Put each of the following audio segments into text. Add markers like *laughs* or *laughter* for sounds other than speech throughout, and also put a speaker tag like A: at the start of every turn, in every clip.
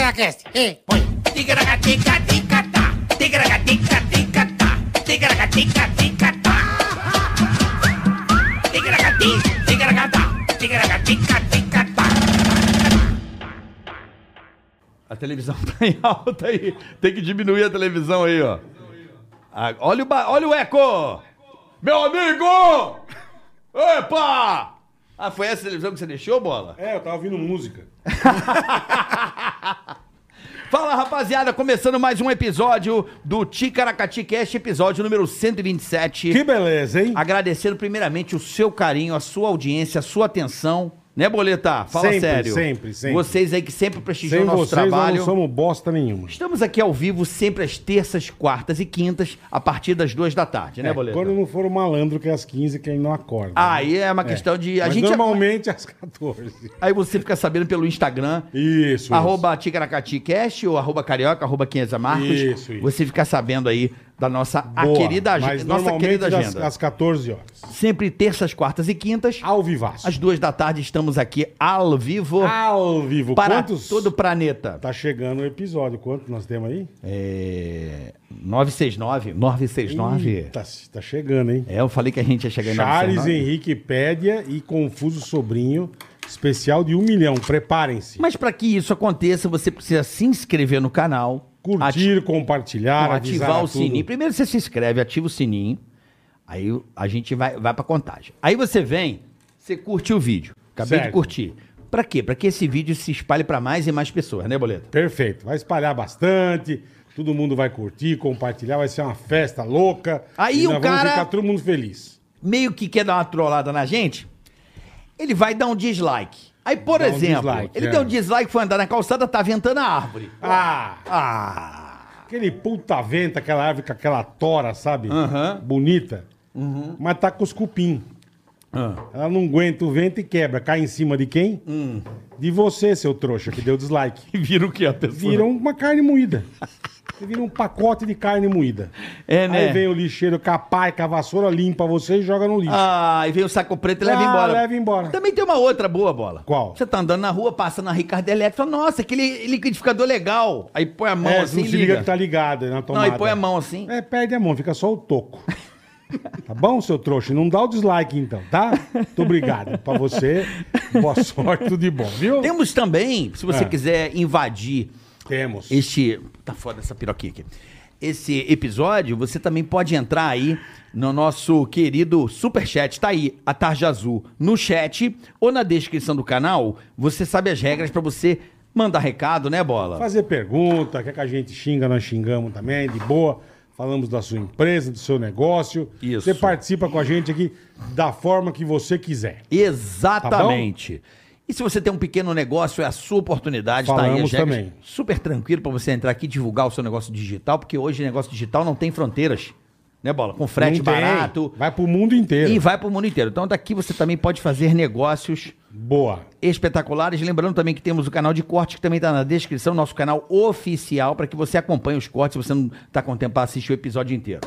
A: Ticaracatacast. Ei, põe.
B: Ticaracatica-ticatá, ticaracatica-ticatá, ticaracatica-ticatá. Ticaracati, ticaracatá, ticaracatica-ticatá.
C: A televisão *laughs* tá em alta aí. Tem que diminuir a televisão aí, ó. Ah, olha, o ba- olha o eco! Meu amigo! Epa! Ah, foi essa televisão que você deixou, bola?
D: É, eu tava ouvindo música.
C: Fala, rapaziada! Começando mais um episódio do Ticaracati Cast, episódio número 127.
D: Que beleza, hein?
C: Agradecendo primeiramente o seu carinho, a sua audiência, a sua atenção. Né, Boleta? Fala
D: Sempre,
C: sério.
D: sempre, sempre.
C: Vocês aí que sempre prestigiam
D: Sem
C: é o nosso
D: vocês
C: trabalho.
D: nós não somos bosta nenhuma.
C: Estamos aqui ao vivo sempre às terças, quartas e quintas, a partir das duas da tarde, né,
D: É,
C: Boleta?
D: quando não for o malandro que é às 15 que ele não acorda.
C: Aí é uma questão de. A
D: Mas
C: gente,
D: normalmente é às 14.
C: Aí você fica sabendo pelo Instagram.
D: Isso.
C: Arroba TicaracatiCast ou arroba Carioca, arroba Quinheza Marcos.
D: Isso, isso.
C: Você fica sabendo aí da nossa a
D: Boa.
C: querida, ag-
D: Mas
C: nossa
D: normalmente
C: querida
D: das-
C: agenda.
D: Às 14 horas.
C: Sempre terças, quartas e quintas,
D: Ao vivaço.
C: às duas da tarde, estamos aqui ao vivo
D: Ao vivo.
C: para
D: Ah, Quantos?
C: todo o planeta.
D: Tá chegando o episódio. Quanto nós temos aí?
C: É... 969, 969.
D: Ih, Tá, tá chegando, hein?
C: É, eu falei que a gente ia chegar em
D: Charles
C: 969.
D: Henrique Pédia e Confuso Sobrinho. Especial de um milhão. Preparem-se.
C: Mas para que isso aconteça, você precisa se inscrever no canal, ati-
D: Curtir, compartilhar,
C: não,
D: avisar
C: ativar o
D: tudo.
C: sininho. Primeiro você se inscreve, ativa o sininho, aí a gente vai, vai para contagem. Aí você vem, você curte o vídeo. Acabei de
D: Certo.
C: curtir. Para quê? Para que esse vídeo se espalhe para mais e mais pessoas, né, Boleto?
D: Perfeito. Vai espalhar bastante. Todo mundo vai curtir, compartilhar. Vai ser uma festa louca.
C: Aí
D: e
C: o
D: nós vamos
C: cara-
D: ficar todo mundo feliz.
C: Meio que quer dar uma trollada na gente, ele vai dar um dislike. Aí, por
D: Dá um
C: exemplo,
D: dislike,
C: ele
D: é.
C: deu um dislike, foi andar na calçada, tá ventando a árvore.
D: Ah!
C: Ah!
D: Aquele puta vento, aquela árvore com aquela tora, sabe?
C: Aham. Uhum.
D: Bonita. Mas tá com os cupim.
C: Ah.
D: Ela não aguenta o vento e quebra. Cai em cima de quem?
C: Hum.
D: De você, seu trouxa, que deu dislike.
C: Vira um o que a pessoa?
D: Viram uma carne moída. Você vira um pacote de carne moída.
C: É, né?
D: Aí vem o lixeiro com a pá e com a vassoura, limpa você e joga no lixo.
C: Ah, e vem o saco preto e leva
D: Ah,
C: embora.
D: leva embora.
C: Também tem uma outra boa bola.
D: Qual?
C: Você tá andando na rua, passa na Ricardo Elétrico, fala, nossa, aquele liquidificador legal. Aí põe a mão
D: é,
C: assim
D: não
C: e
D: se
C: liga.
D: liga que tá ligado na
C: não,
D: tomada.
C: aí põe a mão assim.
D: É, perde a mão, fica só o
C: *laughs*
D: toco. Tá bom, seu trouxa? Não dá o dislike então, tá? Muito obrigado. Pra você, boa sorte, tudo de bom, viu?
C: Temos também, se você
D: É.
C: quiser invadir
D: Temos.
C: este... Tá foda essa piroquinha aqui. Esse episódio, você também pode entrar aí no nosso querido Superchat, tá aí, a tarja azul, no chat ou na descrição do canal, você sabe as regras pra você mandar recado, né, Bola?
D: Fazer pergunta, quer que a gente xinga, nós xingamos também, de boa. Falamos da sua empresa, do seu negócio.
C: Isso.
D: Você participa com a gente aqui da forma que você quiser. Tá
C: Exatamente. e se você tem um pequeno negócio, é a sua oportunidade, tá aí as
D: Falamos
C: regras.
D: também.
C: Super tranquilo para você entrar aqui e divulgar o seu negócio digital, porque hoje negócio digital não tem fronteiras, né, Bola? Com frete
D: Não tem.
C: barato
D: Vai pro mundo inteiro.
C: e vai para o mundo inteiro. Então daqui você também pode fazer negócios
D: Boa.
C: espetaculares. Lembrando também que temos o canal de corte que também está na descrição, nosso canal oficial, para que você acompanhe os cortes, se você não está com tempo para assistir o episódio inteiro,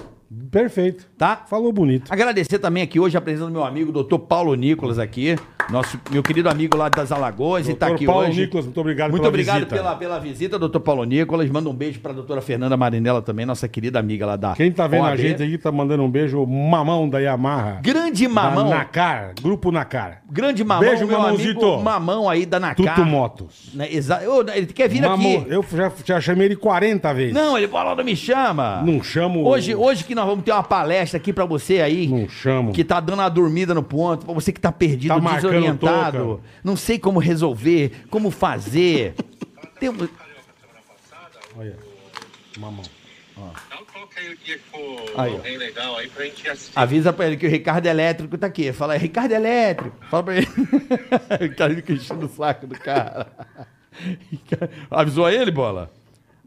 D: Perfeito.
C: tá?
D: Falou bonito.
C: Agradecer também aqui hoje a presença do meu amigo, doutor Paulo Nicolas, aqui, nosso meu querido amigo lá das Alagoas, e tá
D: Doutor
C: aqui
D: Paulo
C: hoje.
D: Nicolas, muito obrigado
C: muito
D: pela
C: obrigado
D: visita.
C: Pela, pela visita, doutor Paulo Nicolas. Manda um beijo pra doutora Fernanda Marinella também, nossa querida amiga lá da.
D: Quem tá vendo a
C: OAB.
D: gente aqui tá mandando um beijo, o mamão da Yamaha.
C: Grande mamão.
D: Da Nacar, grupo Nacar.
C: Grande mamão,
D: Beijo,
C: meu
D: mamãozito.
C: amigo mamão aí da Nacar.
D: Tuto Motos.
C: Né, exa- Ô, ele quer vir
D: Mamão,
C: aqui.
D: eu já, já chamei ele 40 vezes.
C: Não, ele falou, não me chama.
D: Não chamo-
C: Hoje, hoje que nós vamos ter uma palestra aqui pra você aí.
D: Não chamo.
C: Que tá dando uma dormida no ponto, pra você que tá perdido,
D: Tá marcando
C: desorientado,
D: touca.
C: não sei como resolver, como fazer. Tem um-
D: Olha, mamão.
E: Então coloca aí o dia que for
C: Aí, ó.
E: bem legal aí pra gente assistir.
C: Avisa pra ele que o Ricardo Elétrico tá aqui. Fala, Ricardo Elétrico. Fala pra ele. *laughs* o cara fica enchendo o saco do cara. *laughs* Avisou ele, bola?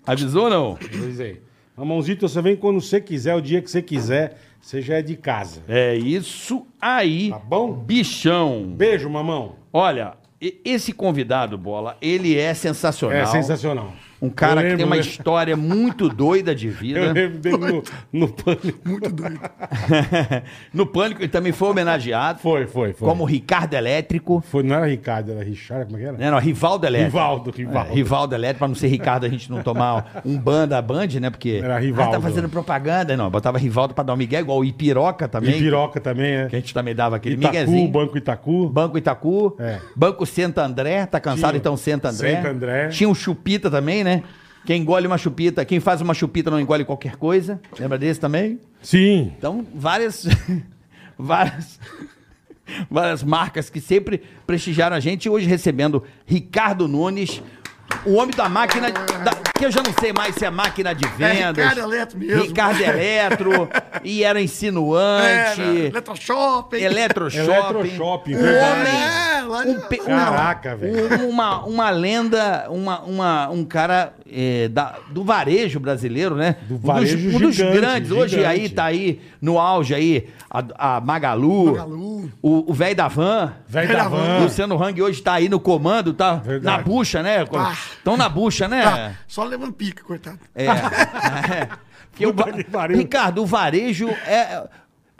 C: Avisou ou não?
D: Pois é. Mamãozito, você vem quando você quiser, o dia que você quiser, você já é de casa.
C: É isso aí.
D: Tá bom?
C: Bichão.
D: Beijo, mamão.
C: Olha, e- esse convidado, bola, ele é sensacional.
D: É sensacional.
C: Um cara
D: Eu
C: que tem
D: lembro,
C: uma
D: né?
C: história
D: *laughs*
C: muito doida de
D: Eu
C: vida.
D: lembro dele no, no pânico.
F: Muito doido.
C: *laughs* no Pânico, ele também foi homenageado.
D: *laughs* Foi, foi, foi.
C: Como Ricardo Elétrico.
D: Foi, não era Ricardo, era Richard, como é que era?
C: Né, não, Rivaldo Elétrico.
D: Rivaldo,
C: Rivaldo.
D: Rivaldo.
C: É, Rivaldo Elétrico, pra não ser Ricardo, a gente não tomar um ban da Band, né? Porque.
D: Era Rivaldo.
C: Ah, tá fazendo propaganda. Não, botava Rivaldo pra dar um migué, igual o Ipiroca também.
D: E Piroca também, é.
C: Que a gente também dava aquele
D: Itacu,
C: miguezinho.
D: Banco Itacu.
C: Banco Itacu,
D: É.
C: Banco Senta André, tá cansado
D: Tinha.
C: então Senta André.
D: Senta André.
C: Tinha um Chupita também, né? Quem engole uma chupita, quem faz uma chupita não engole qualquer coisa. Lembra desse também?
D: Sim.
C: Então, várias *laughs* várias várias marcas que sempre prestigiaram a gente, hoje recebendo Ricardo Nunes, o homem da máquina da- que eu já não sei mais se é máquina de vendas.
F: Ricardo Eletro mesmo.
C: Ricardo Eletro e era insinuante.
F: É, Letra Shopping.
C: Eletroshopping.
D: Eletroshopping,
C: Um
D: verdade.
F: É, lá de-
C: é homem. um pe-
D: Caraca,
C: um-
D: velho.
C: Uma, uma lenda, uma, uma, um cara é, da- do varejo brasileiro, né?
D: Do
C: Um dos-
D: varejo
C: um dos,
D: gigante,
C: grandes. Hoje
D: gigante.
C: aí tá aí no auge aí a, a Magalu,
F: Magalu.
C: o o velho da van.
D: Velho da van.
C: Luciano Hang hoje tá aí no comando, tá
D: Verdade.
C: na bucha, né?
F: Tá.
C: Estão na bucha, né?
F: Tá, só levando pica, coitado.
C: É.
D: *laughs*
C: É. Porque o va-
D: Puta que pariu.
C: Ricardo, o varejo é.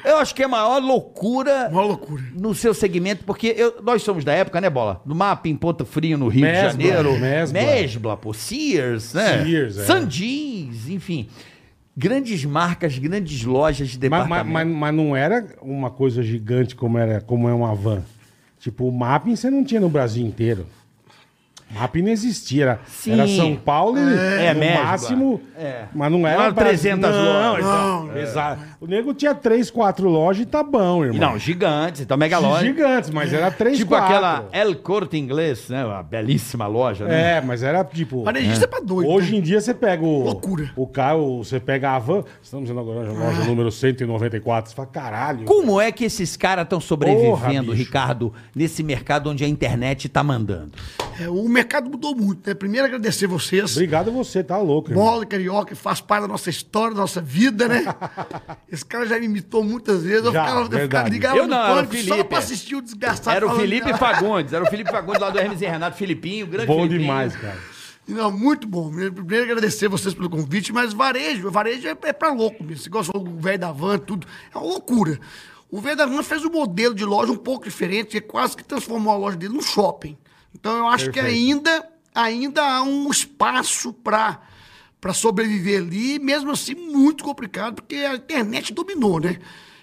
C: Eu acho que é a maior loucura.
F: Uma loucura.
C: No seu segmento, porque eu- nós somos da época, né, Bola? Do mapa em Ponta Frio, no Rio
D: Mesbla,
C: de Janeiro.
D: Mesbla.
C: Mesbla, pô. Sears, né?
D: Sears, é.
C: Sandins, enfim. Grandes marcas, grandes lojas de
D: Mas, mas,
C: departamento.
D: mas- mas não era uma coisa gigante como, era, como é uma van. Tipo, o mapping você não tinha no Brasil inteiro. Mapping não existia. Era,
C: Sim.
D: era São Paulo e
C: É,
D: no
C: mesmo,
D: máximo.
C: é.
D: Mas não era.
C: Não era
D: Brasil-
C: 300 lojas.
D: Não,
F: Não,
D: exato. exato. O nego tinha três, quatro lojas e tá bom, irmão.
C: Não, gigantes, então mega loja.
D: Gigantes, mas era três,
C: Tipo
D: quatro.
C: aquela El Corte Inglês, né? Uma belíssima loja, né?
D: É, mas era tipo.
F: Varejista é pra doido.
D: Hoje em dia você pega o.
F: Loucura. Ah.
D: O carro, você pega a van. Estamos inaugurando a loja número 194. Você fala, caralho.
C: Como é que esses caras estão sobrevivendo,
D: Porra, bicho.
C: Ricardo, nesse mercado onde a internet tá mandando?
F: É, o mercado mudou muito, né? Primeiro, agradecer vocês.
D: Obrigado a você, tá louco, irmão.
F: Bola e Carioca que faz parte da nossa história, da nossa
D: *laughs*
F: vida, né? Esse cara já me imitou muitas vezes. Eu
D: Já,
F: ficava, eu ficava-
D: verdade.
F: ligava
C: Eu
F: no
C: não, era o
F: pânico só
C: Felipe.
F: pra assistir é o desgraçado.
C: Era o
F: falando
C: Felipe
F: *laughs* dela.
C: Fagundes, era o Felipe Fagundes lá do Hermes e Renato, Filipinho, grande
D: Bom
C: Filipinho.
D: demais, cara.
F: Não, muito bom. Primeiro, agradecer vocês pelo convite, mas varejo, varejo é, é pra louco mesmo. Você gosta do velho da van, tudo. É uma loucura. O velho da van fez um modelo de loja um pouco diferente, e quase que transformou a loja dele num shopping. Então, eu acho que
D: Perfeito.
F: ainda, ainda há um espaço pra para sobreviver ali, mesmo assim muito complicado, porque a internet dominou, né?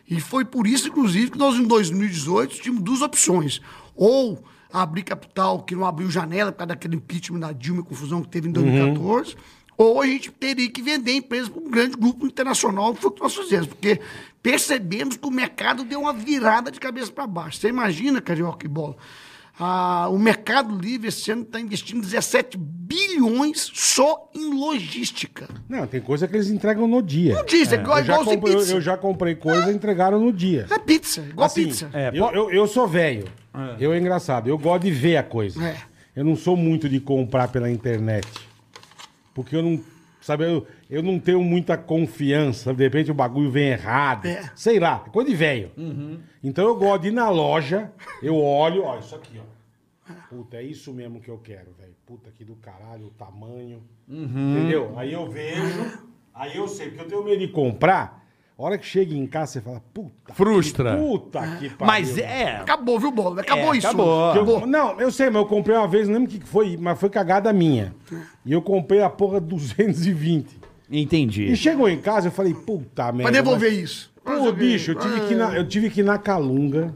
F: E foi por isso, inclusive, que nós em 2018 tínhamos duas opções. Ou abrir capital, que não abriu janela por causa daquele impeachment da Dilma, e confusão que teve em 2014, ou a gente teria que vender a empresa para um grande grupo internacional, que foi o que nós fizemos, porque percebemos que o mercado deu uma virada de cabeça para baixo. Você imagina, Carioca e Bola, ah, o Mercado Livre esse ano está investindo 17 bilhões só em logística.
D: Não, tem coisa que eles entregam no dia.
F: Não diz, é, igual,
D: Eu já,
F: igual os
D: comprei, eu,
F: pizza.
D: eu já comprei coisa e entregaram no dia.
F: É pizza, igual
D: Assim,
F: pizza.
D: é, eu, eu, eu sou velho. Eu é engraçado. Eu gosto de ver a coisa.
F: É.
D: Eu não sou muito de comprar pela internet. Porque eu não. Sabe, eu, eu não tenho muita confiança. De repente o bagulho vem errado.
F: É.
D: Sei lá, é coisa de velho. Então eu gosto de ir na loja, eu olho, olha, isso aqui, ó. Puta, é isso mesmo que eu quero, velho. Puta que do caralho, o tamanho. Entendeu? Aí eu vejo, aí eu sei, porque eu tenho medo de comprar. A hora que chega em casa, você fala, puta. que-
C: Frustra.
D: puta que pariu.
C: Ah, Mas é.
F: Acabou, viu, Bola? Acabou
C: É,
F: isso.
C: acabou.
D: Eu- não, eu sei, mas eu comprei uma vez, não lembro o que que foi, mas foi cagada minha.
C: Ah.
D: E eu comprei a porra 220. E
C: Entendi.
D: chegou em casa, eu falei, puta merda.
F: Pra devolver É, isso.
D: né? Pô, bicho, eu
C: é,
D: tive, que ir na, eu tive que ir na Calunga,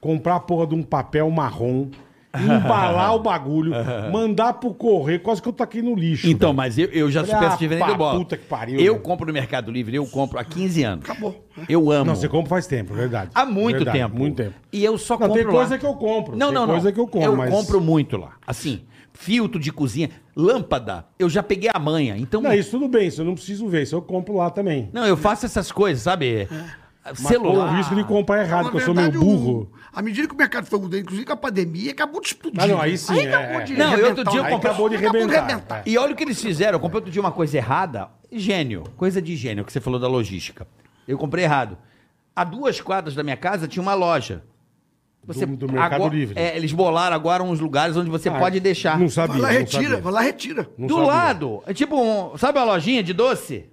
D: comprar a porra de um papel marrom, embalar o
C: *laughs*
D: bagulho, mandar pro correio, quase que eu taquei no lixo.
C: Então,
D: velho.
C: mas eu, eu já
D: Ah,
C: sou peço diferente
D: pá,
C: do bola.
D: puta que pariu,
C: eu
D: velho.
C: compro no Mercado Livre, eu compro há 15 anos.
F: Acabou.
C: Eu amo.
D: Não, você compra faz tempo, é verdade.
C: Há muito
D: Verdade,
C: tempo.
D: Muito tempo.
C: E eu só
D: Não,
C: compro
D: tem coisa
C: lá.
D: que eu compro.
C: Não,
D: tem
C: não, não.
D: coisa que eu compro, mas...
C: compro muito lá. Assim, filtro de cozinha, lâmpada, eu já peguei a manha. Então,
D: Não, isso tudo bem, isso eu não preciso ver, isso eu compro lá também.
C: não, eu faço essas coisas, sabe?
D: Mas corro
C: Celular. É
D: o risco de comprar é errado, porque eu sou meio
C: um
D: burro.
F: A À medida que o mercado foi mudando, inclusive com a pandemia, acabou de explodir.
D: Ah, não, aí sim, é,
F: acabou
D: é.
F: de
C: Não, eu
F: arrebentar
C: outro dia eu
F: o
D: Aí
F: mercado.
C: comprei-
D: acabou de rebentar. É.
C: E olha o que eles fizeram. Eu comprei outro dia uma coisa errada. Gênio. Coisa de gênio que você falou da logística. Eu comprei errado. A duas quadras da minha casa tinha uma loja. Você,
D: Do- do Mercado
C: agora-
D: Livre.
C: é, eles bolaram agora uns lugares onde você
D: Ah,
C: pode deixar.
D: Não sabia.
F: Vai lá,
D: não
F: retira,
D: sabia.
F: vai lá, retira.
D: Não
C: Do
D: sabia.
C: lado, é tipo, um, sabe a lojinha de doce?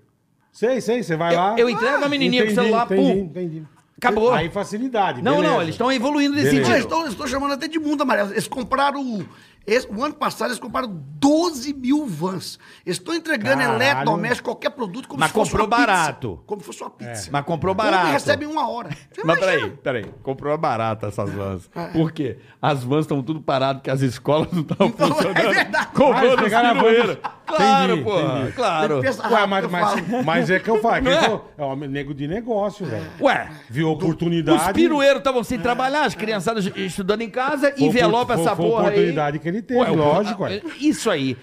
D: Sei, sei, você vai
C: Eu-
D: lá.
C: eu entrego a menininha com o celular,
D: entendi,
C: pum.
D: Entendi.
C: Acabou.
D: Aí facilidade.
C: Não,
D: beleza.
C: não, eles estão evoluindo nesse
D: Beleza.
F: Ah,
C: sentido.
F: estou, estou chamando até de mundo amarelo. Eles compraram. o- esse- o ano passado eles compraram 12 mil vans. Eles estão entregando
D: Caralho.
F: eletrodoméstico, qualquer produto, como
C: Mas comprou
F: uma pizza.
C: barato. É.
F: Como se fosse uma pizza.
C: Mas comprou
F: Ontem
C: barato.
F: recebe em uma hora. Você
C: Mas
F: imagina.
C: peraí, peraí. Comprou barata essas vans. Por quê? As vans estão tudo paradas porque as escolas não estão
F: Então, é
C: funcionando.
F: verdade.
D: Ah, eles
C: Comprando as
D: pegaram a van
C: pirueiras.
D: dos-
C: Claro,
D: Entendi,
C: pô.
D: entendi.
C: Claro.
F: Ele pensa
D: Ué,
F: rápido,
D: mas,
F: eu falo.
D: mas, mas é que eu falo. É, que eu
C: Não é?
D: sou- é um nego de negócio, velho.
C: Ué,
D: Viu a oportunidade.
C: os pirueiros estavam sem trabalhar, as criançadas estudando em casa,
D: Foi
C: envelopa
D: opor-
C: essa
D: foi- foi
C: porra aí. Ah,
D: oportunidade que ele teve,
C: o-
D: lógico,
C: a-
D: ué.
C: Isso aí.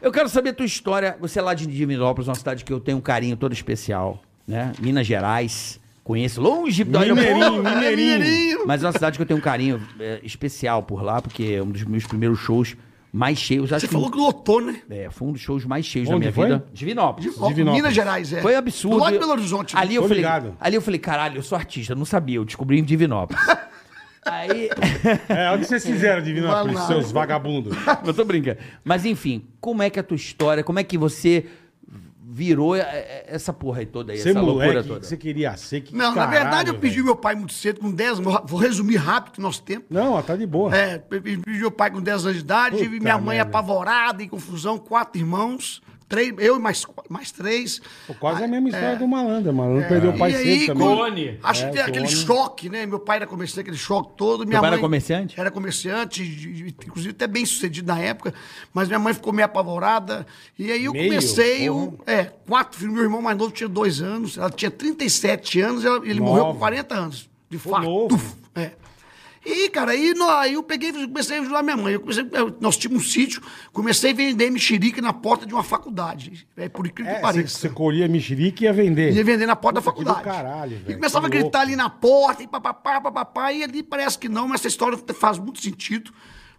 C: Eu quero saber a tua história. Você é lá de Divinópolis, uma cidade que eu tenho um carinho todo especial, né? Minas Gerais. Conheço longe do *laughs*
D: Mineirinho,
C: aeroporto.
D: mineirinho.
C: Mas é uma cidade que eu tenho um carinho é, especial por lá, porque é um dos meus primeiros shows mais cheios. Acho
F: Você
C: que
F: falou que lotou, né?
C: é, foi um dos shows mais cheios da
D: Onde
C: minha
D: foi?
C: vida. Divinópolis.
F: Ó,
D: Divinópolis.
F: Minas Gerais, é.
C: Foi absurdo.
F: Lá de
C: Eu-
F: Belo Horizonte. né?
C: Ali eu,
D: Tô
C: falei,
D: ligado.
C: ali eu falei, caralho, eu sou artista, eu não sabia, eu descobri em
F: *laughs*
C: Divinópolis. Aí. *laughs*
D: É, onde vocês fizeram, Divinópolis,
F: Vai lá.
D: seus vagabundos?
C: eu tô brincando. Mas enfim, como é que é a tua história? Como é que você virou é, é, essa porra aí toda aí,
D: Você é
C: essa
D: moleque,
C: loucura
D: o que
C: toda?
D: que você queria ser? Que
F: Não, na
D: caralho,
F: verdade eu pedi
D: velho.
F: meu pai muito cedo, com 10 anos. Vou resumir rápido que nosso tempo.
D: Não, ó, tá de boa.
F: É, pe- pe- pedi meu pai com 10 anos de idade,
D: Puta
F: e minha mãe
D: merda.
F: apavorada, em confusão, quatro irmãos, três, eu e mais, qu- mais três.
D: Pô, Quase a mesma história do malandro. O malandro perdeu o pai
F: É. e
D: cedo
F: aí,
D: também.
F: quando-
C: Clone.
F: Acho
D: É,
F: que tem aquele
D: clone.
F: choque, né? Meu pai era comerciante, aquele choque todo. Minha
C: pai
F: mãe
C: era comerciante?
F: Era comerciante, e- e- inclusive até bem sucedido na época, mas minha mãe ficou meio apavorada. E aí eu
D: Meio?
F: comecei,
D: Porra.
F: o, é, quatro filhos. Meu irmão mais novo tinha dois anos, ela tinha 37 anos, ela- ele morreu
D: Nova.
F: com 40 anos, de
D: Pô,
F: fato.
D: novo.
F: Uf, É. E, cara, aí, nó- aí eu peguei e comecei a ajudar minha mãe. Eu comecei, eu- nós tínhamos um sítio, comecei a vender mexerica na porta de uma faculdade. É, por incrível
D: É,
F: que
D: você,
F: pareça.
D: você colhia mexerica e ia vender.
F: Ia vender na porta
D: Puta,
F: da
D: que
F: faculdade.
D: do caralho,
F: e
D: velho,
F: começava a
D: que
F: gritar
D: louco.
F: ali na porta, e papapá, papapá, e ali parece que não, mas essa história faz muito sentido.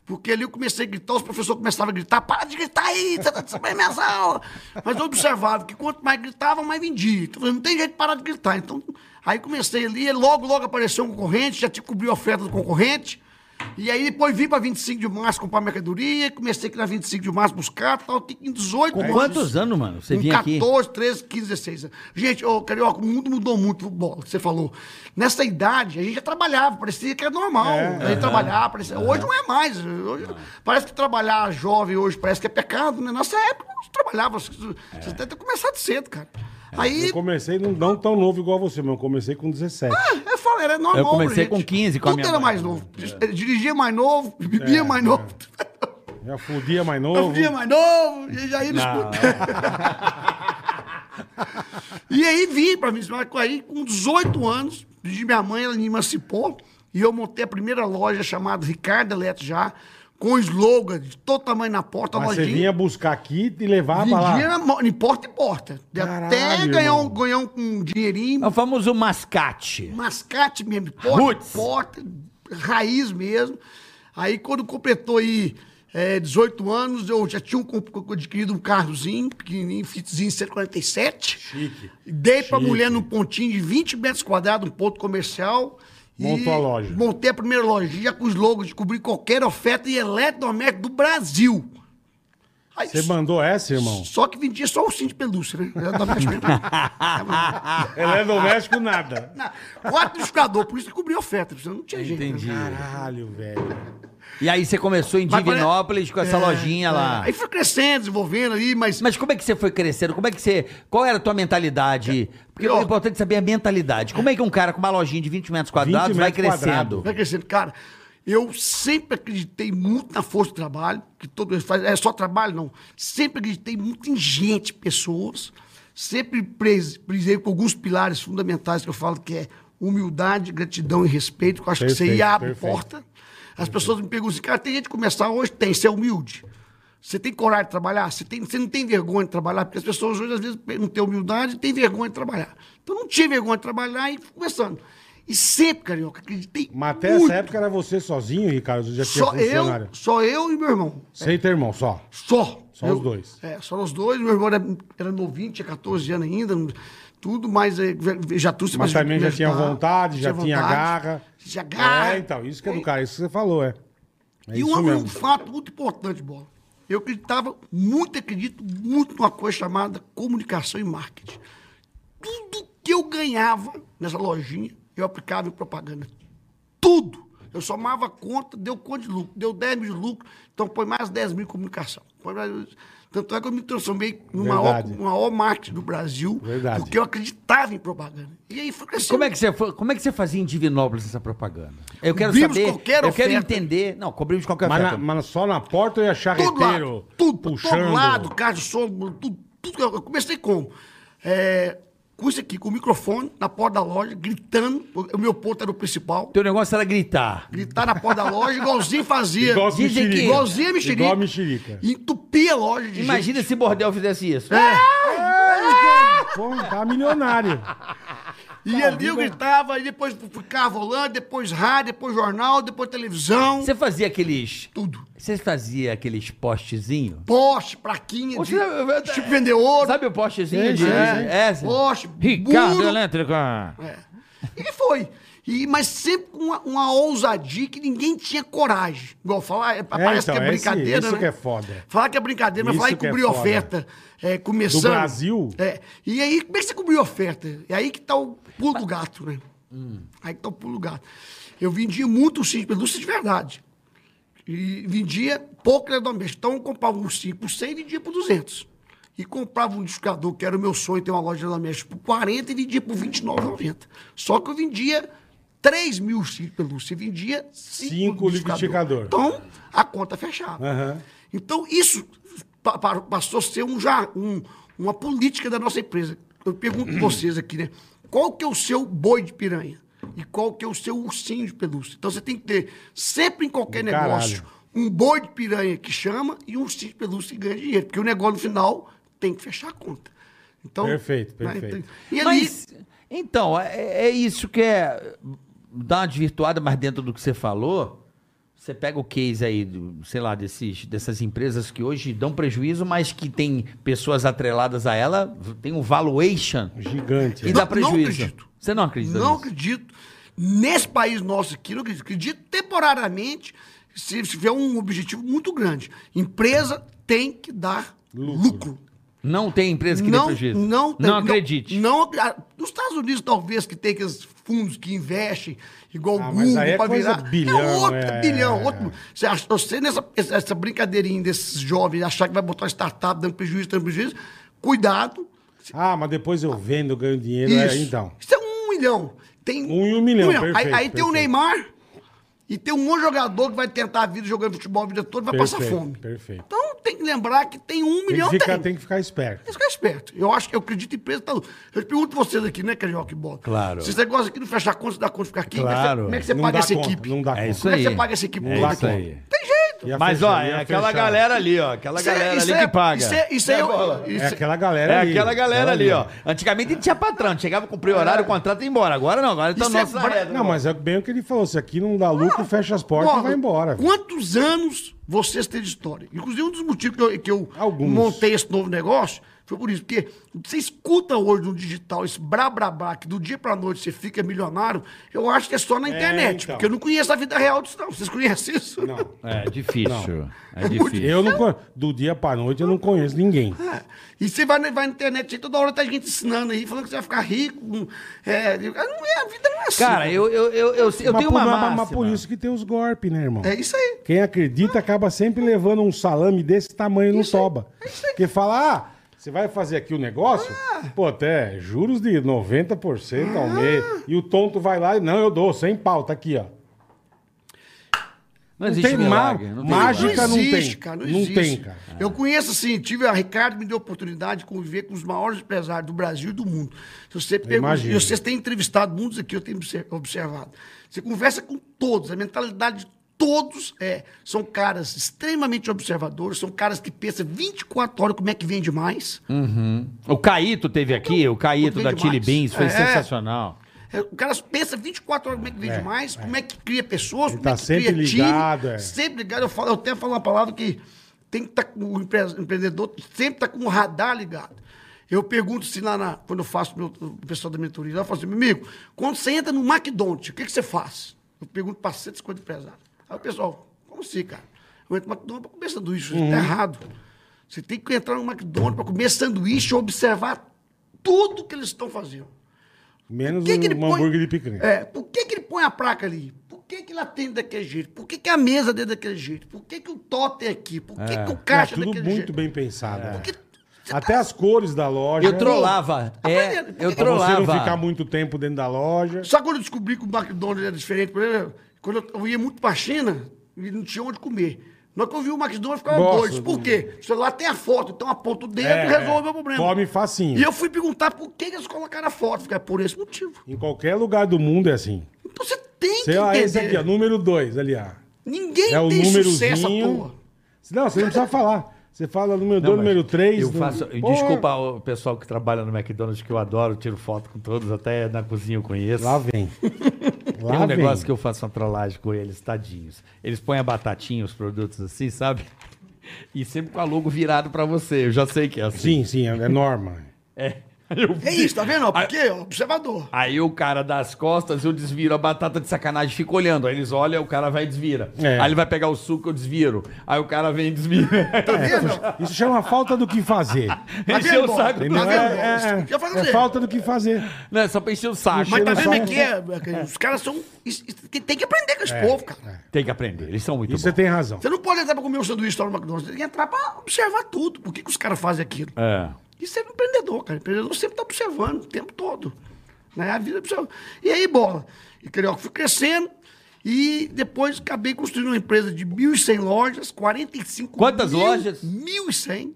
F: Porque ali eu comecei a gritar, os professores começavam a gritar, para de gritar aí, você tá desabando minhas aulas. Mas eu observava que quanto mais gritava, mais vendia. Então eu falei, não tem jeito de parar de gritar. Então, aí comecei ali, e logo, logo apareceu um concorrente, já tinha cobriu a oferta do concorrente. E aí depois vim para 25 de março comprar mercadoria, comecei aqui na 25 de março buscar, tal, que em 18
C: Com
F: anos-
C: quantos anos, mano? Você
F: com
C: vinha aqui?
F: 14, 13, 15, 16 anos. Gente, ô, Carioca, o mundo mudou muito, bola, que você falou. Nessa idade, a gente já trabalhava, parecia que era normal. a gente trabalhava, parecia. Hoje não é mais. Hoje, Parece que trabalhar jovem hoje parece que é pecado, né? Nessa época, não se trabalhava. Você você deve ter começado cedo, cara. Aí,
D: Eu comecei não, não tão novo igual você, mas eu comecei com 17.
F: ah, eu falei, era normal.
C: Eu comecei
F: gente.
C: com 15 com a
F: Tudo
C: minha
F: era
C: mãe.
F: mais novo. Dirigia mais novo, bebia mais *laughs* novo.
D: Já fudia mais novo.
F: Novinha mais novo, e aí eles. *laughs* e aí vim pra mim, aí com 18 anos, de minha mãe, ela me emancipou, e eu montei a primeira loja chamada Ricardo Eletro já, com slogan de todo tamanho na porta, a
D: Mas você
F: lojinha.
D: vinha buscar aqui e levava
F: Vendia
D: lá.
F: na mo- de porta em porta. De
D: Caralho,
F: até ganhar um,
D: irmão.
F: ganhar um, um dinheirinho,
C: É o famoso
F: *laughs*
C: mascate.
F: mascate mesmo, porta,
C: Roots.
F: porta, raiz mesmo. Aí quando completou aí é, 18 anos, eu já tinha um comp- adquirido um carrozinho, pequenininho, Fitzinho 147.
D: Chique.
F: Dei pra
D: Chique.
F: mulher num pontinho de 20 metros quadrados, um ponto comercial. e
D: Montou a loja.
F: Montei a primeira lojinha com os logos de cobrir qualquer oferta em eletrodoméstico do Brasil. Aí,
D: Você mandou essa, irmão?
F: só que vendia só o cinto de pelúcia, né?
D: *laughs*
F: Eletrodoméstico mesmo.
D: Eletrodoméstico é nada.
F: Na- Quatro liquidificador, por isso que cobriu a oferta, porque senão não tinha jeito. né?
C: Entendi.
D: Caralho, velho.
C: E aí você começou em
F: Mas é- agora- é.
C: Divinópolis com essa lojinha lá.
F: Aí foi crescendo, desenvolvendo ali, mas.
C: Mas como é que você foi crescendo? Como é que você. Qual era a tua mentalidade? Porque
F: Eu-
C: é importante saber a mentalidade. Como é que um cara com uma lojinha de 20 metros quadrados
D: 20
C: vai
D: metros
C: crescendo?
D: quadrados.
F: Vai crescendo. Cara, eu sempre acreditei muito na força do trabalho, que todo mundo faz. É só trabalho, não. Sempre acreditei muito em gente, pessoas. Sempre pres- prisei com alguns pilares fundamentais que eu falo que é humildade, gratidão e respeito, que eu acho que
D: Perfeito,
F: você abre
D: perfeito.
F: porta. As pessoas me perguntam assim, cara, tem gente que começar hoje? Tem, você é humilde. Você tem coragem de trabalhar? Você, tem, você não tem vergonha de trabalhar? Porque as pessoas hoje, às vezes, não têm humildade e têm vergonha de trabalhar. Então, eu não tinha vergonha de trabalhar e fui começando. E sempre, Carioca, acreditei
D: Mas até
F: muito.
D: essa época era você sozinho, Ricardo? Você já tinha
F: Só eu,
D: funcionário?
F: só eu e meu irmão.
D: Sem teu irmão, só.
F: Só.
D: Só
F: Eu-
D: os dois.
F: É, só nós dois. Meu irmão era, era novinho, tinha 14 anos ainda, não- tudo, mas é, ve- já trouxe
D: Mas
F: pra-
D: também já
F: pra-
D: tinha vontade, já tinha
F: vontade,
D: garra.
F: Tinha garra.
D: É, então, isso que é do cara, isso que você falou, é. É
F: e
D: isso
F: um, um
D: mesmo.
F: fato muito importante, Bola. Eu acreditava, muito acredito, muito numa coisa chamada comunicação e marketing. Tudo que eu ganhava nessa lojinha, eu aplicava em propaganda. Tudo. Eu somava a conta, deu quanto de lucro? Deu 10 mil de lucro, então põe mais 10 mil em comunicação. Põe mais- Tanto é que eu me transformei no maior,
D: Verdade.
F: no maior marketing do Brasil,
D: Verdade.
F: porque eu acreditava em propaganda. E aí foi crescendo.
G: Como é, que você, foi- como é que você fazia em Divinópolis essa propaganda? Eu quero
F: Cobrimos
G: saber,
F: qualquer
G: eu quero
F: oferta.
G: entender. Não, cobrimos qualquer
D: Mas, na-
G: oferta.
D: mas só na porta eu ia
F: todo
D: charreteiro
F: lado, tudo,
D: puxando.
F: todo lado, carro de som, tudo, tudo. Eu comecei como? É, com isso aqui, com o microfone na porta da loja, gritando, o meu ponto era o principal,
G: Teu negócio era gritar.
F: gritar na porta da loja, igualzinho fazia.
D: Igual a
G: Dizem que-
D: mexerica.
F: Igualzinho a mexerica.
D: Igual a mexerica.
F: E Entupia a loja de
G: Imagina se Bordel fizesse isso.
D: É. Pô, tá milionário.
F: gente. E ali eu gritava, e depois fui carro volante, depois rádio, depois jornal, depois televisão,
G: Você fazia aqueles.
F: tudo.
G: Você fazia aqueles postezinhos?
F: Poste, praquinha, de,
G: Você-
F: tipo vender ouro.
G: Sabe o postezinho?
D: Sim,
G: de-
D: sim,
G: é,
F: sim. Poste,
G: Ricardo é
F: muro.
G: Elétrica.
F: É. E foi. E, mas sempre com uma, uma ousadia que ninguém tinha coragem. Igual falar, é, parece
D: então,
F: que é
D: é esse-
F: brincadeira,
D: isso
F: né?
D: que é foda.
F: Falar que é brincadeira, mas
D: Isso
F: falar em
D: que é
F: cobrir
D: foda.
F: oferta. É, começando.
D: Do Brasil?
F: É. E aí, como é que você cobriu oferta? E aí que tá o pulo do gato, né? Aí que tá o pulo do gato. Eu vendia muito cinto de pelúcia de verdade. E vendia pouco eletrodoméstico. Então, eu comprava um 5 por 100 e vendia por 200. E comprava um discador, que era o meu sonho, ter uma loja de eletrodoméstico, por 40 e vendia por 29,90. Só que eu vendia 3 mil cinco pelúcia. E vendia 5
D: Cinco liquidificador.
F: Então, a conta fechava.
D: Aham.
F: Então, isso pa- pa- passou a ser um, jar- um- uma política da nossa empresa. Eu pergunto pra vocês aqui, né? Qual que é o seu boi de piranha? E qual que é o seu ursinho de pelúcia? Então, você tem que ter, sempre em qualquer
D: Do
F: negócio,
D: caralho.
F: um boi de piranha que chama e um ursinho de pelúcia que ganha dinheiro. Porque o negócio, no final, tem que fechar a conta. Então,
D: Perfeito,
F: né,
D: perfeito.
F: então- E ali,
G: Mas, então, é, é isso que é. Dá uma desvirtuada, mas dentro do que você falou, você pega o case aí, do, sei lá, desses, dessas empresas que hoje dão prejuízo, mas que tem pessoas atreladas a ela, tem um valuation
D: Gigante.
G: e
D: né?
F: Não-
G: dá prejuízo.
F: não acredito.
G: Você não acredita
F: Não
G: nisso?
F: acredito. Nesse país nosso aqui, não acredito. Acredito temporariamente, se se tiver um objetivo muito grande. Empresa tem que dar lucro.
G: Não tem empresa que dê
F: Não,
G: prejuízo.
F: não, tem-
G: não acredite.
F: Não, acri- ah, nos Estados Unidos, talvez, que tem aqueles fundos que investem, igual o
D: Ah, mas
F: Google,
D: aí é
F: pra
D: coisa
F: virar.
D: bilhão,
F: é outro,
D: é.
F: bilhão. Outro, você, acha- você nessa essa essa brincadeirinha desses jovens, achar que vai botar uma startup dando prejuízo, dando prejuízo, cuidado.
D: Ah, mas depois eu vendo, eu ganho dinheiro. é, então.
F: Isso é um milhão. Tem
D: Um e um milhão, perfeito,
F: Aí, aí tem o
D: perfeito.
F: Neymar e tem um monte de jogador que vai tentar a vida jogando futebol a vida toda vai passar
D: Perfeito,
F: fome.
D: perfeito.
F: Então tem que lembrar que tem um
D: Tem que,
F: milhão
D: ficar,
F: tem.
D: tem que ficar esperto.
F: Tem que ficar esperto. Eu acho que eu acredito em empresa. Tá... Eu te pergunto vocês aqui, né, Carioca e Bola?
G: Claro.
F: Se esse negócio aqui não fechar conta, se dá conta, ficar aqui.
G: Claro.
F: Como é que você
D: Não
F: paga
D: dá
F: essa
D: conta,
F: equipe?
D: Não dá
G: É
D: conta.
G: isso
F: Como é que
G: aí.
F: você paga essa equipe?
G: É
F: Não dá
G: isso
F: conta.
G: aí.
F: Tem jeito.
D: Ia
G: Mas,
D: fechar,
G: ó,
D: ia
G: é aquela
D: fechar.
G: galera ali, ó. Aquela
F: Isso é-
G: galera
F: isso
G: ali
F: é-
G: que paga.
F: Isso é, isso é,
G: Né,
F: eu-
G: Bola?
D: É
F: isso é-
D: aquela galera
G: É
D: ali.
G: aquela galera ali, ó. Antigamente ele tinha patrão, chegava, cumpria o horário, o contrato e ia embora. Agora não, agora tá
F: Isso é
G: nosso.
F: bra-
D: Não, mas é bem o que ele falou. Se aqui não dá lucro, fecha as portas
F: Bola,
D: e vai embora.
F: Quantos anos vocês têm de história? Inclusive, um dos motivos que eu, que eu
D: Alguns.
F: montei esse novo negócio foi por isso. Porque você escuta hoje no digital esse brá, brá, brá, que do dia pra noite você fica milionário, eu acho que é só na internet.
D: então.
F: Porque eu não conheço a vida real disso, não. Vocês conhecem isso?
D: Não.
G: É difícil. É difícil.
D: Eu não conheço. Do dia pra noite eu não conheço ninguém.
F: *laughs* É. E você vai, na- vai na internet, aí toda hora tá gente ensinando aí, falando que você vai ficar rico. hum, É, não é, a vida não é assim.
G: Cara, eu, eu, eu, eu, eu
D: Mas
G: tenho
D: por- é
G: uma
D: mas-
G: máxima.
D: Mas por isso que tem os golpes, né, irmão?
F: É isso aí.
D: Quem acredita acaba sempre levando um salame desse tamanho no toba. Porque fala, ah, você vai fazer aqui o negócio?
F: Ah."
D: Pô, até juros de 90% ao mês.
F: Ah.
D: E o tonto vai lá e, não, eu dou, sem pau, tá aqui, ó.
G: Não
D: Não
G: existe
D: tem
G: milagre.
D: ma-
G: Não milagre.
D: mágica, não tem. Não
F: existe.
D: tem, cara.
F: Eu conheço assim, tive a Ricardo me deu a oportunidade de conviver com os maiores empresários do Brasil e do mundo. Se você pergunta,
D: imagino.
F: e vocês têm entrevistado muitos aqui, eu tenho obser- observado. Você conversa com todos, a mentalidade de todos é, são caras extremamente observadores, são caras que pensam 24 horas como é que vende mais.
G: O Caíto teve aqui, o Caíto
F: Bem
G: da Chili
F: demais.
G: Beans, foi
F: É.
G: sensacional.
F: É, O cara pensa 24 horas como é que vende mais, como é que cria pessoas, como
D: tá
F: é que
D: sempre
F: cria
D: ligado,
F: time.
D: é.
F: Sempre ligado. Eu, falo, eu até falo uma palavra que tem que estar com o empre- empreendedor, sempre está com o radar ligado. Eu pergunto se lá na, quando eu faço meu, o pessoal da mentoria, lá, eu falo assim, meu amigo, quando você entra no McDonald's, o que, que você faz? Eu pergunto para 150 empresários. Aí o pessoal, como assim, cara? Eu entro no McDonald's para comer sanduíche,
D: Uhum.
F: isso está errado. Você tem que entrar no McDonald's para comer sanduíche e observar tudo que eles estão fazendo.
D: Menos
F: Por que
D: um,
F: que ele
D: um
F: põe-
D: hambúrguer de picanha.
F: É, por que, que ele põe a placa ali? Por que, que ela tem daquele jeito? Por que, que a mesa dele é daquele jeito? Por que, que o totem é aqui? Por que, que o
D: É,
F: caixa é
D: tudo
F: daquele
D: muito
F: jeito?
D: bem pensado. é.
F: Porque tá- você
D: Até as cores da loja.
G: Eu trollava. É,
F: Aprendendo.
G: eu
F: Pra
D: Pra você não ficar
G: trollava.
D: muito tempo dentro da loja.
F: Só quando eu descobri que o McDonald's era diferente, por exemplo, quando eu- eu ia muito pra China e não tinha onde comer. Na hora que eu vi o McDonald's, ficava
D: Gosto
F: dois. Por
D: do-
F: quê? O celular tem a foto, então aponta o dedo
D: É,
F: e resolve o
D: é.
F: meu problema.
D: Come facinho.
F: E eu fui perguntar por que que eles colocaram a foto. Fica por esse motivo.
D: Em qualquer lugar do mundo é assim.
F: Então você tem
D: Sei
F: que
D: lá,
F: entender.
D: esse aqui, ó, número 2, ali, ó.
F: Ninguém
D: É o
F: tem sucesso à
D: númerozinho.
F: toa.
D: Não, você não precisa falar. Você fala número
C: Não,
D: 2,
C: mas
D: número 3.
C: Eu faço. Desculpa o pessoal que trabalha no McDonald's, que eu adoro, tiro foto com todos, até na cozinha eu conheço.
D: Lá vem. Lá
C: Tem um
D: vem.
C: negócio que eu faço uma trollagem com eles, tadinhos. Eles põem a batatinha, os produtos assim, sabe? E sempre com a logo virado pra você. Eu já sei que é assim.
D: Sim, sim, é é norma.
C: É. Aí eu
F: É
C: vi-
F: isso, tá vendo? ó? Porque é observador.
C: Aí o cara das costas, eu desviro a batata de sacanagem, fico olhando. Aí eles olham, o cara vai e desvira.
D: É.
C: Aí ele vai pegar o suco, eu desviro. Aí o cara vem e
D: *laughs* É,
F: Tá
C: desvira.
F: vendo?
D: Isso chama falta do que fazer.
F: Tá
C: Encheu o
F: vendo?
C: saco.
D: Entendeu?
F: Tá vendo? Isso que eu
D: é,
F: falo
D: é,
F: pra
D: é
F: você.
D: falta do que fazer.
C: Não, é só pra encher o saco.
F: Mas tá
D: Chega
F: vendo
D: só- um- É,
F: aqui? É, que os caras são. isso- isso- que Tem que aprender com esse povo, cara.
C: Tem que aprender, eles são muito
D: Isso é você
C: bons.
D: tem razão.
F: Você não pode entrar pra comer um sanduíche lá no McDonald's. Você tem que entrar pra observar tudo. Por que, que os caras fazem aquilo?
C: É.
F: Isso é um empreendedor, cara. O empreendedor sempre tá observando o tempo todo. Né? A vida observa. E aí, bola. E Carioca, fui crescendo. E depois acabei construindo uma empresa de 1.100 lojas, 45
C: Quantas
F: mil-
C: lojas?
F: 1.100.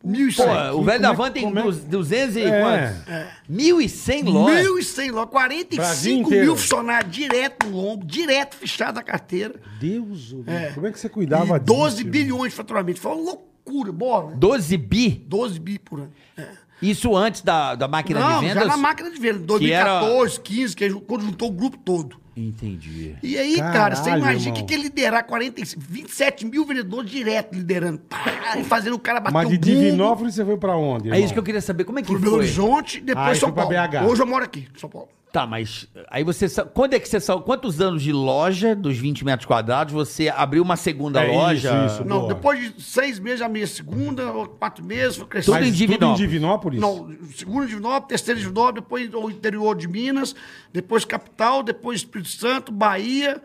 C: Pô,
F: 1.100.
C: o velho da
D: como é-
C: van tem
D: como é-
C: 200 e
D: É.
C: quantos? 1.100 lojas.
F: 1.100
D: Brasil
F: lojas, 45
D: inteiro.
F: mil funcionários, direto no lombo, direto fechado da carteira.
D: Deus, como é que você cuidava
F: E 12
D: disso, né?
F: bilhões de faturamento. Foi uma loucura, bola.
C: 12 bi?
F: 12 bi por ano. É.
C: Isso antes da, da máquina
F: Não,
C: de vendas?
F: já na máquina de venda,
C: Que era-
F: 2014, 15, que aí quando juntou o grupo todo.
C: Entendi.
F: E aí, cara, você
D: Caralho,
F: imagina o que
D: irmão.
F: que é liderar 45, 27 mil vendedores direto liderando. Pá, e fazendo o cara bater
D: Mas
F: o
D: de
F: mundo.
D: Divinópolis você foi pra onde?
C: É
D: irmão?
C: isso que eu queria saber. Como é que
F: Pro Belo
C: foi?
F: Horizonte, depois
D: Ah, e
F: São
D: foi pra
F: Paulo.
D: BH.
F: Hoje eu moro aqui, São Paulo.
C: Tá, mas aí você. sa- Quando é que você saiu? Quantos anos de loja, dos 20 metros quadrados, você abriu uma segunda
D: É isso,
C: loja?
D: isso.
F: Não,
D: Boa.
F: depois de seis meses, a minha segunda, ou quatro meses, foi crescendo.
C: Tudo em
D: Mas
C: Divinópolis.
D: Tudo em Divinópolis?
F: Não, segunda Divinópolis, terceira Divinópolis, depois o interior de Minas, depois capital, depois Espírito Santo, Bahia,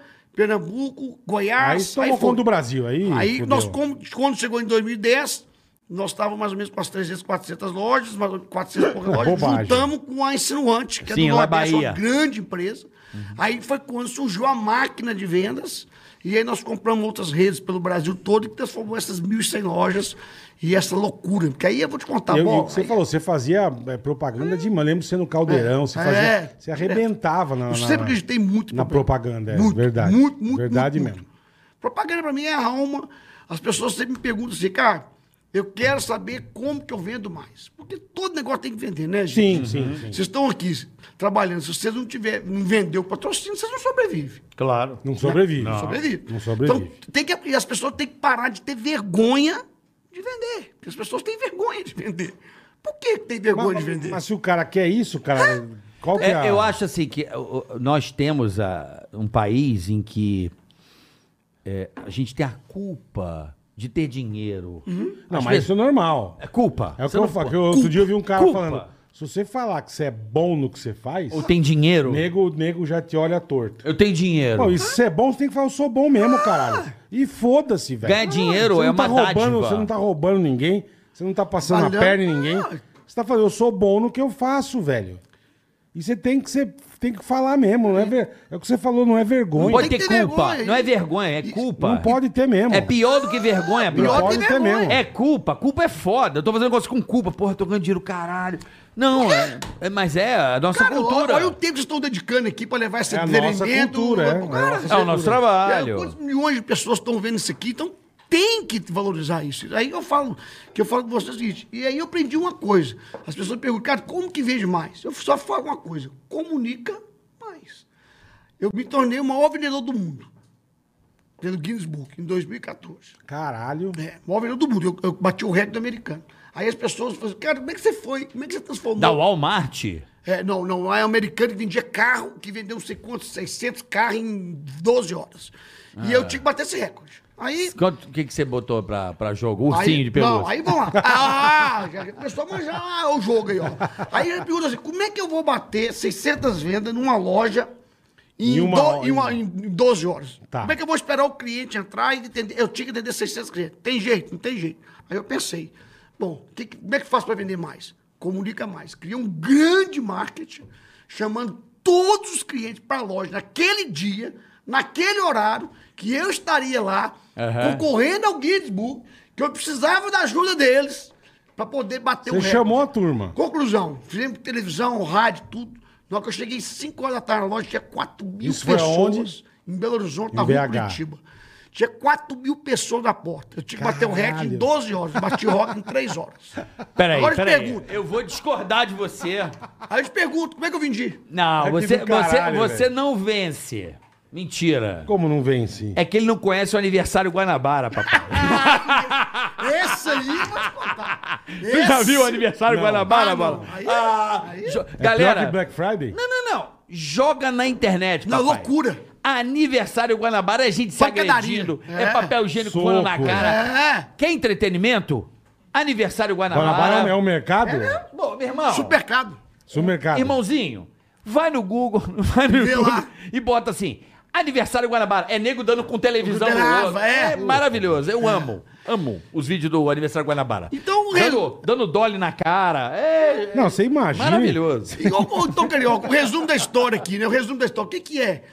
F: Pernambuco,
D: Aí
F: Goiás.
D: você tomou
F: foi.
D: conta do Brasil. Aí,
F: Aí
D: fudeu.
F: nós, como- quando chegou em 2010, nós estávamos mais ou menos com as 300, 400 lojas, mais ou menos 400 e poucas
D: É,
F: lojas,
D: bobagem.
F: juntamos com a Insinuante, que
C: Sim,
F: é do
C: lá
F: Nordeste,
C: Bahia.
F: uma grande empresa. Aí foi quando surgiu a máquina de vendas, e aí nós compramos outras redes pelo Brasil todo, que transformou essas 1.100 lojas e essa loucura. Porque aí eu vou te contar,
D: Eu- e o
F: bola,
D: que você
F: aí-
D: falou, você fazia é, propaganda de. Eu lembro você no Caldeirão, você
F: É.
D: fazia.
F: É.
D: Você arrebentava na.
F: Eu
D: na-
F: sempre acreditei muito em
D: na propaganda, é,
F: Muito,
D: verdade.
F: Muito, muito,
D: Verdade
F: muito,
D: mesmo.
F: muito. Propaganda pra mim é a alma. As pessoas sempre me perguntam assim, cara, eu quero saber como que eu vendo mais. Porque todo negócio tem que vender, né,
D: Sim,
F: gente?
D: sim, sim.
F: Vocês estão aqui trabalhando. Se vocês não tiver, não vender o patrocínio, vocês não sobrevivem.
C: Claro.
D: Não sobrevive.
F: Não, sobrevive.
D: Não sobrevive.
F: Então, tem que, e as pessoas têm que parar de ter vergonha de vender. Porque as pessoas têm vergonha de vender. Por que que tem vergonha
D: mas,
F: um de vender?
D: mas se o cara quer isso, cara, qual que é, a-
C: É, eu acho assim que ó, ó, nós temos ah, um país em que é, a gente tem a culpa de ter dinheiro.
F: Uhum.
D: Não,
C: Às
D: mas
C: vezes-
D: isso é normal.
C: É culpa.
D: É o que
C: Você
D: eu
C: não
D: falo.
C: pô-
D: que eu- outro dia eu vi um cara
C: Culpa.
D: falando. Se você falar que você é bom no que você faz,
C: Ou
D: o
C: tem dinheiro.
D: nego, o nego já te olha torto.
C: Eu tenho dinheiro.
D: Não, e se você é bom, você tem que falar, eu sou bom mesmo, caralho. E foda-se, velho.
C: Ganhar dinheiro
D: Você não
C: é uma
D: roubando,
C: dádiva.
D: Você não tá roubando ninguém, você não tá passando a
F: Valeu. Ah.
D: perna em ninguém. Você tá falando, eu sou bom no que eu faço, velho. E você tem que, ser, tem que falar mesmo, não é, ver- é o que você falou, não é vergonha.
C: não pode ter
F: Tem que ter
C: culpa.
F: vergonha.
C: Não é vergonha, é culpa.
D: Não pode ter mesmo.
C: É pior do que vergonha,
D: não
C: bro.
F: pior que
D: pode ter
F: vergonha.
D: mesmo.
C: É culpa, culpa é foda. Eu tô fazendo negócio com culpa. Porra, tô ganhando dinheiro, caralho. Não, é, é- mas é a nossa
F: Cara,
C: cultura.
F: Olha o tempo que vocês estão dedicando aqui para levar esse
D: É a nossa
F: entretenimento.
D: cultura, é.
F: Cara,
D: É o
F: vocês-
C: É o nosso
F: É,
C: trabalho.
F: quantos milhões de pessoas estão vendo isso aqui, então tem que valorizar isso. Aí eu falo, que eu falo com vocês o seguinte, e aí eu aprendi uma coisa. As pessoas perguntam, cara, como que vende mais? Eu só falo uma coisa, comunica mais. Eu me tornei o maior vendedor do mundo. pelo Guinness Book, em 2014.
D: Caralho.
F: É, maior vendedor do mundo. Eu, eu bati o recorde do americano. Aí as pessoas falam assim, cara, como é que você foi? Como é que você transformou?
D: um
C: Da Walmart?
F: É, não, não. Lá é americano que vendia carro, que vendeu não sei quantos, 600 carros em 12 horas. E eu tinha que bater esse recorde. Aí...
C: Quanto- O que, que você botou pra, pra jogo?
F: aí-
C: Ursinho de pelúcia.
F: Não, aí vamos
D: *laughs*
F: lá. Ah, já começou a manjar ah, o jogo aí, ó. Aí ele pergunta assim, como é que eu vou bater 600 vendas numa loja em,
D: Em uma
F: do-
D: hora.
F: em uma- em 12 horas?
D: Tá.
F: Como é que eu vou esperar o cliente entrar e entender? Eu tinha que entender 600 clientes. Tem jeito? Não tem jeito. Aí eu pensei, bom, que que- como é que eu faço para vender mais? Comunica mais. Cria um grande marketing chamando todos os clientes para a loja naquele dia, naquele horário, que eu estaria lá concorrendo ao Guinness Book, que eu precisava da ajuda deles para poder bater
D: Você
F: o recorde.
D: chamou a turma.
F: Conclusão, fizemos televisão, rádio, tudo. Na hora que eu cheguei 5 horas da tarde na loja, tinha 4 mil
D: Isso foi
F: pessoas em Belo Horizonte, na
D: Em
F: rua
D: BH.
F: Curitiba. Tinha 4 mil pessoas na porta. Eu tinha que bater o
D: Caralho.
F: recorde em 12 horas. Bati o recorde em 3 horas.
C: *laughs* Peraí,
F: Agora eu te
C: peraí.
F: pergunto.
C: Eu vou discordar de
F: *laughs*
C: você.
F: Aí eu te pergunto, como é que eu vendi?
C: Não,
D: É que
C: você,
D: do caralho,
C: você, você
D: velho.
C: não vence. Mentira.
D: Como não vence?
C: É que ele não conhece o aniversário Guanabara,
F: *laughs*
C: papai.
F: Esse aí, eu vou
C: *laughs*
F: te contar.
C: Você já viu o aniversário
D: Não.
C: Guanabara,
F: Ah,
C: Bola?
F: não. Aí-
C: Ah,
F: aí-
C: jo-
D: É
C: Galera.
D: pior que Black Friday?
C: Não, não, não. Joga na internet,
F: Não, é
C: papai.
F: loucura.
C: Aniversário Guanabara é gente se
F: Pancadaria.
C: agredindo. É,
F: É.
C: papel higiênico
D: Soco.
C: voando na cara.
F: É.
C: Quer entretenimento? Aniversário Guanabara.
D: Guanabara é o mercado?
C: Bom, meu irmão.
F: Supermercado.
D: Supermercado.
C: Irmãozinho, vai no Google, *laughs* vai no
F: Vê
C: YouTube
F: lá.
C: e bota assim: Aniversário Guanabara. É nego dando com televisão no
F: Grava,
C: outro.
F: é.
C: maravilhoso. Eu amo. Amo os vídeos do Aniversário Guanabara.
F: Então,
C: dando, dando dole na cara. É
D: Não, você imagina.
C: maravilhoso.
F: E, ô, ô, Então, Carioca, o resumo da história aqui, né? O resumo da história. O que, que é?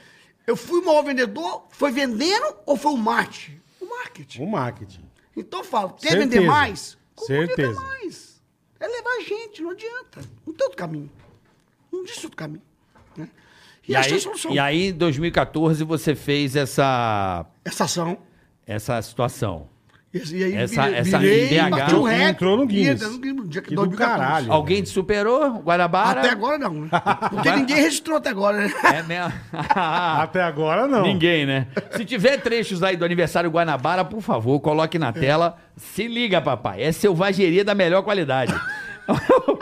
F: Eu fui o maior vendedor, foi vendendo ou foi o marketing? O marketing.
D: O marketing.
F: Então eu falo, quer
D: Certeza.
F: vender mais?
D: Certeza.
F: mais. É levar gente, não adianta. Não tem outro caminho. Não existe outro caminho. né? E,
C: E
F: essa é
C: aí,
F: a solução.
C: e aí, em 2014, você fez essa,
F: Essa ação.
C: essa situação.
F: E, e aí
C: Essa-
F: virei-
C: essa
F: virei,
C: IDH
F: bati um recorde.
D: entrou no Guinness.
F: Entra no Guinness, dia que
D: Que do
F: 2014.
D: caralho.
C: Alguém te superou? Guarabara?
F: Até agora não, né? Porque ninguém registrou até agora, né?
C: É mesmo.
D: Até *laughs* agora não.
C: Ninguém, né? Se tiver trechos aí do aniversário Guanabara, por favor, coloque na tela. Se liga, papai. É selvageria da melhor qualidade.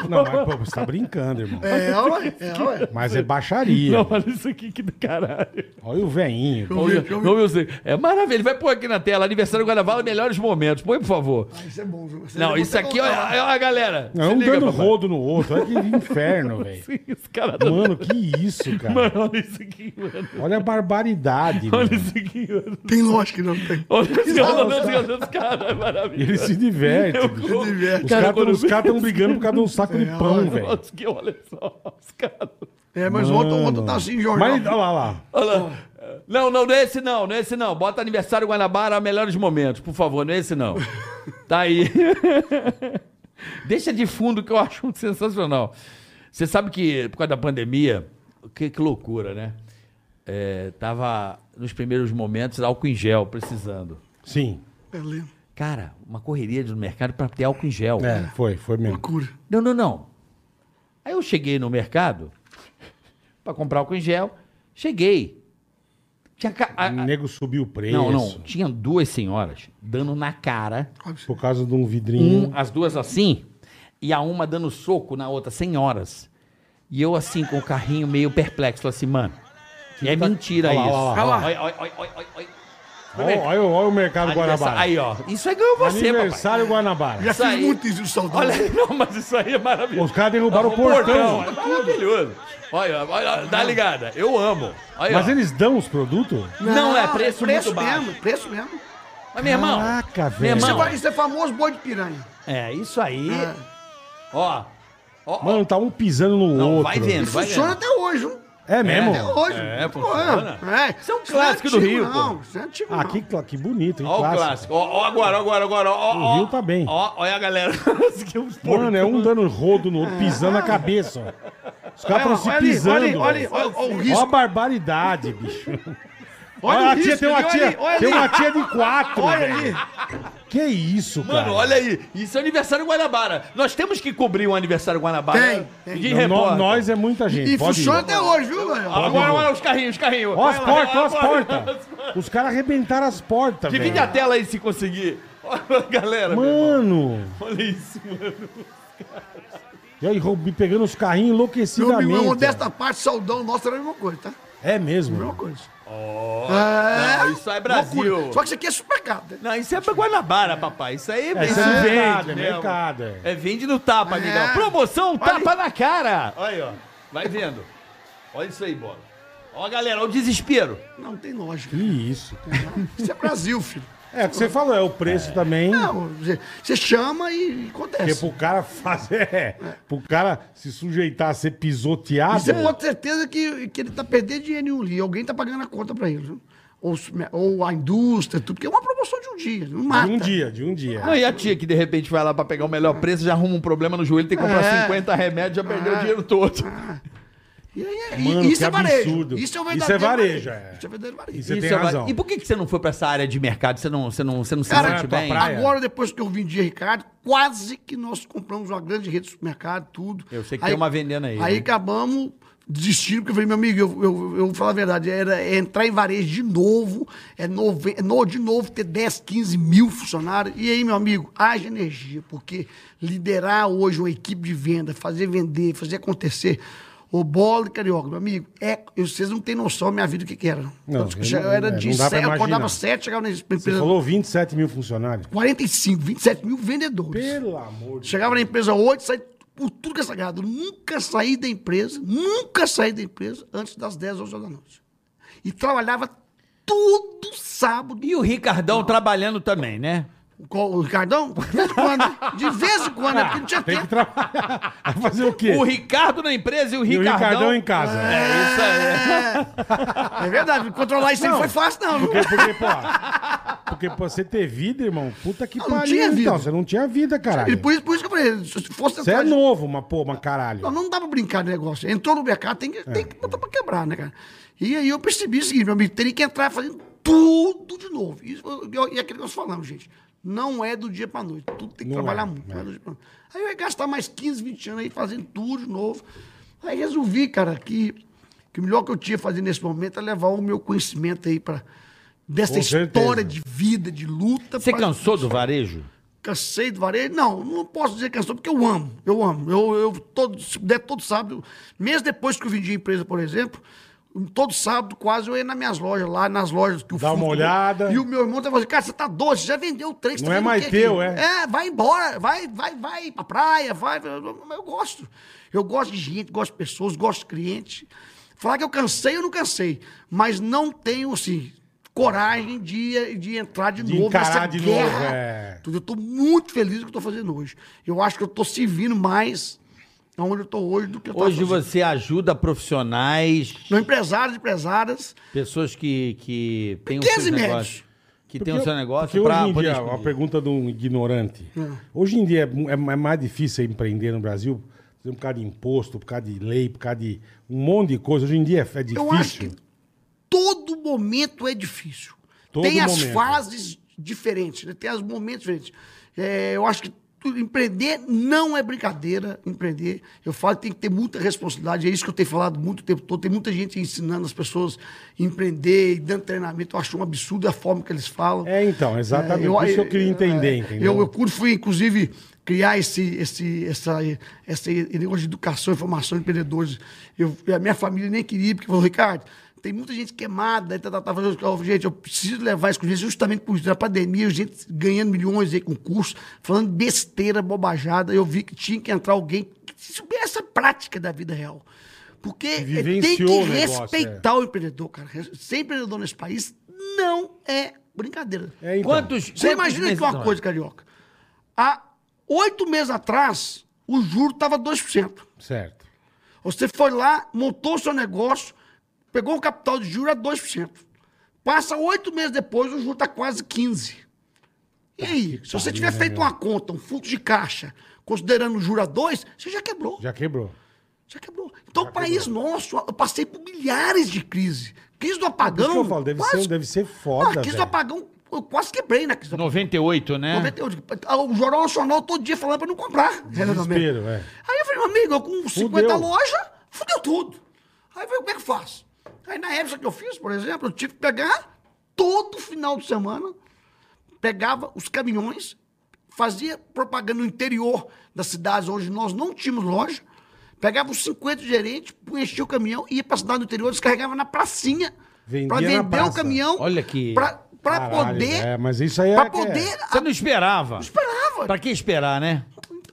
D: Não, mas pô, você tá brincando, irmão.
F: É, ué, é, ué.
D: Mas é baixaria.
C: olha isso aqui que do caralho.
D: Olha o veinho.
F: Eu vi, eu vi.
C: Não, eu sei. É maravilha. Ele vai pôr aqui na tela. Aniversário Guanabara, melhores momentos. Põe, por favor.
F: Ah, Isso é bom, viu?
C: Não,
F: é bom
C: isso
F: você
C: aqui, ó,
F: contar.
C: ó, galera.
D: tá- Não,
C: se
D: um
C: liga,
D: dando
C: papai. *laughs*
D: rodo no outro. Olha que inferno, velho.
C: Esse cara tá...
D: Mano, que isso, cara.
C: Mano, olha isso aqui, mano.
D: Olha a barbaridade,
C: Olha
D: mano.
C: isso aqui, mano.
F: Tem lógica que não tem.
C: Olha
D: é
C: esse cara, olha esse cara, olha esse É cara. É
D: E
C: maravilhoso.
D: ele se diverte.
C: Eu-
D: bicho.
F: Você
D: Os
F: diverte.
C: Cara,
D: caras
C: quando
D: estão
C: eu-
D: brigando por causa de um saco de pão, velho.
C: Nossa, que olha só, os caras.
F: É, mas ontem, ontem eu tava assim, jornal.
D: Mas
C: um
D: olha lá, lá.
C: Olha lá. Não, não, não é esse não, não é esse não. Bota aniversário Guanabara, melhores momentos, por favor, não é esse não. Tá aí. *laughs* Deixa de fundo que eu acho um sensacional. Você sabe que por causa da pandemia, que, que loucura, né? É, tava nos primeiros momentos álcool em gel, precisando.
D: Sim.
F: Eu lembro.
C: Cara, uma correria no mercado pra ter álcool em gel.
D: É, foi, foi mesmo.
F: Loucura.
C: Não, não, não. Aí eu cheguei no mercado pra comprar álcool em gel. Cheguei. Tinha ca- a- a-
D: O nego subiu o preço.
C: Não, não. Tinha duas senhoras dando na cara.
D: Por causa de um vidrinho.
C: Um, as duas assim. E a uma dando soco na outra. Senhoras. E eu assim, com o carrinho meio perplexo. falei assim, mano. É mentira
D: tá-" Olha lá,
C: isso.
D: olha lá,
C: Olha, olha, olha, olha, olha.
D: Olha, olha o- olha o mercado
C: Aniversário-
D: Guanabara.
C: Aí, ó. Isso aí ganhou você, papai.
D: Aniversário Guanabara.
F: Já
C: Isso
F: fiz
C: aí.
F: muito isso, saudade.
C: Olha, *laughs* não, mas isso aí é maravilhoso.
D: Os caras derrubaram o portão.
C: É maravilhoso. Olha, olha, olha, dá ligada. Eu amo. Olha,
D: Mas
C: ó.
D: eles dão os produtos?
C: Não, é preço, muito baixo.
F: mesmo, preço mesmo.
C: Mas, meu irmão.
D: Caraca,
C: meu
D: velho.
F: Isso,
C: irmão,
F: é, fa- isso é famoso boi de piranha.
C: É, isso aí.
F: É.
D: Ah.
C: Ó. ó, ó.
D: Mano, tá um pisando no
C: Não,
D: outro.
C: vai vendo, vai
F: Funciona
C: vendo.
F: até hoje, viu?
D: É mesmo?
F: Até hoje.
C: É,
F: Pô,
C: funciona.
F: É.
C: Isso é um
F: não
C: clássico do
F: antigo,
C: Rio,
F: Não, isso não é antigo,
D: Ah,
F: não.
D: que, cla- que bonito, hein?
C: Ó o
D: clássico.
C: clássico. Ó, ó agora, ó agora, agora. Ó,
D: O
C: ó,
D: Rio tá bem.
C: Ó, olha a galera. *laughs* Que um porco.
D: Mano, é um dando rodo no outro, pisando na cabeça. ó. Os caras
F: Olha,
D: estão se
F: olha ali,
D: pisando.
F: olha ali, olha ali,
D: velho.
F: olha- olha o
D: Ó a
F: risco.
D: barbaridade, bicho.
F: Olha
D: Olha,
F: o
D: a tia,
F: risco,
D: tem uma
F: olha
D: tia,
F: ali, olha
D: tem
F: ali.
D: uma tia de quatro.
F: Olha
D: velho.
F: ali.
D: Que isso, cara?
C: Mano, olha aí. Isso é aniversário Guanabara. Nós temos que cobrir um aniversário Guanabara.
F: Tem, tem.
C: Ninguém
D: No-
C: reporta.
D: Nós é muita gente.
F: E é
D: pode ir.
F: funciona até hoje, viu, velho?
C: Agora, olha os carrinhos, os carrinhos.
D: Ó as
C: Vai lá,
D: portas, ó as
C: vai lá, bora.
D: portas. Os caras arrebentaram as portas,
C: *laughs*
D: velho.
C: Divide a tela aí se conseguir. Olha a galera, meu irmão.
D: Mano.
C: Olha isso, mano.
D: E aí, roub- pegando os carrinhos
F: Meu amigo, é uma
D: enlouquecidamente.
F: modesta parte, saudão nosso era a mesma coisa, tá?
D: É
F: Mesma
D: mesmo.
F: coisa. é,
C: não, isso é Brasil.
F: Só que isso aqui é supermercado. né?
C: Não, isso é pra Guanabara, papai. Isso aí
D: É,
C: é, isso
D: isso é mercado,
C: vende,
D: é
C: mesmo.
D: mercado. é.
C: É vende no tapa,
F: É.
C: amigão. Promoção
F: Olha
C: tapa na cara. Olha aí, ó. Vai vendo. Olha isso aí, bola. Ó, galera, olha o desespero.
F: Não tem lógica.
D: Que isso.
F: Isso é Brasil, filho.
D: É o que você falou, é o preço também.
F: Não, você- você chama e
D: Porque
F: acontece.
D: é pro cara fazer. É, pro cara se sujeitar a ser
F: E
D: pisoteado.
F: você pode ter certeza que, que ele tá perdendo dinheiro nenhum ali. Alguém tá pagando a conta pra ele. viu? Ou, os- ou a indústria, tudo. Porque é uma promoção de um dia. Não mata.
D: De um dia, de um dia.
C: Não, e a tia que de repente vai lá pra pegar o melhor preço, já arruma um problema no joelho, tem que comprar
F: É.
C: 50 remédios, já
D: É.
C: perdeu o dinheiro todo.
F: E aí,
D: Mano,
F: e- isso
D: que
F: é varejo.
D: absurdo.
F: Isso é o
D: Isso é
F: verdadeiro
D: varejo, é.
F: Isso é verdadeiro varejo.
D: Isso Você tem
C: é va-
D: razão.
C: E por que, que você não foi pra essa área de mercado? Você não, você não, você não se
F: Cara,
C: sente
D: tua
C: bem?
D: praia. Ah, é.
F: Agora, depois que eu vim de Ricardo, quase que nós compramos uma grande rede de supermercado, tudo.
C: Eu sei que tem uma vendendo aí,
F: Aí
C: né?
F: acabamos desistindo, porque eu falei, meu amigo, eu, eu, eu vou falar a verdade, era é entrar em varejo de novo, é nove, é no, de novo ter 10, 15 mil funcionários. E aí, meu amigo, haja energia, porque liderar hoje uma equipe de venda, fazer vender, fazer acontecer. O bola e carioca, meu amigo, é, eu- vocês não têm noção da minha vida o que, que era.
D: Não,
F: eu, já- eu
D: não-
F: era
D: não
F: de
D: dá pra
F: sete, eu acordava
D: imaginar.
F: sete, chegava na
D: Você
F: empresa.
D: falou 27 mil funcionários.
F: 45, 27 mil vendedores.
D: Pelo amor de
F: Chegava na empresa 8, saí por tudo que é sagrado. Nunca saí da empresa, nunca saí da empresa antes das 10, 11 horas da noite. E trabalhava todo sábado.
C: E o Ricardão trabalhando também, né?
F: Com o Ricardão, de vez em quando, de vez em quando, né? porque não tinha
D: Tem que
F: tempo.
D: trabalhar. *laughs* Vai fazer o quê?
C: O Ricardo na empresa e o
D: E o
C: Ricardão...
D: Ricardão em casa.
C: É isso aí.
F: É verdade, controlar isso aí não foi fácil, não. viu?
D: né? Porque, É, porque, pô. Porque pra você ter vida, irmão, puta que
F: Não, não
D: pariu.
F: tinha vida.
D: Então, você não tinha vida,
F: E
D: caralho.
F: por isso, por isso que eu falei, se fosse
D: Você é
F: entrar de-
D: novo, mas pô, mas caralho. É.
F: Não, não dá pra brincar de negócio. Entrou no mercado, tem que, tem que botar pra quebrar, né, cara? E aí eu percebi o seguinte, meu amigo, teria que entrar fazendo tudo de novo. Isso, eu- e é aquilo que nós falamos, gente. Não é do dia pra noite. Tudo tem que
D: Não
F: trabalhar
D: é,
F: muito. não é do dia pra noite. Aí eu ia gastar mais 15, 20 anos aí fazendo tudo de novo. Aí resolvi, cara, que, que o melhor que eu tinha a fazer nesse momento é levar o meu conhecimento aí pra... Dessa
D: Com certeza.
F: história de vida, de luta.
C: Você
F: pra-
C: cansou do varejo?
F: Cansei do varejo? Não, não posso dizer cansou, porque eu amo, eu amo. Eu, eu todo, se puder, todo sábado, mesmo depois que eu vendi a empresa, por exemplo, todo sábado quase eu ia nas minhas lojas lá, nas lojas que o
D: Dá uma
F: Fruto-
D: olhada.
F: E o meu irmão tava assim, cara, você tá doce, você já vendeu o trem, você
D: Não
F: tá
D: é
F: vendo o
D: mais
F: quê
D: teu,
F: aqui?"
D: é?
F: É, vai embora, vai, vai, vai pra praia, vai. Eu, eu gosto. Eu gosto de gente, gosto de pessoas, gosto de cliente. Falar que eu cansei, eu não cansei. Mas não tenho, assim, coragem de, de entrar de,
D: De
F: novo
D: encarar
F: nessa
D: de
F: guerra.
D: novo, é.
F: Tudo. Então, Eu estou muito feliz com o que eu estou fazendo hoje. Eu acho que eu estou servindo mais aonde eu estou hoje do que eu estava
C: Hoje você ajuda profissionais,
F: Não, empresários, empresárias.
C: pessoas que, que têm o
F: Pequenos
C: seu
F: e
C: negócio. Que têm o seu negócio
D: porque
C: pra
D: hoje em
C: poder
D: dia,
C: expandir.
D: a pergunta de um ignorante.
F: Ah.
D: Hoje em dia é, mu- é ma- é mais difícil empreender no Brasil, por exemplo, por causa de imposto, por causa de lei, por causa de um monte de coisa. Hoje em dia é, é
F: Eu acho que
D: difícil.
F: todo momento é difícil.
D: Todo
F: Tem as
D: momento.
F: fases diferentes, né? tem os momentos diferentes. É, eu acho que tu- empreender não é brincadeira, empreender. Eu falo que tem que ter muita responsabilidade, é isso que eu tenho falado muito o tempo todo. Tem muita gente ensinando as pessoas a empreender e dando treinamento. Eu acho um absurdo a forma que eles falam.
D: É, então, exatamente.
F: É,
D: isso que eu queria entender,
F: é,
D: entendeu?
F: Eu, eu curto, fui, inclusive, criar esse, esse, essa, essa negócio de educação e formação de empreendedores. Eu, a minha família nem queria, porque falou, Ricardo, tem muita gente queimada, tá, tá, tá, fazendo- eu, gente, eu preciso levar isso com gente, justamente por isso, na pandemia, gente ganhando milhões aí com curso, falando besteira, bobajada. Eu vi que tinha que entrar alguém que soubesse essa prática da vida real. Porque é, tem que
D: vivenciou o negócio, é.
F: respeitar o empreendedor, cara. Ser empreendedor nesse país não é brincadeira.
D: É, então.
C: Quantos,
F: Você
C: quantos
F: imagina
C: meses
F: que é uma
C: trabalha?
F: coisa, Carioca. Há oito meses atrás, o juro estava 2%.
D: Certo.
F: Você foi lá, montou o seu negócio, pegou um capital de juro a 2%. Passa oito meses depois, o juro está quase 15%. E aí? Se você tiver feito
D: né,
F: uma conta, um fluxo de caixa, considerando o juro a 2%, você já quebrou.
D: Já quebrou.
F: Já quebrou. Então, o país nosso, eu passei por milhares de crises. Crise do apagão.
D: que eu falo, deve ser- deve ser foda,
F: crise
D: velho.
F: do apagão Eu quase quebrei na questão.
C: 98, né?
F: 98. O Jornal Nacional todo dia falando pra não comprar.
D: Desespero,
F: Renan Almeida.
D: é.
F: Aí eu falei, meu amigo, eu com 50
D: Fudeu.
F: lojas, fudeu tudo. Aí eu falei, como é que eu faço? Aí na época que eu fiz, por exemplo, eu tive que pegar todo final de semana, pegava os caminhões, fazia propaganda no interior das cidades onde nós não tínhamos loja, pegava os 50 gerentes, enchia o caminhão, ia pra cidade do interior, descarregava na pracinha,
D: Vendia
F: pra
D: na
F: vender o
D: praça.
F: caminhão,
C: Olha que-
F: pra, pra
D: Caralho,
F: poder...
D: é, mas isso aí é
F: Pra
D: que é-
F: poder...
C: Você não esperava.
F: Esperava.
C: Pra que esperar, né?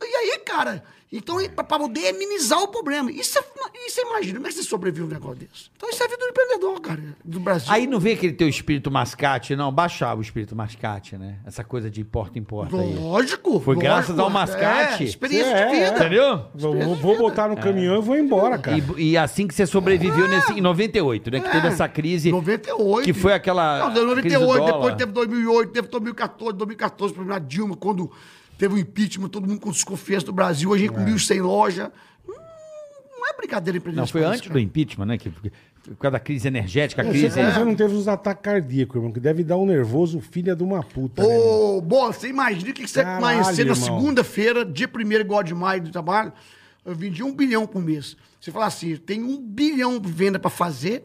F: E aí, cara? Então, para poder minimizar o problema. Isso é, isso é, imagina, como é que você sobrevive a um negócio desse? Então, isso é a vida do empreendedor, cara, do Brasil.
C: Aí não vê aquele teu espírito mascate, não. Baixava o espírito mascate, né? Essa coisa de porta em porta aí.
F: lógico.
C: Foi
F: lógico,
C: graças ao
F: é,
C: mascate.
F: experiência
D: É,
F: de
D: é.
F: vida.
C: Entendeu?
D: Vou, vou- vou botar no caminhão e vou embora, cara.
C: E, e assim que você sobreviveu nesse, em 98, né? Que
F: É.
C: teve essa crise.
F: 98.
C: Que foi aquela
F: Não, deu
C: crise do
F: 98,
C: dólar.
F: depois teve 2008, teve 2014, 2014, primeira Dilma, quando teve o impeachment, todo mundo com desconfiança do Brasil, a gente com 1.100 loja. Hum, não é brincadeira
C: É.
F: empreender
C: Não,
F: nesse
C: foi
F: país,
C: antes
F: cara.
C: do impeachment, né? Que, que- por causa da crise
F: É,
C: energética, a
D: Você,
C: crise.
D: você não teve os ataques cardíacos, irmão, que deve dar um nervoso filha de uma puta. né, irmão?
F: Ô, bom, você imagina o que que você
D: Caralho,
F: amanhecer na
D: irmão.
F: segunda-feira, dia 1 igual de maio do trabalho, eu vendi um bilhão por mês. Você fala assim, tem um bilhão de venda pra fazer,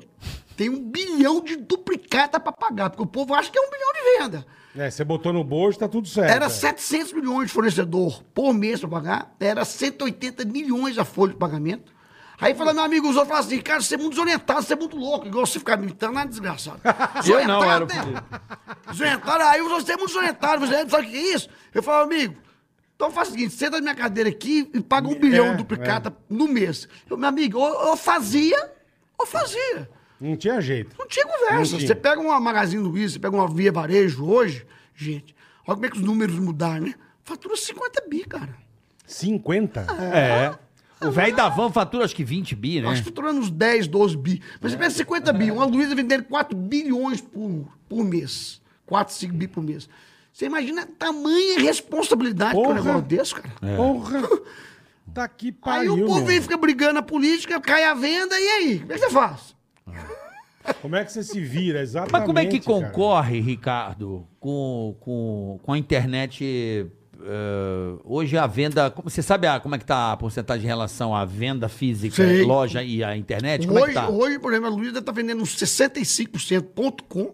F: tem um bilhão de duplicata pra pagar, porque o povo acha que é um bilhão de venda.
D: É, você botou no bolso, tá tudo certo.
F: Era
D: é.
F: 700 milhões de fornecedor por mês pra pagar, era 180 milhões a folha de pagamento. Aí fala, meu amigo, os outros falam assim, cara, você é muito desorientado, você é muito louco, igual você ficar militando, é desgraçado.
C: *laughs* Eu não, era o
F: Desorientado, né? Desorientado, aí os outros é muito desorientado, você sabe o que é isso? Eu falo, amigo, então faz o seguinte, senta na minha cadeira aqui e paga um
C: É,
F: bilhão de duplicata no mês. Eu, meu amigo, ou eu fazia, ou fazia.
D: Não tinha jeito.
F: Não tinha conversa.
D: Não tinha.
F: Você pega uma Magazine Luiza, você pega uma Via Varejo hoje, gente, olha como é que os números mudaram, né? Fatura 50 bi, cara.
D: 50?
C: É. O velho da van fatura acho que 20 bi, né?
F: Acho que faturando uns 10, 12 bi. Mas
C: É.
F: você pega 50 bi, uma Luiza vendendo 4 bilhões por, por mês. 4, 5 bi por mês. Você imagina a tamanha responsabilidade que é um
D: Porra.
F: negócio desse, cara.
D: Porra! Tá que
F: Aí
D: pariu,
F: o É. povo
D: meu.
F: vem fica brigando na política, cai a venda, e aí? Como é que você faz?
D: Como é que você se vira, exatamente?
C: Mas como é que
D: cara?
C: concorre, Ricardo, com, com, com a internet? eh, hoje a venda. como- Você sabe a- como é que tá a porcentagem em relação à venda física,
F: Sei.
C: loja e à internet? Como é
F: Hoje,
C: que tá?
F: hoje, por exemplo, a Luiza está vendendo uns 65% ponto com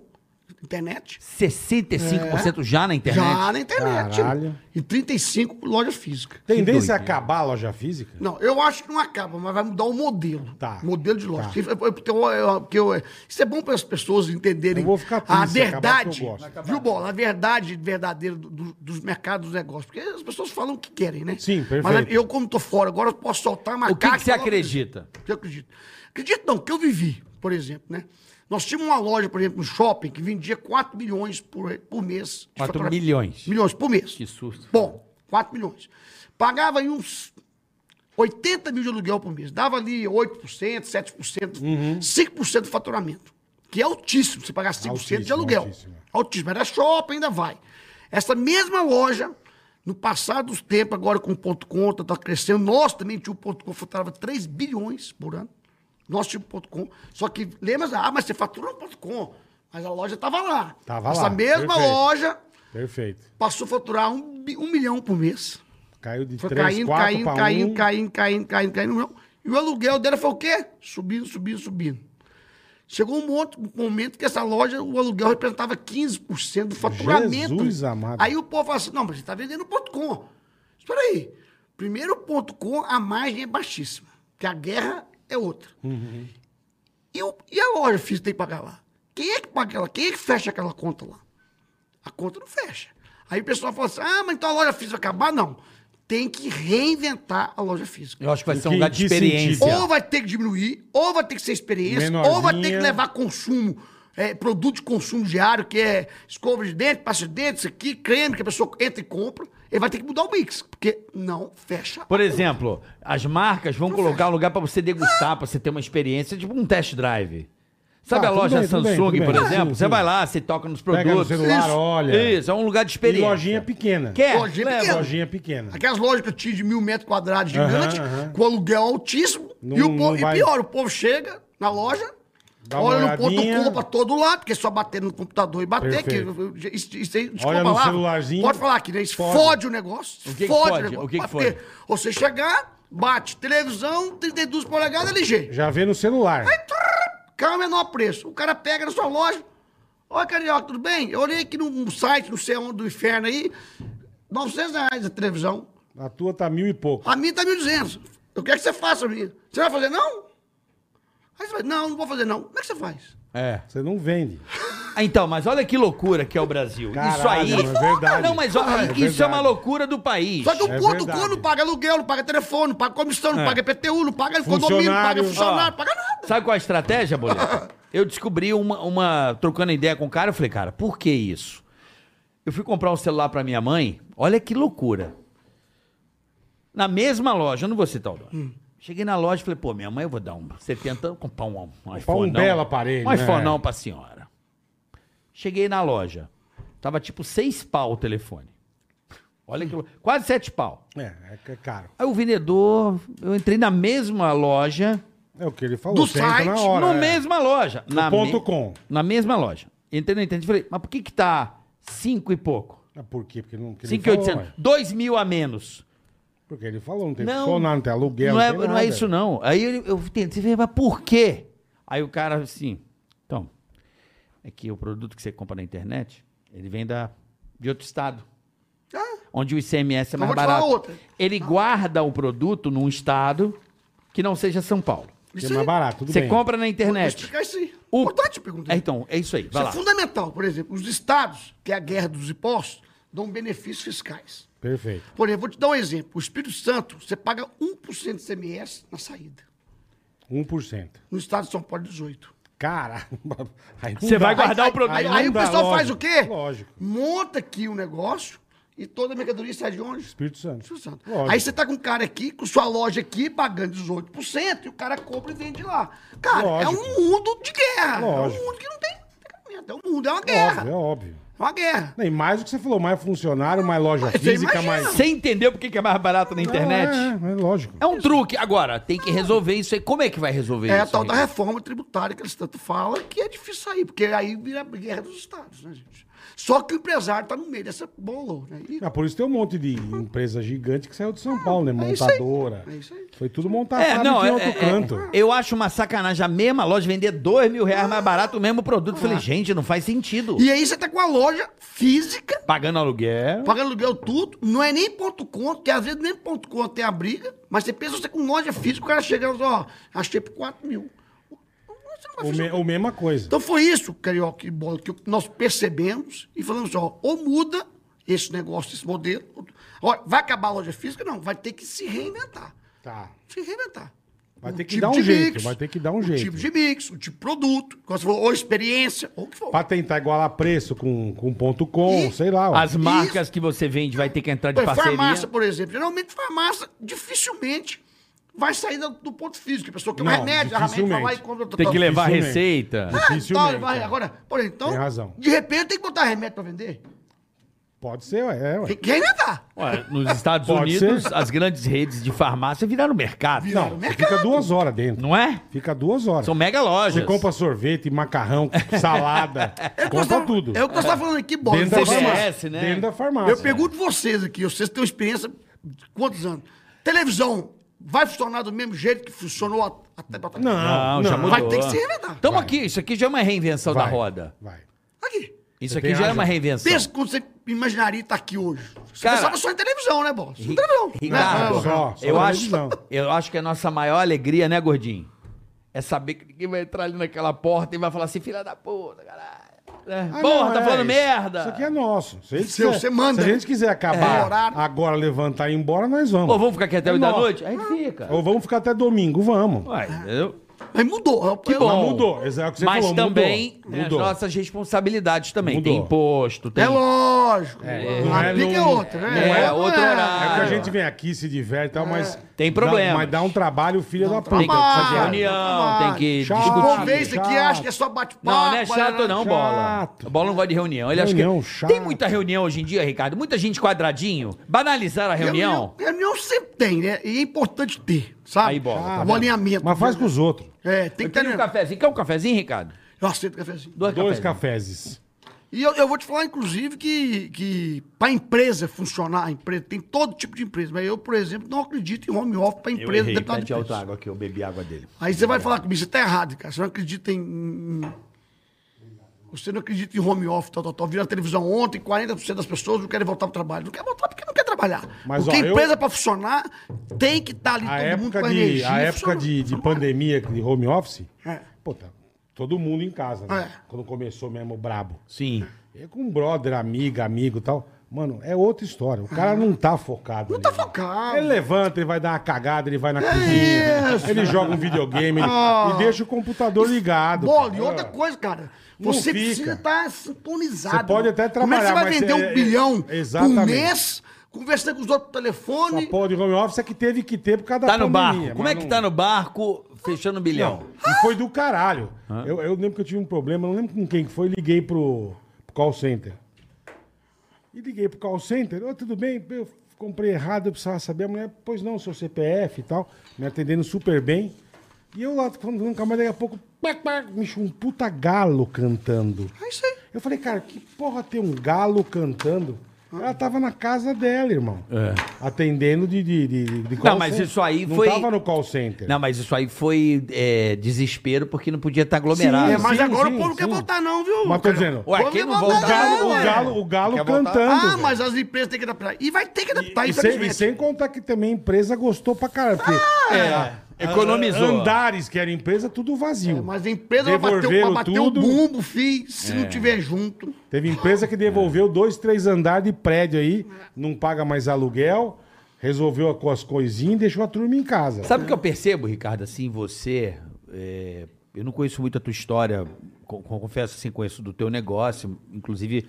F: internet.
D: É.
C: 65% já na internet?
F: Já na internet. tipo,
D: Caralho.
F: E 35 loja física.
D: Tendência a acabar a loja física?
F: Não, eu acho que não acaba, mas vai mudar o modelo.
D: Tá.
F: Modelo de loja.
D: Tá.
F: Que- eu- eu- porque eu- eu- porque eu- isso é bom para as pessoas entenderem
D: Eu vou ficar
F: a
D: triste se acabar,
F: verdade.
D: porque eu gosto.
F: Viu, Bola? A verdade verdadeira do- do- dos mercados dos negócios. Porque as pessoas falam o que querem, né?
D: Sim, perfeito.
F: Mas eu, como tô fora, agora eu posso soltar uma
C: O que, que
F: e
C: você
F: falar-
C: acredita?
F: Eu acredito. Acredito não, que eu vivi, por exemplo, né? Nós tínhamos uma loja, por exemplo, no shopping, que vendia 4 milhões por, por mês. de
C: 4
F: faturamento.
C: milhões.
F: Milhões por mês.
C: Que susto.
F: Bom, 4 milhões. Pagava aí uns 80 mil de aluguel por mês. Dava ali 8%, 7%,
D: Uhum.
F: 5% do faturamento. Que é altíssimo, você pagar 5% de
D: Altíssimo,
F: aluguel.
D: altíssimo.
F: Altíssimo. Era shopping, ainda vai. Essa mesma loja, no passado dos tempos, agora com o ponto conta, está crescendo. Nós também tínhamos o ponto com, faturava 3 bilhões por ano. Nós tínhamos o ponto com. Só que, lembra, ah, mas você fatura no ponto com. Mas a loja estava lá.
D: Tava
F: Essa
D: lá,
F: mesma
D: perfeito.
F: loja
D: Perfeito.
F: passou a faturar um, bi- um milhão por mês.
D: Caiu de
F: Foi
D: 3,
F: caindo,
D: 4
F: caindo,
D: pra
F: caindo,
D: 1.
F: caindo, caindo, caindo, caindo, não. E o aluguel dela foi o quê? Subindo, subindo, subindo. Chegou um monte- um momento que essa loja, o aluguel representava 15% do faturamento.
D: Jesus amado.
F: Aí o povo fala assim, não, mas você está vendendo ponto com. Espera aí. Primeiro ponto com, a margem é baixíssima. Porque a guerra é outra. E, o- e a loja física tem que pagar lá? Quem é que paga ela? Quem é que fecha aquela conta lá? A conta não fecha. Aí o pessoal fala assim: ah, mas então a loja física vai acabar? Não. Tem que reinventar a loja física.
C: Eu acho que vai ser um
D: que-
C: lugar de
D: que
C: experiência.
D: sentido?
F: Ou vai ter que diminuir, ou vai ter que ser experiência,
D: Menorzinha.
F: ou vai ter que levar consumo, é, produto de consumo diário, que é escova de dente, pasta de dente, isso aqui, creme que a pessoa entra e compra. Ele vai ter que mudar o mix, porque não fecha.
C: Por exemplo, as marcas vão colocar um lugar pra você degustar, pra você ter uma experiência, tipo um test drive. Sabe
D: Tá,
C: a
D: tudo
C: loja
D: bem, tudo bem,
C: Samsung,
D: tudo bem.
C: por exemplo?
D: Sim,
C: Você
D: sim.
C: vai lá, você toca nos
D: Pega
C: produtos.
D: no celular,
F: Isso,
D: olha.
C: Isso, é um lugar de
D: E
C: experiência.
D: lojinha pequena.
C: Quer?
F: Lojinha
C: Leva.
F: pequena.
D: Lojinha pequena.
F: Uhum. Aquelas lojas que eu tinha de mil metros quadrados gigante,
D: Aham, aham.
F: com aluguel altíssimo.
D: Não-
F: e, o povo-
D: não
F: e
D: vai-
F: pior, o povo chega na loja,
D: Dá uma
F: Olha no ponto
D: olhadinha.
F: curva pra todo lado, porque só bater no computador e bater, que,
D: Perfeito.
F: isso, isso aí, desculpa
D: Olha no
F: a palavra,
D: celularzinho.
F: Pode falar aqui, né? Isso
D: Fode.
F: fode. o negócio.
C: O que que
F: fode
C: fode? O que que
F: Porque
C: fode?
F: Você chegar, bate televisão, 32 polegadas, LG.
D: Já vê no celular.
F: Cai o menor preço. O cara pega na sua loja. Oi, Carioca, tudo bem? Eu olhei aqui num site, não sei onde, do inferno aí. 900 reais a televisão.
D: A tua tá mil e pouco.
F: A minha tá 1.200. Eu quero que você faça a minha. Você vai fazer, não? Aí você vai, não, não vou fazer, não. Como é que você faz?
C: É.
D: Você não vende.
C: Ah, Então, mas olha que loucura que é o Brasil. isso
D: Caralho,
C: aí.
D: é verdade.
C: Não, mas olha,
D: É
C: isso
D: verdade.
C: é uma loucura do país.
F: Só que o
D: É
F: puto
D: verdade.
F: cu não paga aluguel, não paga telefone, não paga comissão, não paga IPTU, não paga condomínio, não
D: Funcionário.
F: paga funcionário,
C: É. Ó.
F: não paga nada.
C: Sabe qual é a estratégia,
D: *laughs*
C: Boleta? Eu descobri uma, uma- Trocando ideia com o cara, eu falei, cara, por que isso? Eu fui comprar um celular pra minha mãe, olha que loucura. Na mesma loja, eu não vou citar o nome.
D: Hum.
C: Cheguei na loja e falei, pô, minha mãe, eu vou dar um 70, comprar um, um iPhone. não.
D: belo aparelho,
C: Um
D: né?
C: iPhone não pra senhora. Cheguei na loja, tava tipo seis pau o telefone. Olha que loucura. Quase sete pau.
D: É, é que é caro.
C: Aí o vendedor, eu entrei na mesma loja,
D: É o que ele falou.
F: Do
D: você entra
F: site,
D: na hora,
C: no
D: é.
C: mesma loja. Na
D: ponto com.
C: Na mesma loja. Entrei no internet e falei, mas por que que tá cinco e pouco?
D: Ah, Por quê? Porque não. Porque ele
C: Cinco e
D: falou,
C: oitocentos.
D: ué.
C: Dois mil a menos.
D: Porque ele falou, não tem
C: Não.
D: funcionário, não tem aluguel.
C: não, é,
D: tem
C: não é
D: nada.
C: isso não. Aí eu, eu tentei, falei, mas por quê? Aí o cara assim, então, é que o produto que você compra na internet, ele vem da, de outro estado. Onde o ICMS é mais
F: Então vou te falar
C: barato.
F: outra.
C: Ele guarda o produto num estado que não seja São Paulo.
D: Que é
F: Isso
D: mais
F: aí,
D: barato, tudo
C: você
D: bem.
C: compra na
F: vou
C: internet.
F: explicar isso aí.
C: O-
F: Importante perguntar.
C: É, então, é isso aí.
F: Isso
C: Vai lá.
F: é fundamental. Por exemplo, os estados, que é a guerra dos impostos, dão benefícios fiscais.
D: Perfeito.
F: Por exemplo, vou te dar um exemplo. O Espírito Santo, você paga 1% de CMS na saída.
D: 1%.
F: No estado de São Paulo, 18%.
D: Caramba. Aí não
C: Você
D: dá.
C: vai guardar
F: *laughs* aí,
C: o produto.
F: Aí,
D: não
F: aí o
D: dá,
F: pessoal
D: lógico,
F: faz o quê?
D: Lógico.
F: Monta aqui o negócio e toda a mercadoria sai de onde?
D: Espírito Santo.
F: Espírito Santo.
D: Lógico.
F: Aí você tá com um cara aqui, com sua loja aqui, pagando 18%, e o cara compra e vende lá. Cara,
D: Lógico.
F: é um mundo de guerra.
D: Lógico.
F: É um mundo que não tem tratamento. É um mundo, é uma
D: É
F: guerra.
D: óbvio, é óbvio.
F: É uma guerra.
D: Não, E mais o que você falou, mais funcionário, mais loja
F: Mas você
D: física,
F: imagina.
D: mais.
C: Você entendeu por que que é mais barato na internet?
F: Ah,
D: Não, é, é lógico.
C: É um truque. Agora, tem que resolver isso aí. Como é que vai resolver
F: É
C: isso?
F: a tal da
C: Henrique?
F: reforma tributária que eles tanto falam, que é difícil sair, porque aí vira a guerra dos estados, né, gente? Só que o empresário tá no meio dessa bola, né? E-
D: Ah, por isso tem um monte de empresa gigante que saiu de São Paulo, né?
F: isso aí.
D: Montadora.
F: É isso aí.
D: Foi tudo montado
C: É, não,
D: em
C: é,
D: outro
C: é-
D: canto.
C: é- eu acho uma sacanagem a mesma loja vender dois mil reais mais barato o mesmo produto. Falei, gente, não faz sentido.
F: Ah. E aí você tá com a loja física,
C: Pagando aluguel.
F: pagando aluguel tudo, não é nem ponto conto, que às vezes nem ponto conto tem a briga, mas você pensa você é com loja física, o cara chega e fala, assim, ó, achei por 4 mil. Você não vai
D: O,
F: fazer
D: me- o mesma coisa.
F: Então foi isso, Carioca e Bola, que nós percebemos e falamos, assim, ó, ou muda esse negócio, esse modelo, ou- ó, vai acabar a loja física? Não, vai ter que se reinventar.
D: Tá.
F: Se reinventar.
D: Vai
F: O
D: ter que
F: tipo
D: dar um
F: de
D: jeito, vai ter que dar um
F: O
D: jeito.
F: tipo de mix, o tipo de produto, como você falou, ou experiência, ou o que for.
D: Pra tentar igualar preço com, com ponto com, sei lá. ó.
C: As marcas que você vende vai ter que entrar É, de
F: Olha,
C: parceria.
F: É, farmácia, por exemplo. Geralmente, farmácia dificilmente vai sair do, do ponto físico. A pessoa quer um
D: Não,
F: remédio, a remédio vai lá e compra.
C: Tem que levar
D: Dificilmente.
F: *laughs*
C: receita.
F: Ah, então,
D: Dificilmente,
F: vai-
D: é.
F: agora, por exemplo, então,
D: Tem razão.
F: de repente tem que botar remédio pra vender.
D: Pode ser, ué, é, ué.
F: Tem que reinventar.
C: Ué, nos Estados
D: Pode
C: Unidos,
D: ser.
C: as grandes redes de farmácia viraram mercado.
D: Não, você
F: mercado.
D: fica duas horas dentro.
C: Não é?
D: Fica duas horas.
C: São mega lojas.
D: Você compra sorvete, macarrão,
C: *laughs*
D: salada.
F: Eu
D: compra
F: gostava-
D: tudo.
F: É o que nós estávamos falando aqui, bola.
D: Dentro da
F: Vocês-
D: farmácia.
C: CVS, né?
D: Dentro da farmácia.
F: Eu pergunto vocês aqui, vocês têm uma experiência de quantos anos? Televisão vai funcionar do mesmo jeito que funcionou at- até... até-
D: Não,
C: Não,
D: não,
C: já mudou.
F: Vai ter que se reinventar.
C: Tamo aqui, isso aqui já é uma reinvenção da
D: Vai,
C: roda.
D: Vai.
F: Aqui.
C: Isso
D: Você
C: aqui
D: tem
C: já é
D: razão.
C: uma reinvenção.
F: Pensa quando você imaginaria estar aqui hoje. Você
C: Cara-
F: pensava só em televisão, né, bola? Só em
C: Ri-
F: televisão.
C: Ricardo,
F: Não, não,
D: só- só
C: eu,
D: na
C: acho,
D: televisão.
C: eu acho que é a nossa maior alegria, né, gordinho? É saber que ninguém vai entrar ali naquela porta e vai falar assim, filha da puta, caralho. É,
D: Ah,
C: Porra,
D: não,
C: tá
D: é,
C: falando
D: isso-
C: merda.
D: Isso aqui é nosso. Se a gente
F: Seu,
D: quiser-
F: você manda. É.
D: Se a gente quiser acabar
F: horário.
D: agora, levantar e ir embora, nós vamos.
C: Ou vamos ficar aqui até
D: É
C: o da
D: nosso.
C: noite? Aí fica.
D: Ou vamos ficar até domingo, vamos.
C: Ué, entendeu?
F: Mas mudou. É Que
C: bom.
D: Não mudou, exato o que você
C: Mas
D: falou,
C: também
D: mudou.
C: né, as
D: Mudou. É
C: nossas responsabilidades também.
D: Mudou.
C: Tem imposto, tem...
F: É lógico.
D: não
F: a
D: é
F: briga é
D: não-
F: outra, né?
C: é outro
D: É
C: horário.
D: que a gente vem aqui, se diverte e
F: É.
D: tal, mas...
C: Tem
D: dá-
C: problemas.
D: mas dá um trabalho, filha da puta.
C: tem que fazer
F: trabalho,
C: reunião, tem
F: trabalho.
C: que
D: Chato.
F: O povo
C: discutir.
F: vê isso aqui
D: Chato.
F: acha que é só bate-papo.
C: É
F: né?
C: Não, não é chato não,
D: chato.
C: Bola. O Bola não gosta de reunião. Ele
D: Reunião
C: acha que...
D: chato.
C: Tem muita reunião hoje em dia, Ricardo. Muita gente quadradinho. Banalizaram a reunião.
F: Reunião sempre tem, né? E é importante ter. sabe?
H: Aí bola,
F: o
D: tá vendo?
F: alinhamento.
D: Mas faz com os outros.
C: Tá
F: É, tem
H: Eu
F: que ter...
H: queria um cafezinho. Quer um cafezinho, Ricardo?
F: Eu aceito cafezinho.
H: Dois,
D: Dois
H: cafés.
D: cafezes.
F: E eu, eu vou te falar, inclusive, que, que para a empresa funcionar, a empresa tem todo tipo de empresa. Mas eu, por exemplo, não acredito em home office para empresa, deputado
C: pede
F: de preço.
C: outra água aqui, eu bebi água dele.
F: Aí você vai falar comigo, você tá errado, cara. Você não acredita em- em. em- Você não acredita em home office, tal, tal, tal. Viu na televisão ontem, 40% das pessoas não querem voltar pro trabalho. Não quer voltar porque não quer trabalhar.
D: Mas,
F: porque
D: ó,
F: a
D: eu-
F: empresa, para funcionar, tem que estar ali
D: A
F: todo mundo
D: época,
F: com a
D: de,
F: energia.
D: a época
F: funcionando.
D: de, de pandemia, de home office,
F: É.
D: pô, tá todo mundo em casa, né?
F: É.
D: Quando começou mesmo o brabo.
C: Sim.
D: É com brother, amiga, amigo e tal. Mano, é outra história. O cara não tá focado.
F: Não tá
D: né?
F: focado.
D: Ele levanta, ele vai dar uma cagada, ele vai na cozinha,
F: isso.
D: ele joga um videogame ele-
F: Ah.
D: e deixa o computador ligado.
F: Bola, e
D: cara.
F: outra coisa, cara.
D: Não
F: Você
D: fica.
F: precisa estar sintonizado.
D: Você pode até
F: Como é que
D: trabalhar,
F: você vai
D: mas
F: vender
D: é-
F: um
D: é-
F: bilhão por
D: exatamente.
F: mês, conversando com os outros por
D: Essa
F: telefone?
D: porra de home office é que teve que ter por causa
C: Tá
D: da
C: no
D: pandemia.
C: barco. Como é que tá no barco fechando um bilhão?
D: bilhão? E foi do caralho. Eu, eu lembro que eu tive um problema, não lembro com quem que foi, liguei pro, pro call center. E liguei pro call center, ô, tudo bem, eu comprei errado, eu precisava saber, a mulher, pois não, seu CPF e tal, me atendendo super bem. E eu lá, falando nunca mais, daqui a pouco, pac, pac, me chama um puta galo cantando.
F: É isso aí.
D: Eu falei, cara, que porra ter um galo cantando? Ela tava na casa dela, irmão. Atendendo de, de, de, de call
C: É. Não, mas
D: center.
C: isso aí
D: não
C: foi-
D: Não tava no call center.
C: Não, mas isso aí foi é, desespero porque não podia estar aglomerado.
D: Sim,
F: É, mas
D: sim,
F: agora
D: sim,
F: o povo não quer
D: sim.
F: voltar, não, viu?
D: Mas tô
F: cara?
D: dizendo,
C: Ué,
F: Vamos
C: quem não né,
F: voltar,
D: O galo,
F: não,
D: o
F: ué.
D: galo, o galo
H: Quer voltar?
D: cantando.
F: Tá né? Ah,
D: velho.
F: mas as empresas têm que adaptar. E vai ter que adaptar,
D: e, sem,
F: infelizmente. Ah,
D: e sem contar que também a empresa gostou pra caralho. Porque
H: É, economizou.
D: andares que era empresa, tudo vazio.
F: É, Mas a empresa vai bater, o- vai
D: Devolveram
F: bater
D: tudo.
F: o bumbo, fi, se
C: É.
F: não tiver junto.
D: Teve empresa que devolveu dois, três andares de prédio aí, não paga mais aluguel, resolveu com as coisinhas e deixou a turma em casa.
C: Sabe o que eu percebo, Ricardo? Assim, você. é, eu não conheço muito a tua história, co- co- confesso assim, conheço do teu negócio, inclusive.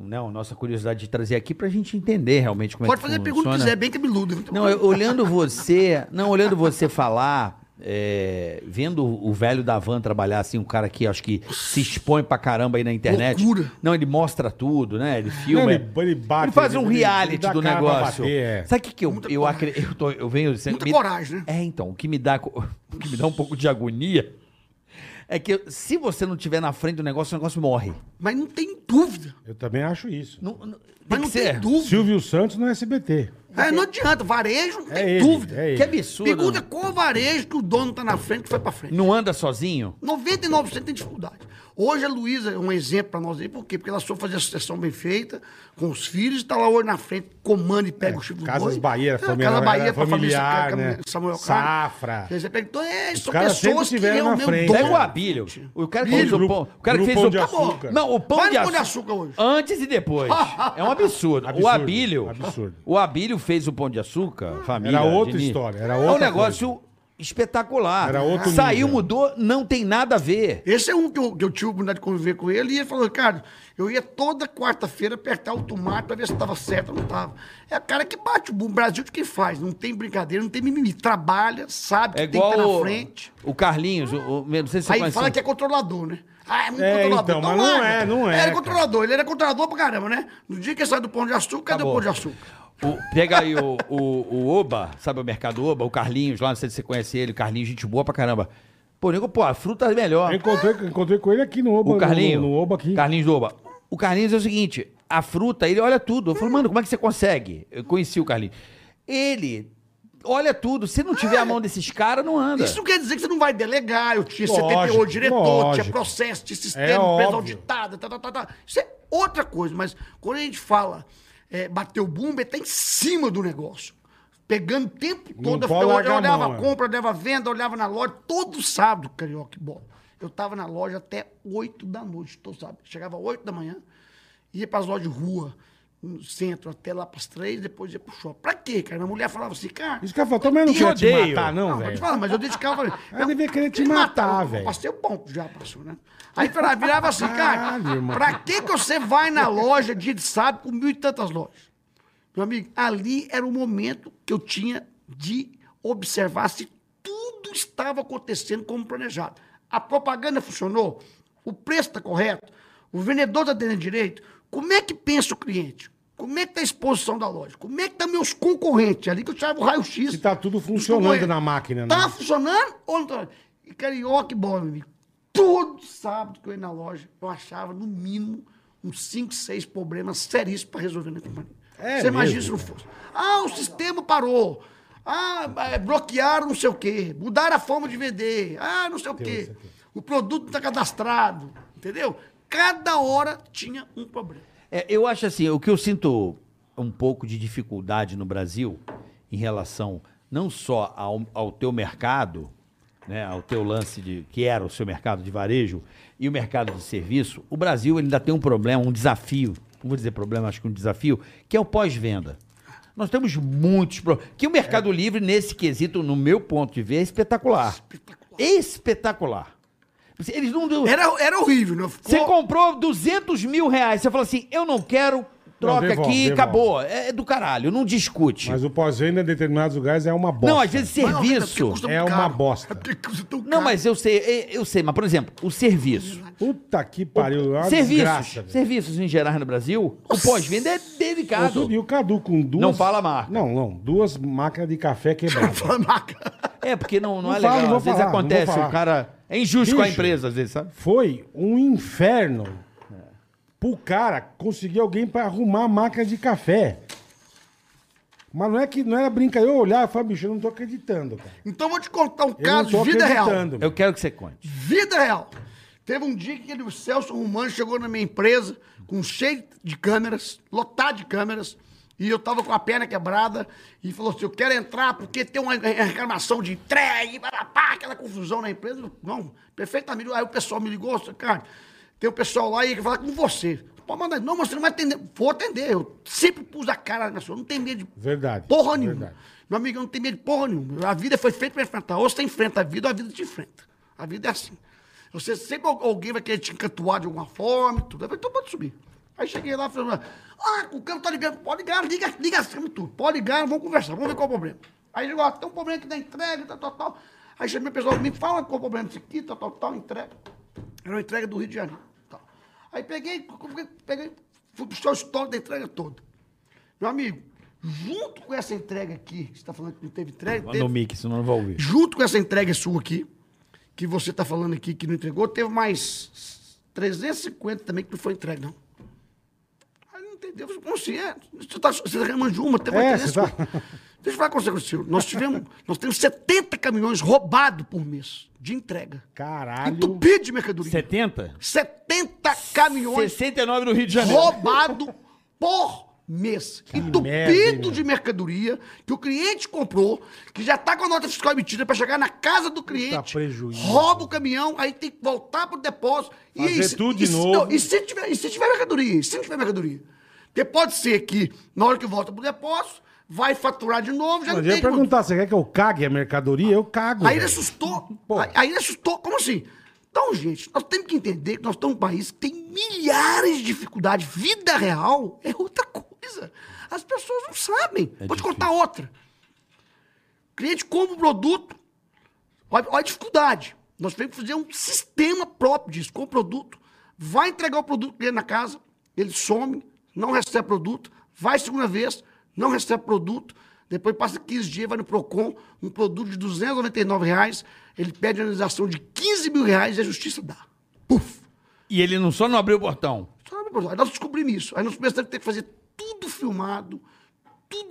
C: Né, a nossa curiosidade de trazer aqui pra gente entender realmente como
F: Pode
C: é que
F: fazer a pergunta que
C: funciona.
F: quiser, bem cabeludo.
C: Não, eu- olhando você, não, olhando você falar, é, vendo o velho da van trabalhar, assim, um cara que acho que se expõe pra caramba aí na internet.
F: Loucura.
C: Não, ele mostra tudo, né? Ele filma.
D: Não,
C: ele,
D: ele- ele bate,
C: faz um
D: ele- ele
C: reality
D: dá
C: do
D: cara pra
C: negócio.
D: bater, é.
C: Sabe o que, que eu, eu acredito? Eu, tô- eu venho.
F: Muita coragem, né?
C: É, então, o que me dá, co- *laughs* o que me dá um pouco de agonia é que se você não tiver na frente do negócio, o negócio morre.
F: Mas não tem dúvida.
D: Eu também acho isso.
C: Não, não, tem
F: Mas
C: que
F: não
C: ser.
F: tem dúvida.
D: Silvio Santos no SBT.
F: É, não adianta. Varejo, não
D: É
F: tem
D: ele,
F: dúvida.
D: é ele.
C: Que absurdo. né?
F: Pergunta qual varejo que o dono tá na frente que foi pra frente.
C: Não anda sozinho?
F: 99% tem dificuldade. Hoje a Luísa é um exemplo para nós aí, por quê? Porque ela soube fazer a sucessão bem feita, com os filhos, está lá hoje na frente, comanda e pega o chifre do
D: Casas
F: boi.
D: Bahia,
F: É,
D: família-
F: Casa Bahia,
D: era
F: com a
D: familiar,
F: Samuel-
D: né?
F: Samuel Carlos.
D: Safra.
F: Você pega, então, é, são
D: caras
F: pessoas
D: sempre
F: que
D: tiveram na
F: realmente
D: frente. né?
F: dono-
C: Pega o abilho. O cara que
F: Bilho.
C: fez o
D: Grupo-
C: pão. O cara que
D: grupo
C: fez o
D: de
C: Acabou.
D: açúcar.
C: Não, o pão
F: Vai
C: de
F: no pão de
C: açúcar.
F: açúcar hoje.
C: Antes e depois. é um absurdo. O
D: Absurdo,
C: abilho.
D: absurdo.
C: O abilho fez o pão de açúcar, família.
D: Era outra
C: Diniz.
D: história, era
C: É um
D: outra
C: negócio espetacular.
D: Era outro
C: Saiu,
D: nível.
C: mudou, não tem nada a ver.
F: Esse é um que eu, que eu tive a oportunidade de conviver com ele, e ele falou, cara, eu ia toda quarta-feira apertar o tomate para ver se estava certo ou não estava. É o cara que bate o bumbo. O Brasil de quem faz, não tem brincadeira, não tem mimimi. Trabalha, sabe que
C: É
F: tem que
C: igual
F: estar na
C: o,
F: frente.
C: o Carlinhos, o, o- não sei se você
F: Aí
C: conhece.
F: fala que é controlador, né? Ah, é muito
D: assim. É,
F: controlador.
D: então, mas não
F: larga.
D: é, não é,
F: Ele
D: cara.
F: é controlador, ele era controlador pra caramba, né? No dia que ele sai do Pão de Açúcar, cadê o Pão de Açúcar?
C: O- pega aí o, o- o Oba, sabe o mercado Oba? O Carlinhos lá, não sei se você conhece ele. Carlinhos, gente boa pra caramba. Pô, nego, pô, a fruta é melhor.
D: Eu encontrei, encontrei com ele aqui no Oba.
C: O Carlinho.
D: No, no Oba aqui.
C: Carlinhos do Oba. O Carlinhos é o seguinte: a fruta, ele olha tudo. Eu falo, mano, como é que você consegue? Eu conheci o Carlinhos. Ele olha tudo. Se não tiver a mão desses caras, não anda.
F: Isso não quer dizer que você não vai delegar. Eu tinha
D: Lógico,
F: 78 diretor,
D: lógico.
F: tinha processo, tinha sistema,
D: É
F: empresa
D: óbvio.
F: auditada, tá, tá, tá, tá. Isso é outra coisa, mas quando a gente fala é, bater o bumbo, é tá em cima do negócio. Pegando o tempo
D: Não
F: todo. Eu,
D: pode
F: eu
D: largar a
F: olhava
D: mão,
F: a
D: é.
F: compra, olhava a venda, olhava na loja. Todo sábado, Carioca, e bola. Eu tava na loja até 8 da noite, todo sábado. Chegava 8 da manhã, ia para as lojas de rua, no centro, até lá para as 3, depois ia pro shopping. Pra quê, cara? Minha mulher falava assim, cara...
D: Isso que eu falo, também não
C: Eu
D: queria te
C: odeio.
D: matar, não,
F: Não, vou te
D: velho.
F: falar, mas eu dedicava.
D: Ela devia querer te
F: Ele
D: matar,
F: matava,
D: velho.
F: Eu passei o ponto, já passou, né? Aí falava, virava assim, cara,
D: Caralho, irmão.
F: pra que que você vai na loja dia de sábado com mil e tantas lojas? Meu amigo, ali era o momento que eu tinha de observar se tudo estava acontecendo como planejado. A propaganda funcionou? tá O preço está correto? O vendedor está dando direito? Como é que pensa o cliente? Como é que tá a exposição da loja? Como é que tá meus concorrentes? É ali que eu tirava o raio-x.
D: Se tá tudo funcionando
F: Desculpa,
D: na máquina, né?
F: Tá funcionando ou não tá? E carioca e bola, meu amigo. Todo sábado que eu ia na loja, eu achava, no mínimo, uns 5, 6 problemas seríssimos pra resolver na companhia.
D: É
F: Você imagina
D: mesmo,
F: se não fosse. Ah, o sistema parou. Ah, é, bloquearam não sei o quê. Mudaram a forma de vender. Ah, não sei o quê. O produto não tá cadastrado. Entendeu? Cada hora tinha um problema.
C: É, eu acho assim, o que eu sinto um pouco de dificuldade no Brasil em relação não só ao, ao teu mercado, né, ao teu lance de que era o seu mercado de varejo e o mercado de serviço, o Brasil ele ainda tem um problema, um desafio, não vou dizer problema, acho que um desafio, que é o pós-venda. Nós temos muitos problemas. Que o Mercado Livre, nesse quesito, no meu ponto de ver, é espetacular. Espetacular. Eles não.
F: Era, era horrível, não
C: Você
F: ficou?
C: comprou 200 mil reais. Você falou assim: eu não quero, troca
D: Não, devolve,
C: aqui e
D: devolve.
C: acabou. É, é do caralho, não discute.
D: Mas o pós-venda em determinados lugares é uma bosta.
C: Tipo. não, às vezes
F: Mas não, é porque
C: serviço.
F: custa
D: É
F: muito
D: uma
F: caro.
D: bosta.
F: É porque custa tão
C: Não,
F: caro. *laughs*
C: mas eu sei, é, eu- eu sei, mas por exemplo, o serviço.
D: Puta que pariu. é uma
C: serviços,
D: desgraça, velho.
C: serviços em geral no Brasil, o pós-venda é
D: Outro
C: delicado.
D: dia o Cadu com duas...
C: Não fala a marca.
D: Não, não. Duas máquinas de café quebradas.
F: Fala, Maca.
C: É, porque não, não,
D: Não
C: é
D: falo,
C: legal.
D: não vou
C: às vezes
D: falar, não vou
C: acontece,
D: falar.
C: o cara. É injusto com a
D: Bicho.
C: empresa, às vezes, sabe?
D: Foi um inferno pro cara conseguir alguém pra arrumar a máquina de café. Mas não é que não era brincadeira. Eu olhar e falar, bicho, eu não tô acreditando, cara.
F: Então vou te contar um
D: Eu
F: caso
D: não tô
F: de vida real.
D: acreditando.
C: Eu quero que você conte.
F: Vida real. Teve um dia que ele, o Celso Romano chegou na minha empresa com um cheio de câmeras, lotado de câmeras, e eu tava com a perna quebrada e falou assim: Eu quero entrar porque tem uma reclamação de entregue, barapá, aquela confusão na empresa. Eu, Não, perfeitamente. Aí o pessoal me ligou: "Seu Cara, tem o pessoal lá e quer falar com você. Pode mandar, não, mas você não vai atender. Vou atender. Eu sempre pus a cara na sua, não tem medo de
D: Verdade.
F: Porra nenhuma.
D: Verdade.
F: Meu amigo, eu não tenho medo de porra nenhuma. A vida foi feita para enfrentar. Ou você enfrenta a vida, ou a vida te enfrenta. A vida é assim. Você sempre al- alguém vai querer te encantuar de alguma forma e tudo. Eu falei, então pode subir. Aí cheguei lá e falei, ah, o cara tá ligando. Pode ligar, liga, liga assim tudo. Pode ligar, vamos conversar, vamos ver qual é o problema. Aí ele ó, tem um problema aqui da entrega, tal, tal, tal. Aí chamei o pessoal, me fala qual é o problema disso aqui, tal, tal, tal, entrega. Era uma entrega do Rio de Janeiro. Tal. Aí peguei, peguei, fui puxar o histórico da entrega toda. Meu amigo, junto com essa entrega aqui, você está falando que não teve entrega, teve-
C: No mic, senão eu não vai ouvir.
F: junto com essa entrega sua aqui, que você está falando aqui que não entregou, teve mais 350 também que não foi entregue, não. Aí não entendeu, você consciente. assim? Você está você tá reclamando de uma, teve
D: É,
F: mais
D: você
F: 350. Deixa eu falar com você, Ciro. Nós tivemos, nós temos 70 caminhões roubados por mês de entrega.
D: Caralho.
F: Entupido de mercadoria.
C: 70?
F: 70 caminhões
C: 69 no Rio de Janeiro.
F: roubado por mês. Entupido
D: merda, hein, meu?
F: de mercadoria que o cliente comprou, que já está com a nota fiscal emitida para chegar na casa do cliente,
D: prejuízo.
F: rouba o caminhão, aí tem que voltar pro depósito.
D: Fazer
F: se-
D: tudo de
F: se-
D: novo.
F: e, se tiver, e se tiver mercadoria? E se não tiver mercadoria? Porque pode ser que, na hora que volta pro depósito, vai faturar de novo, já
D: Eu
F: não
D: ia
F: tem como-
D: perguntar, você quer que eu cague a mercadoria? Eu cago.
F: Aí ele
D: velho.
F: assustou.
D: Pô.
F: Aí- Aí ele assustou. Como assim? Então, gente, nós temos que entender que nós estamos num país que tem milhares de dificuldades. Vida real é outra coisa. As pessoas não sabem.
D: É
F: Vou te contar outra. O cliente compra um produto, olha, olha a dificuldade. Nós temos que fazer um sistema próprio disso, com o produto. Vai entregar o produto dele na casa, ele some, não recebe produto, vai segunda vez, não recebe produto, depois passa 15 dias, vai no PROCON, um produto de R$ 299 reais, ele pede indenização de 15 mil reais e a justiça dá. Puf!
C: E ele não só não abriu o portão.
F: Só não é produto. Aí nós descobrimos isso. Aí nós começamos a ter que fazer tudo filmado, tudo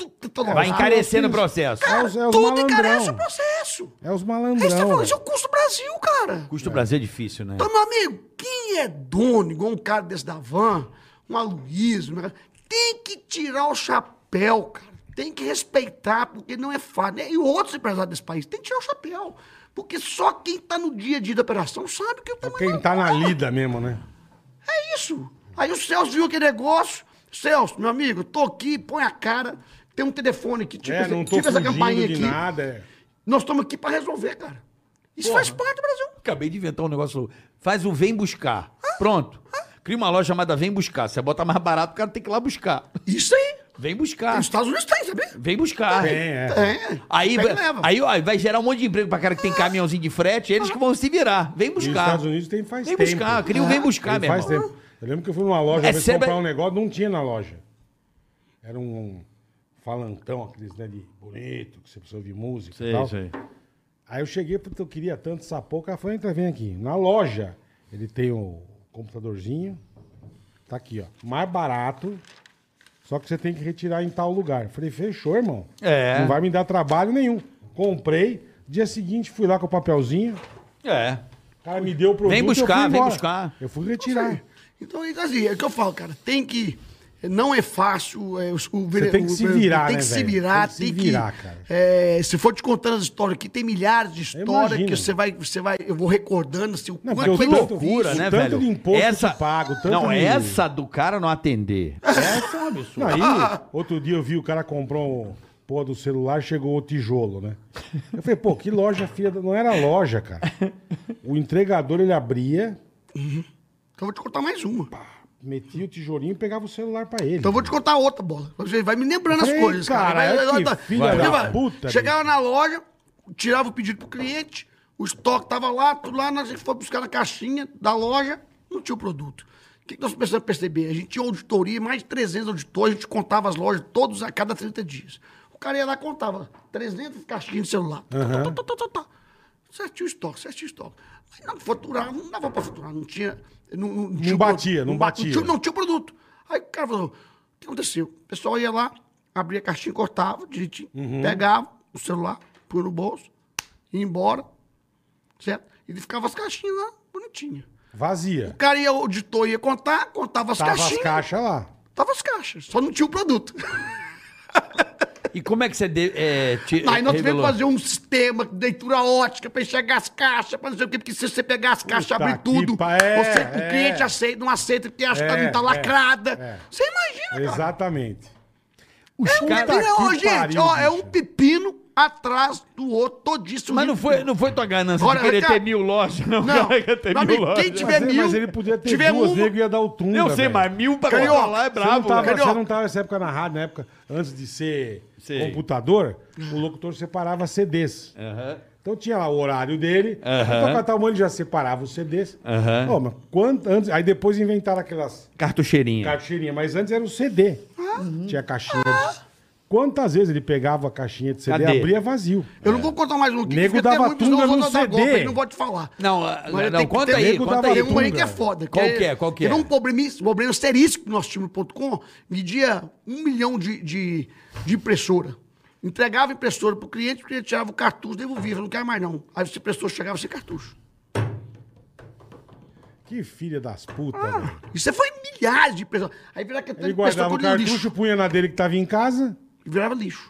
C: Vai
F: catalogado.
C: encarecendo o processo.
D: É
F: Cara,
D: os- é os
F: tudo
D: malandrão.
F: encarece o processo.
D: É os
F: Aí você tá
D: malandrão.
F: falando,
D: velho.
F: isso é o custo do Brasil, cara.
C: Custo do Brasil é difícil, né?
F: Então, meu amigo, quem é dono, igual um cara desse da van, um Aloysio, um negócio, tem que tirar o chapéu, cara. Tem que respeitar, porque não é fácil. né? E outros empresários desse país tem que tirar o chapéu. Porque só quem tá no dia a dia da operação sabe que o
D: É
F: tamanho
D: quem
F: da-
D: tá na lida mesmo, né?
F: é isso. Aí o Celso viu aquele negócio. Celso, meu amigo, eu tô aqui, põe a cara. Tem um telefone aqui, tipo,
D: é,
F: esse-
D: não tô
F: tipo essa
D: fugindo
F: campainha
D: de
F: aqui.
D: nada. é.
F: Nós estamos aqui pra resolver, cara. Isso faz parte do Brasil.
C: Acabei de inventar um negócio. louco. Faz o Vem Buscar. Pronto. Cria uma loja chamada Vem Buscar. Você bota mais barato, o cara tem que ir lá buscar.
F: Isso aí.
C: Vem
F: Nos
D: Tá.
C: buscar.
F: Estados Unidos tem, sabia?
C: Vem buscar.
D: Tem, é.
F: Tem.
C: Aí,
F: Pega e
C: vai- aí, ó, vai gerar um monte de emprego pra cara que tem caminhãozinho de frete, eles que vão se virar. Vem
D: E os
C: buscar.
D: Estados Unidos tem faz
C: Vem
D: tempo.
C: buscar, cria um Vem Buscar,
D: Tem
C: meu
D: faz
C: irmão.
D: tempo. Eu lembro que eu fui numa loja,
C: É
D: uma vez
C: sempre-
D: comprar um negócio, não tinha na loja. Era um, um falantão, aqueles, né, de bonito, que você precisa ouvir música e
C: Sei,
D: tal.
C: sei.
D: Aí eu cheguei, puta, eu queria tanto essa porca. Ela falou, entra, vem aqui. Na loja, ele tem o computadorzinho. Tá aqui, ó. Mais barato. Só que você tem que retirar em tal lugar. Eu falei, fechou, irmão.
C: É.
D: Não vai me dar trabalho nenhum. Comprei. Dia seguinte, fui lá com o papelzinho.
C: É.
D: O cara me deu o produto.
C: Vem buscar,
D: eu fui
C: vem
D: embora.
C: buscar.
D: Eu fui retirar.
F: Então, então, assim, é o que eu falo, cara. Tem que. Não é fácil. é, os- o vere-
D: tem que
F: o
D: se
F: vereador
D: virar,
F: Tem
D: né,
F: que se
D: velho?
F: virar,
D: Tem que se
F: tem que.
D: virar, cara.
F: é, se for te contando as histórias aqui, tem milhares de histórias
D: imagino.
F: que você vai, você vai. Eu vou recordando, assim, o
D: Não, porque
F: quanto eu
D: eu
F: ouvi.
D: tanto-
C: Loucura,
D: o
C: né,
D: tanto
C: velho?
D: de imposto que paga, o tanto
C: Não,
D: de-
C: essa do cara não
D: *laughs*
C: atender. Essa é um absurdo.
F: *laughs*
D: Aí, outro dia eu vi o cara comprou um pô do celular, chegou o tijolo, né? Eu falei, pô, que loja filha da... Não era loja, cara. O entregador, ele abria,
F: Então eu vou te contar mais uma.
D: metia o tijolinho e pegava o celular pra ele.
F: Então eu vou te contar outra bola. Você vai me lembrando as
D: Ei,
F: coisas, cara.
D: cara,
F: Vai-
D: é que
F: vai-
D: filha
F: vai-
D: da
F: vai-
D: puta,
F: Chegava na loja, tirava o pedido pro cliente, o estoque tava lá, tudo lá, nós a gente foi buscar na caixinha da loja, não tinha o produto. O que que nós precisamos perceber? A gente tinha auditoria, mais de 300 auditores, a gente contava as lojas todos a cada 30 dias. O cara ia lá e contava 300 caixinhas de celular. Tá, tá, tá, tá, tá, tá. Certinho o estoque, certinho o estoque. Mas não faturava, não dava pra faturar, não tinha... Não, não, tinha o
D: batia,
F: produto,
D: não
F: ba-
D: batia.
F: tinha- não tinha o produto. Aí o cara falou: o que aconteceu? O pessoal ia lá, abria a caixinha, cortava direitinho,
D: Uhum.
F: pegava o celular, põe no bolso, ia embora, certo? E ficava as caixinhas lá, bonitinha.
D: Vazia.
F: O cara ia, o auditor ia contar, contava as
D: Tava
F: caixinhas.
D: as caixas lá.
F: Tava as caixas, só não tinha o
D: *laughs*
F: produto.
C: E como é que você de, é, te,
F: Aí nós tivemos
C: revelou?
F: que fazer um sistema de leitura ótica pra enxergar as caixas, pra não sei o quê, porque se você pegar as caixas e
D: Puta
F: abrir
D: que
F: tudo,
D: pa- é,
F: você,
D: é.
F: o cliente aceita, não aceita porque acha que
D: É,
F: tá, tá
D: é,
F: lacrada.
D: é.
F: Você imagina, Ah, cara.
D: Exatamente.
C: Os
F: É um
C: caras-
D: Puta
F: pepino,
D: que
F: ó, gente,
D: pariu,
F: ó, é um
D: bicho.
F: pepino atrás do outro, todíssimo.
C: Mas não foi, não foi tua ganância
F: Olha,
C: de querer
F: cara-
C: ter mil lojas, não.
F: Não,
C: cara, quer ter
F: mas
C: mil
F: quem
C: lojas.
F: tiver-
D: Mas, ele-
F: mil,
D: mas ele podia ter
F: tiver
D: duas
F: uma-
D: nego e ia dar o tumba,
C: Eu sei,
D: velho.
C: mas mil pra
F: Carioca,
C: botar lá é
D: Você não,
C: brabo.
D: tava,
C: velho.
D: um você
F: Carioca.
D: não tava nessa época na rádio, na época antes de ser
C: Sei.
D: computador, o locutor separava CDs.
C: Aham.
D: Então tinha lá o horário dele,
C: Aham.
D: então tal mão ele já separava os CDs.
C: Aham.
D: Pô, mas quanto, antes, aí depois inventaram aquelas
C: Cartucheirinha.
D: caixinhas, mas antes era o CD.
F: Ah.
D: Tinha a caixinha. de- Quantas vezes ele pegava a caixinha de CD
C: Cadê?
D: e abria vazio?
F: Eu não vou contar mais um aqui,
D: Nego
F: porque tem
D: dava
F: muito, senão eu
D: tunga
F: vou
D: no
F: dar
D: CD.
F: golpe, aí não vou te falar.
C: Não,
F: Mas
C: não,
F: tem que
C: conta
F: ter-
C: aí,
D: nego
C: conta
D: dava
C: aí.
F: Tem uma aí que é
D: tunga.
F: foda.
C: Qual que é, qual que é?
F: Teve um probleminha, problema seríssimo no nosso time.com, media um milhão de, de, de impressora. Entregava a impressora pro cliente, o cliente tirava o cartucho, devolvia, falava, não quero mais não. Aí esse impressor chegava sem cartucho.
D: Que filha das putas,
F: Ah.
D: velho.
F: Isso foi milhares de impressoras. Aí virava aquele
D: Ah. Ele
F: tanto de impressora
D: guardava o
F: tudo no lixo.
D: cartucho, punha na dele que tava em casa.
F: Virava lixo.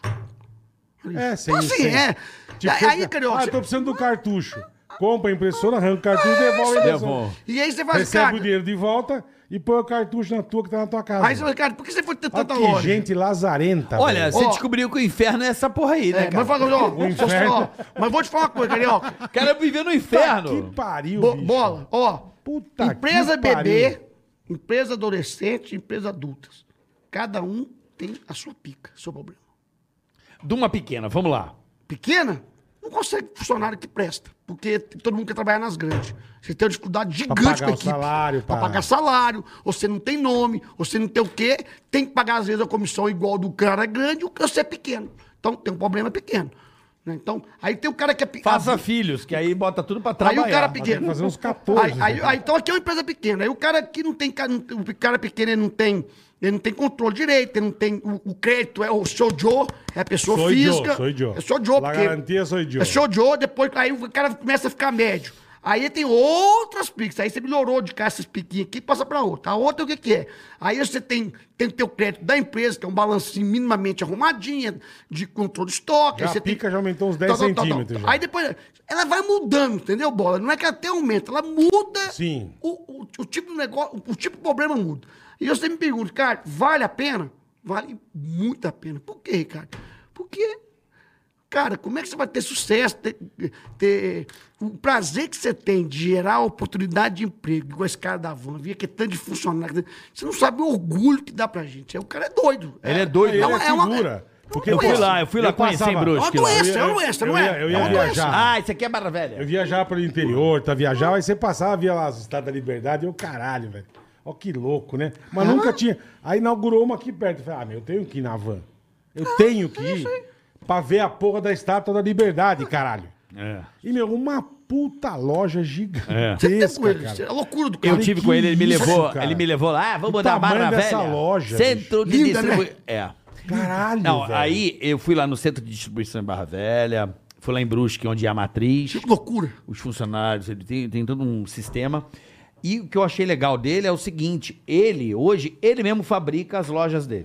F: Lixo.
D: É, sem-
F: Então, assim,
D: sem-
F: é.
D: Tipo,
F: aí,
D: ah,
F: Carioca,
D: tô precisando do cartucho. Compra a impressora, arranca o cartucho, devolve
F: Ah,
D: a impressora.
C: Devolve.
F: E aí você fala,
D: Recebe o
F: cara.
D: dinheiro de volta e põe o cartucho na tua que tá na tua casa.
F: Aí você tá fala, cara, por que você foi ter
D: Olha
F: tanta
D: que
F: loja?
D: gente lazarenta.
C: Olha,
D: velho.
C: você
F: Ó.
C: descobriu que o inferno é essa porra aí, né?
F: É, mas, fala, ó,
D: O inferno.
F: ó, mas vou te falar uma coisa, Carioca.
C: O cara viveu no
D: Puta
C: inferno.
D: Que pariu,
F: Bo-
D: bicho.
F: bola, ó.
D: Puta
F: empresa
D: que pariu.
F: bebê, empresa adolescente, empresa adultas. Cada um tem a sua pica, seu problema.
C: De uma pequena, vamos lá.
F: Pequena, não consegue funcionário que presta, porque todo mundo quer trabalhar nas grandes. Você tem uma dificuldade gigante
D: pagar
F: com a
D: o
F: equipe.
D: salário, tá.
F: pra
D: pra-
F: pagar salário, ou você não tem nome, ou você não tem o quê, tem que pagar às vezes a comissão igual do cara grande, o que você é pequeno. Então tem um problema pequeno. né? Então, aí tem o cara que é pequeno.
C: Faça filhos, que aí bota tudo pra
F: Aí
C: trabalhar.
F: o cara
D: Tem que
F: pequeno.
D: fazer uns 14.
F: Aí, aí-
D: velho.
F: aí, então aqui é uma empresa pequena. Aí o cara que não tem. ca- não tem- O cara pequeno ele não tem. Ele não tem controle direito, ele não tem. O, o crédito é o seu Joe, é a pessoa
D: Sou Joe,
F: física.
D: sou Joe.
F: É seu Joe,
D: La garantia, sou Joe.
F: É seu Joe, depois aí o cara começa a ficar médio. Aí tem outras piques. Aí você melhorou de cá essas piquinhas aqui, passa pra outra. A outra o que, que é? Aí você tem, tem o teu crédito da empresa, que é um balancinho minimamente arrumadinho, de controle de estoque.
D: Já
F: aí você
D: a pica
F: tem...
D: já aumentou uns 10 centímetros já.
F: Aí depois, ela vai mudando, entendeu, Bola? Não é que ela até aumenta, ela muda
D: Sim.
F: O, o, o tipo do negócio, o tipo do problema muda. E eu sempre me pergunto, cara, vale a pena? Vale muito a pena. Por quê, cara? Porque, cara, como é que você vai ter sucesso, ter, ter- o prazer que você tem de gerar oportunidade de emprego, igual esse cara da van, via que é tanto de funcionário. Você não sabe o orgulho que dá pra gente. É, O cara é doido.
C: Ele é doido.
D: Ele
F: É
D: é,
F: uma- é uma-
D: figura. Porque
F: Eu
D: pô,
F: fui lá,
C: eu fui lá conhecer em
F: É uma
C: Brusque lá.
F: doença, é uma
D: Eu ia-
F: doença,
D: eu
F: não
D: ia-
F: é?
D: eu ia
F: É uma doença.
D: viajar.
C: Ah, isso aqui é barra velha.
D: Eu viajava pro interior, tá viajava, aí você passava, via lá as Estados da Liberdade, eu caralho, velho. Ó, que louco, né? Mas nunca tinha. Aí inaugurou uma aqui perto. Eu Falei, ah, meu, eu tenho que ir na van. Eu
F: Ah,
D: tenho que ir pra ver a porra da estátua da liberdade, caralho.
C: É.
D: E, meu, uma puta loja
F: Você tem
D: gigantesca,
F: com ele, é
D: cara.
F: loucura do
C: Eu
F: cara.
D: Falei,
C: tive
D: que
C: com ele, ele me
D: isso,
C: levou,
D: cara?
C: ele me levou lá, ah, vamos
D: Que
C: dar a
D: tamanho
C: barra
D: dessa
C: velha.
D: loja,
C: Centro de
F: Linda, né?
C: distribuição. É.
D: Caralho,
C: Não,
D: velho.
C: aí eu fui lá no centro de distribuição em Barra Velha, fui lá em Brusque, onde é a matriz,
F: Que loucura.
C: os funcionários, ele tem, tem todo um sistema. E o que eu achei legal dele é o seguinte, ele, hoje, ele mesmo fabrica as lojas dele.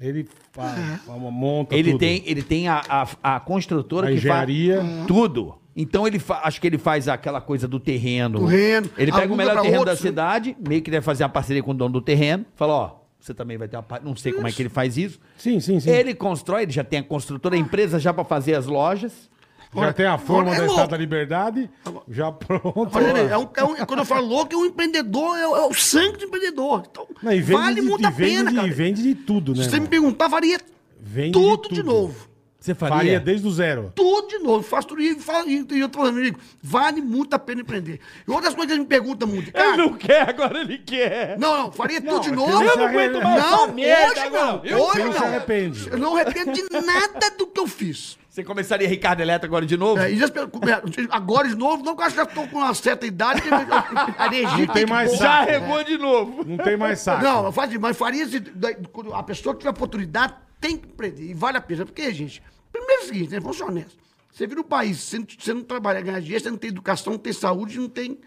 D: Ele fa-
F: É.
D: fa- monta
C: ele
D: tudo.
C: tem, ele tem a, a, a construtora
D: A
C: que
D: engenharia.
C: faz tudo. Então ele fa- acho que ele faz aquela coisa do terreno.
F: Terreno,
C: Ele pega
F: aluga
C: o melhor
F: pra
C: terreno da
F: outros, né?
C: cidade, meio que deve fazer uma parceria com o dono do terreno. Fala, ó, você também vai ter uma parte. Não sei como é que ele faz isso.
D: Sim, sim, sim.
C: Ele constrói, ele já tem a construtora, a empresa já pra fazer as lojas.
D: Já tem a forma
F: Agora é
D: da
F: louco.
D: Estátua da Liberdade, já pronto.
F: Olha, é um- é um- quando eu falo louco, é um empreendedor, é, o- é o sangue do empreendedor. Então,
D: Não, e vende
F: vale
D: de,
F: muito
D: e
F: a
D: vende
F: pena,
D: de,
F: cara.
D: E vende de tudo, né?
F: Se você me
D: mano?
F: perguntar, varia
D: Vende
F: tudo de novo.
C: Você
D: Faria, desde o
F: *laughs*
D: zero.
F: Tudo de novo. Faço tudo e falo, e e eu tô falando, amigo, vale muito a pena empreender. E outras coisas que eles me perguntam muito,
C: Ele
F: cara, não...
C: não quer, agora ele quer.
F: não, faria tudo de
D: é que
F: novo.
D: eu não aguento mais
F: Não,
C: essa merda
F: hoje
C: agora.
F: não.
C: Eu
F: hoje
D: não
F: não.
D: se arrepende.
F: Eu não arrependo de nada do que eu fiz.
C: Você começaria Ricardo Eletro agora de novo?
F: É, e já se perguntam, agora de novo, não, porque eu acho que já estou com uma certa idade. que a energia
D: Não tem
F: que
D: mais
F: pôr.
C: já
D: saco.
F: é.
C: regou de novo.
D: Não tem mais saco.
F: Não, eu faço demais. Faria isso. daí, quando A pessoa que tiver oportunidade tem que empreender. E vale a pena. Porque, gente, primeiro é o seguinte, né? Vamos ser honestos. Você vira um país, você não, você não trabalha, ganha dinheiro, você não tem educação, não tem saúde, não tem,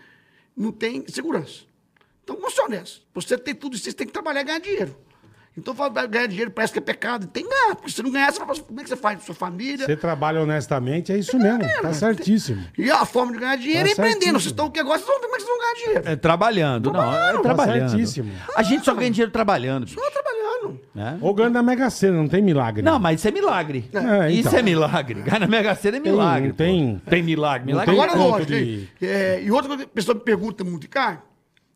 F: não tem segurança. Então, vamos ser honestos. Você tem tudo isso, você tem que trabalhar e ganhar dinheiro. Então, fala, ganhar dinheiro parece que é pecado. Tem que ganhar, porque se não ganhar, você fala, como é que você faz com sua família?
D: Você trabalha honestamente, é isso mesmo. Tá certíssimo.
F: E a forma de ganhar dinheiro
D: Tá
F: é empreendendo.
D: certíssimo.
F: Vocês estão aqui agora, vocês vão ver como é que vocês vão ganhar dinheiro.
C: É, trabalhando, não. É trabalhando.
D: tá certíssimo.
C: A gente só ganha dinheiro trabalhando. bicho,
F: Estão trabalhando.
C: Né?
D: Ou ganha da Mega Sena, não tem milagre.
C: Não, mas isso é milagre.
D: É, então.
C: Isso é milagre. Ganhar na Mega Sena é milagre.
D: não tem-
C: pô. tem milagre. milagre.
F: Agora
D: conta
F: lógico.
D: de-
F: hein? É, e outra coisa que a pessoa me pergunta muito, cara,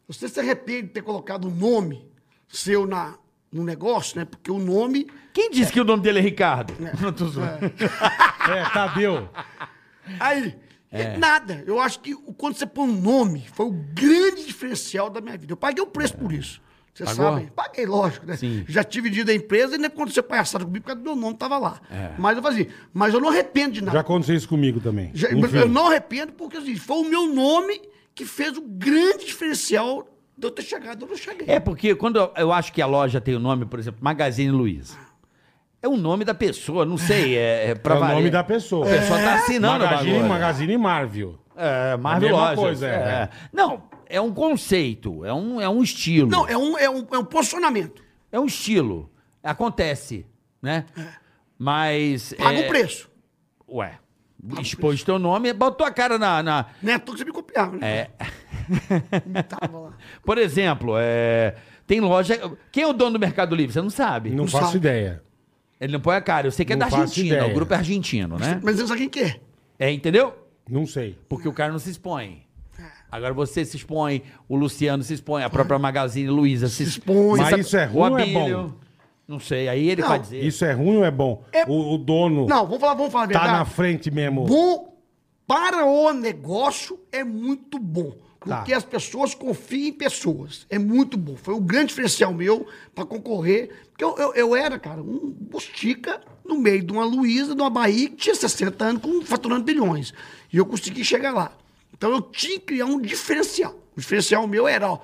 F: você se arrepende de ter colocado o nome seu na, no negócio, né? Porque o nome.
C: Quem disse que o nome dele é Ricardo? Não, tô zoando.
D: É, Tadeu.
F: Aí, é nada. Eu acho que o- quando você põe um nome, foi o grande diferencial da minha vida. Eu paguei o preço por isso. Você
C: Pagou?
F: sabe? Paguei, lógico, né?
C: Sim.
F: Já tive dia da empresa e né, nem aconteceu palhaçada comigo, porque meu nome estava lá.
C: É.
F: Mas eu fazia. Mas eu não arrependo de nada.
D: Já aconteceu isso comigo também. Um
F: Já-
D: Enfim.
F: eu não arrependo, porque assim, foi o meu nome que fez o grande diferencial de eu ter chegado onde eu cheguei.
C: É porque quando eu- eu acho que a loja tem o nome, por exemplo, Magazine Luiza. É o nome da pessoa, não sei. É, é pra
D: É o nome
C: valer.
D: da pessoa.
C: A pessoa tá assinando
D: Magazine,
C: o bagulho.
D: Magazine Marvel.
C: É, Marvel
D: A mesma
C: Lojas,
D: coisa, é.
C: Não, é um conceito, é um, é um estilo.
F: Não, é um, é, um, é um posicionamento.
C: É um estilo. Acontece, né? Mas.
F: Paga
C: é,
F: o preço.
C: Ué. Expôs teu nome, botou a cara na. na-
F: Não é à toa que você me copiava, né? Imitava lá.
C: Por exemplo, é, tem loja. Quem é o dono do Mercado Livre? Você não sabe.
D: Não, faço
F: sabe.
D: ideia.
C: Ele não põe a cara. Eu sei que é
D: Não
C: da
D: faço
C: Argentina.
D: ideia.
C: O grupo é argentino, né?
F: Mas eu não sabe quem que é.
C: É, entendeu?
D: Não sei.
C: Porque o cara não se expõe.
D: É.
C: Agora você se expõe, o Luciano se expõe, a própria Magazine Luiza se,
F: expõe.
C: Você
D: Mas
C: sabe-
D: isso é
C: o
D: ruim ou é
C: Abílio,
D: bom?
C: Não sei, aí ele
F: Não,
C: vai dizer.
D: Isso é ruim ou é bom?
F: É-
D: O, o dono
F: Não, vamos falar, vamos falar a
D: tá
F: verdade.
D: na frente mesmo.
F: Bom para o negócio é muito bom.
D: Tá.
F: Porque as pessoas confiam em pessoas. É muito bom. Foi um grande diferencial meu para concorrer. Porque eu, eu, eu era, cara, um bustica no meio de uma Luísa, de uma Bahia, que tinha 60 anos, com, faturando bilhões. E eu consegui chegar lá. Então eu tinha que criar um diferencial. O diferencial meu era, ó,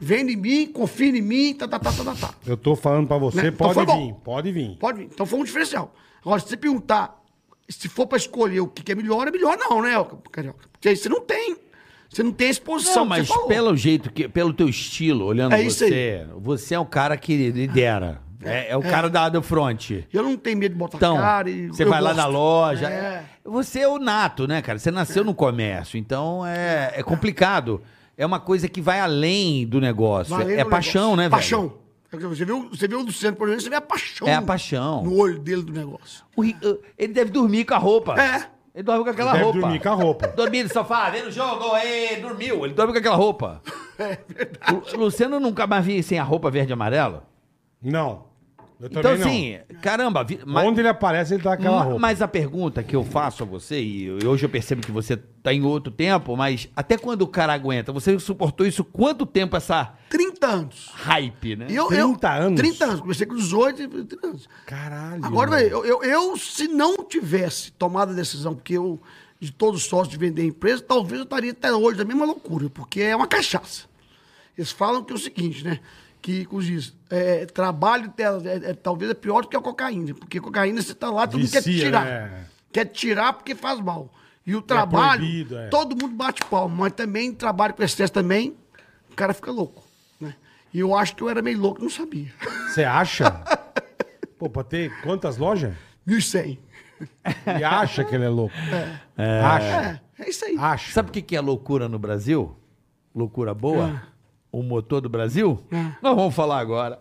F: vem em mim, confia em mim, tá, tá, tá, tá, tá, tá.
D: Eu tô falando pra você,
F: Né? Então
D: pode
F: foi bom.
D: vir, pode vir.
F: Pode vir. Então foi um diferencial. Agora, se você perguntar, se for para escolher o que que é melhor, é melhor não, né, Carioca? Porque aí você não tem. Você não tem a
C: Não,
F: exposição. que
C: mas
F: você falou.
C: pelo jeito, que, pelo teu estilo, olhando
F: É isso
C: você, você é o cara que lidera. É, é o cara da, do front.
F: Eu não tenho medo de botar
C: Então,
F: É cara. e-
C: você
F: eu
C: vai lá
F: gosto.
C: na loja.
F: É.
C: Você é o nato, né, cara? Você nasceu no comércio, então é, é complicado. É uma coisa que vai além do negócio.
F: Vai além
C: é
F: do
C: paixão,
F: negócio.
C: né, velho?
F: Paixão. Você vê, o- você vê o Luciano, por exemplo, você vê a paixão.
C: É a paixão.
F: No olho dele do negócio.
C: O Ri- uh, ele deve dormir com a roupa.
F: É.
C: Ele dorme com aquela
D: Deve
C: roupa.
D: dormir com a roupa.
C: Dormir no sofá, vendo o jogo, ê, dormiu. Ele dorme com aquela roupa.
F: *laughs* É verdade.
C: O Luciano nunca mais vi sem a roupa verde e amarela.
D: Não. Eu também
C: Então,
D: não.
C: assim, caramba, vi- mas,
D: Onde ele aparece, ele tá com aquela
C: ma-
D: roupa.
C: mas a pergunta que eu faço a você, e eu- hoje eu percebo que você tá em outro tempo, mas até quando o cara aguenta? Você suportou isso quanto tempo essa.
F: 30 30 anos.
C: Hype, né?
F: E eu,
D: 30
F: eu,
D: anos?
F: 30 anos. Comecei com 18, e 30 anos.
D: Caralho.
F: Agora,
D: velho.
F: eu, eu, eu, se não tivesse tomado a decisão, porque eu, de todos os sócios, de vender a empresa, talvez eu estaria até hoje da mesma loucura, porque é uma cachaça. Eles falam que é o seguinte, né? Que, como diz, é, trabalho é, é- é- talvez é pior do que a cocaína, porque a cocaína você tá lá, todo mundo quer
D: Vicia,
F: tirar.
D: né?
F: Quer tirar porque faz mal. E o trabalho,
D: proibido, é.
F: todo mundo bate palma, mas também trabalho com excesso também, o cara fica louco. Né? E eu acho que eu era meio louco, não sabia.
C: *laughs*
D: Você
F: *laughs*
D: acha? Pô, pra ter quantas lojas?
F: 1.100.
D: E acha que ele é louco. Acha.
F: É, é isso aí.
D: Acha.
C: Sabe o que que é loucura no Brasil? Loucura boa? O motor do Brasil? Nós vamos falar agora.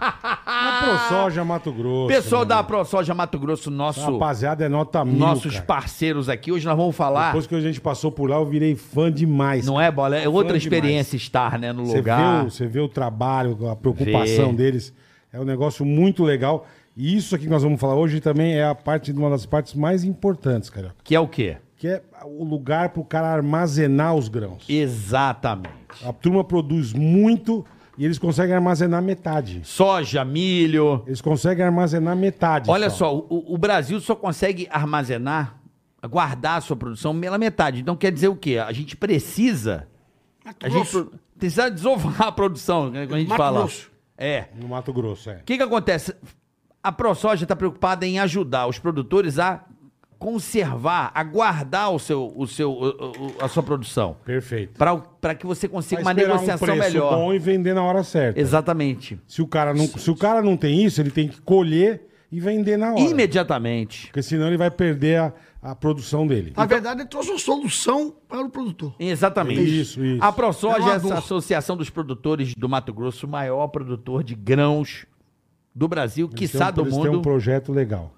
D: A ProSoja Mato Grosso.
C: Ah. Pessoal
D: meu
C: da
D: irmão.
C: ProSoja Mato Grosso, nosso,
D: Rapaziada, é nota mil,
C: nossos
D: cara.
C: parceiros aqui, hoje nós vamos falar.
D: Depois que a gente passou por lá, eu virei fã demais.
C: Não é, Bola? É outra
D: Fã
C: experiência estar, né, no
D: Você vê,
C: lugar.
D: o, você vê o trabalho, a preocupação
C: Vê.
D: deles. É um negócio muito legal. E isso aqui que nós vamos falar hoje também é a parte uma das partes mais importantes, cara.
C: Que é o quê?
D: Que é o lugar pro cara armazenar os grãos.
C: Exatamente.
D: A turma produz muito e eles conseguem armazenar metade.
C: Soja, milho.
D: Eles conseguem armazenar metade.
C: Olha só, o, o Brasil só consegue armazenar, guardar a sua produção pela metade. Então quer dizer o quê? A gente precisa.
F: Mato
C: A gente
F: Grosso.
C: pro- precisa desovar a produção, né, quando a gente
F: Mato
C: fala.
F: Grosso.
C: É.
D: No Mato Grosso, é.
C: O que, que acontece? A ProSoja está preocupada em ajudar os produtores a conservar, a guardar o seu, o seu, o- o- a sua produção.
D: Perfeito.
C: Para que você consiga uma
D: Vai
F: um
D: esperar um
C: negociação melhor.
D: bom e vender na hora certa.
C: Exatamente.
D: Se o, cara não, se o cara não tem isso, ele tem que colher e vender na hora.
C: Imediatamente.
D: Porque senão ele vai perder a, a produção dele.
F: Na verdade, ele trouxe uma solução para o produtor.
C: Exatamente.
D: Isso, isso.
C: A ProSoja é
F: É uma
C: essa
F: dor.
C: associação dos produtores do Mato Grosso, o maior produtor de grãos do Brasil,
D: Eles
C: quiçá
D: têm um-
C: do
D: eles têm um
C: mundo.
D: projeto legal.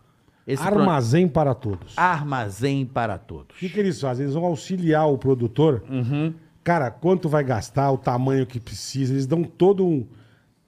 C: Esse pro-
D: Armazém para todos.
C: Armazém para
D: O
C: todos.
D: que, que eles fazem? Eles vão auxiliar o produtor.
C: Uhum.
D: Cara, quanto vai gastar, o tamanho que precisa. Eles dão todo um.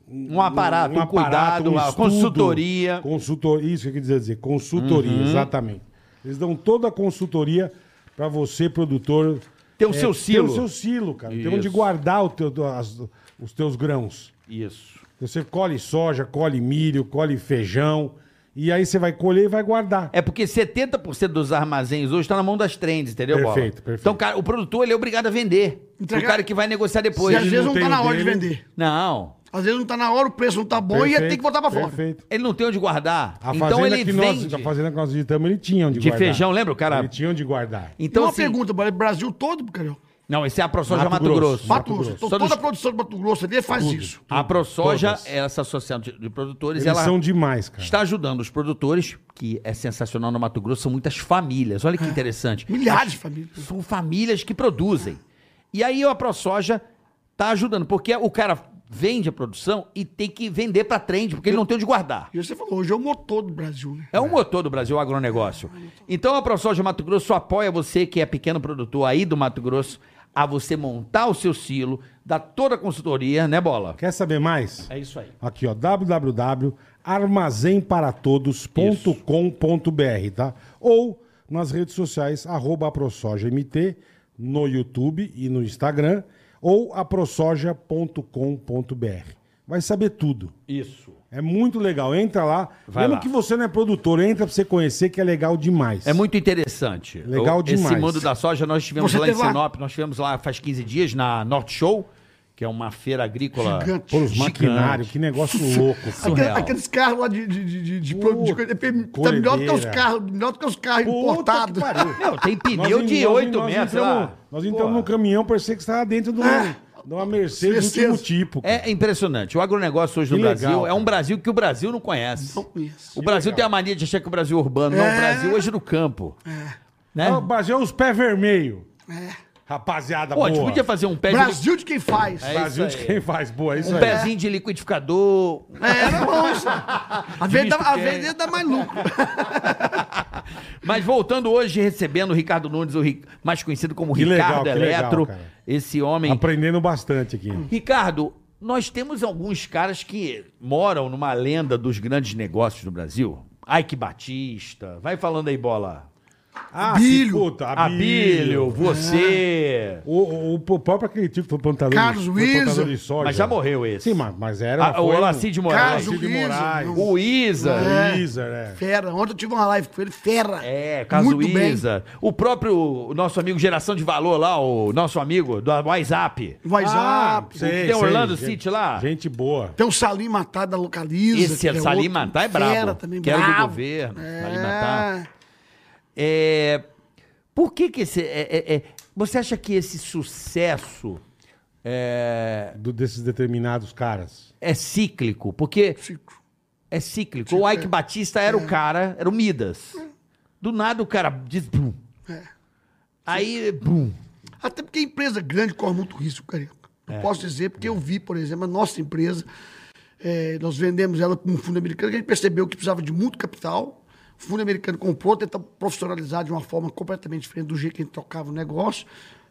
C: Um aparato, um, cuidado, uma
D: estudo.
C: consultoria. Uhum.
D: Consultor, isso que eu quis dizer, consultoria, exatamente. Eles dão toda a consultoria para você, produtor. é,
C: Ter o seu silo.
D: Ter o seu silo, cara. Ter
C: Isso.
D: onde guardar o teu- as- os teus grãos.
C: Isso.
D: Você colhe soja, colhe milho, colhe feijão. E aí você vai colher e vai guardar.
C: É porque 70% dos armazéns hoje está na mão das trends, entendeu, Bola?
D: Perfeito, perfeito.
C: Então, cara, o produtor ele é obrigado a vender.
F: Entregar-
C: O cara que vai negociar
F: e
C: depois.
F: às
D: ele
F: vezes
D: não
F: não tá
D: tem
F: na
D: o
F: hora de
D: dele.
F: vender.
C: Não.
F: Às vezes não tá na hora, o preço não tá bom e ele tem que botar pra fora.
D: Perfeito.
C: Ele não tem onde guardar.
D: A fazenda,
C: então ele
D: que
C: vende.
D: nós, a fazenda que nós visitamos, ele tinha onde
C: De
D: guardar.
C: feijão, lembra o cara?
D: Ele tinha onde guardar.
F: Então,
C: Então,
F: uma
C: assim,
F: pergunta, para o Brasil todo, Carol.
C: Não, esse é a ProSoja
D: Mato
C: Mato
D: Grosso.
C: Grosso.
F: Mato,
D: Mato
F: Grosso.
D: Grosso.
F: Então,
C: Só
F: toda
C: dos-
F: a produção do Mato Grosso ali faz isso.
C: A ProSoja, é
D: todas.
C: essa associação de de produtores,
D: Eles
C: ela
D: são demais, cara.
C: está ajudando os produtores, que é sensacional no Mato Grosso, são muitas famílias. Olha que interessante.
F: Milhares de famílias.
C: São famílias que produzem. E aí a ProSoja está ajudando, porque o cara vende a produção e tem que vender para trend, porque ele não tem onde guardar.
F: E você falou, hoje é o motor do Brasil, né?
C: É o motor do Brasil, o agronegócio. Então a ProSoja Mato Grosso apoia você que é pequeno produtor aí do Mato Grosso a você montar o seu silo, dar toda a consultoria, né, Bola?
D: Quer saber mais?
C: É isso aí.
D: Aqui, ó, www.armazenparatodos.com.br, tá? Ou nas redes sociais, arroba ProSojaMT, no YouTube e no Instagram, ou aprosoja.com.br. Vai saber tudo.
C: Isso.
D: É muito legal. Entra lá.
C: Vai
D: Mesmo
C: lá.
D: que você não é produtor, entra pra você conhecer que é legal demais.
C: É muito interessante.
D: Legal
C: Eu- Esse
D: demais.
C: mundo da soja, nós estivemos
F: Você
C: lá em
F: teve lá?
C: Sinop, nós estivemos lá faz 15 dias na Norte Show, que é uma feira agrícola.
F: Gigante.
D: Pô, os
C: Gigante.
D: maquinários, que *laughs* negócio louco. cara.
F: Aquele-
C: surreal.
F: aqueles carros lá de. de, de, de, de, pro- de coisa- tá melhor do que os
D: colhedeira.
F: carros, melhor do que os carros
D: Puta
F: importados.
D: que pariu.
C: Não, tem
D: Nós
C: pneu
D: en-
C: de
D: nós en-
C: 8
D: nós
C: metros
D: entramos-
C: lá.
D: Nós entramos num caminhão, parecia que você estava dentro de, um- de uma Mercedes do
F: Mercedes.
D: último tipo. cara.
C: É impressionante. O agronegócio hoje no
D: Que
C: Brasil
D: legal,
C: é um
D: cara.
C: Brasil que o Brasil não conhece.
F: Não conheço.
C: O Brasil tem a mania de achar que o Brasil é urbano. Não, o Brasil hoje no campo. Né?
D: Ah, O Brasil é os pés vermelhos. Rapaziada,
C: Pô, a
D: boa.
C: gente podia fazer um pé de...
F: Brasil de quem faz.
C: É
D: Brasil
C: isso
D: de
C: aí.
D: quem faz, boa, é isso
C: Um
D: aí.
C: pezinho de liquidificador. *laughs*
F: É, era bom isso. Às vezes dá- às vezes dá mais lucro.
C: Mas voltando hoje, recebendo o Ricardo Nunes, o Ri- mais conhecido como
D: Que legal,
C: Ricardo
D: que legal,
C: Eletro.
D: cara.
C: esse homem.
D: Aprendendo bastante aqui.
C: Ricardo, nós temos alguns caras que moram numa lenda dos grandes negócios do Brasil. Ike Batista. Vai falando aí, bola.
D: Ah, que
F: Bilho.
D: puta,
C: Abílio, você.
F: Ah.
D: O, o, o próprio aquele tipo foi plantador,
F: Carlos
D: de, foi plantador
F: Wilson.
D: de soja.
C: Mas já morreu esse.
D: Sim, mas, mas era...
C: Ah, o
D: foi um-
C: Olacir de Moraes.
F: Carlos
D: Olacir de
F: Wilson,
D: Moraes.
F: não.
C: O Isa.
F: É.
D: Weezer, é.
F: Fera. Ontem eu tive uma live com ele, fera.
C: É, caso
F: Muito bem.
C: Isa. O próprio o nosso amigo Geração de Valor lá, o nosso amigo do WhatsApp. Ah,
F: WhatsApp.
D: sei,
C: que tem Orlando
D: gente-
C: City lá?
D: Gente boa.
F: Tem o Salim Matar da Localiza.
C: Esse é
F: que
C: Salim
F: outro
C: Matar é
F: Fera
C: brabo.
F: também,
C: Que era do
F: brabo.
C: governo,
F: É.
C: Salim Matar. É, por que que esse... é- é- é- você acha que esse sucesso é,
D: Do, desses determinados caras.
C: é cíclico? Porque
F: Cíclico.
C: é cíclico. O Ike Batista era
F: É.
C: o cara, era o Midas. Do nada o cara diz... Bum. Aí... Bum.
F: é. Até porque empresa grande corre muito risco, Carioca.
C: É.
F: Eu posso dizer, porque eu vi, por exemplo, a nossa empresa, eh, nós vendemos ela para um fundo americano, que a gente percebeu que precisava de muito capital. O fundo americano comprou, tentou profissionalizar de uma forma completamente diferente do jeito que a gente tocava o negócio.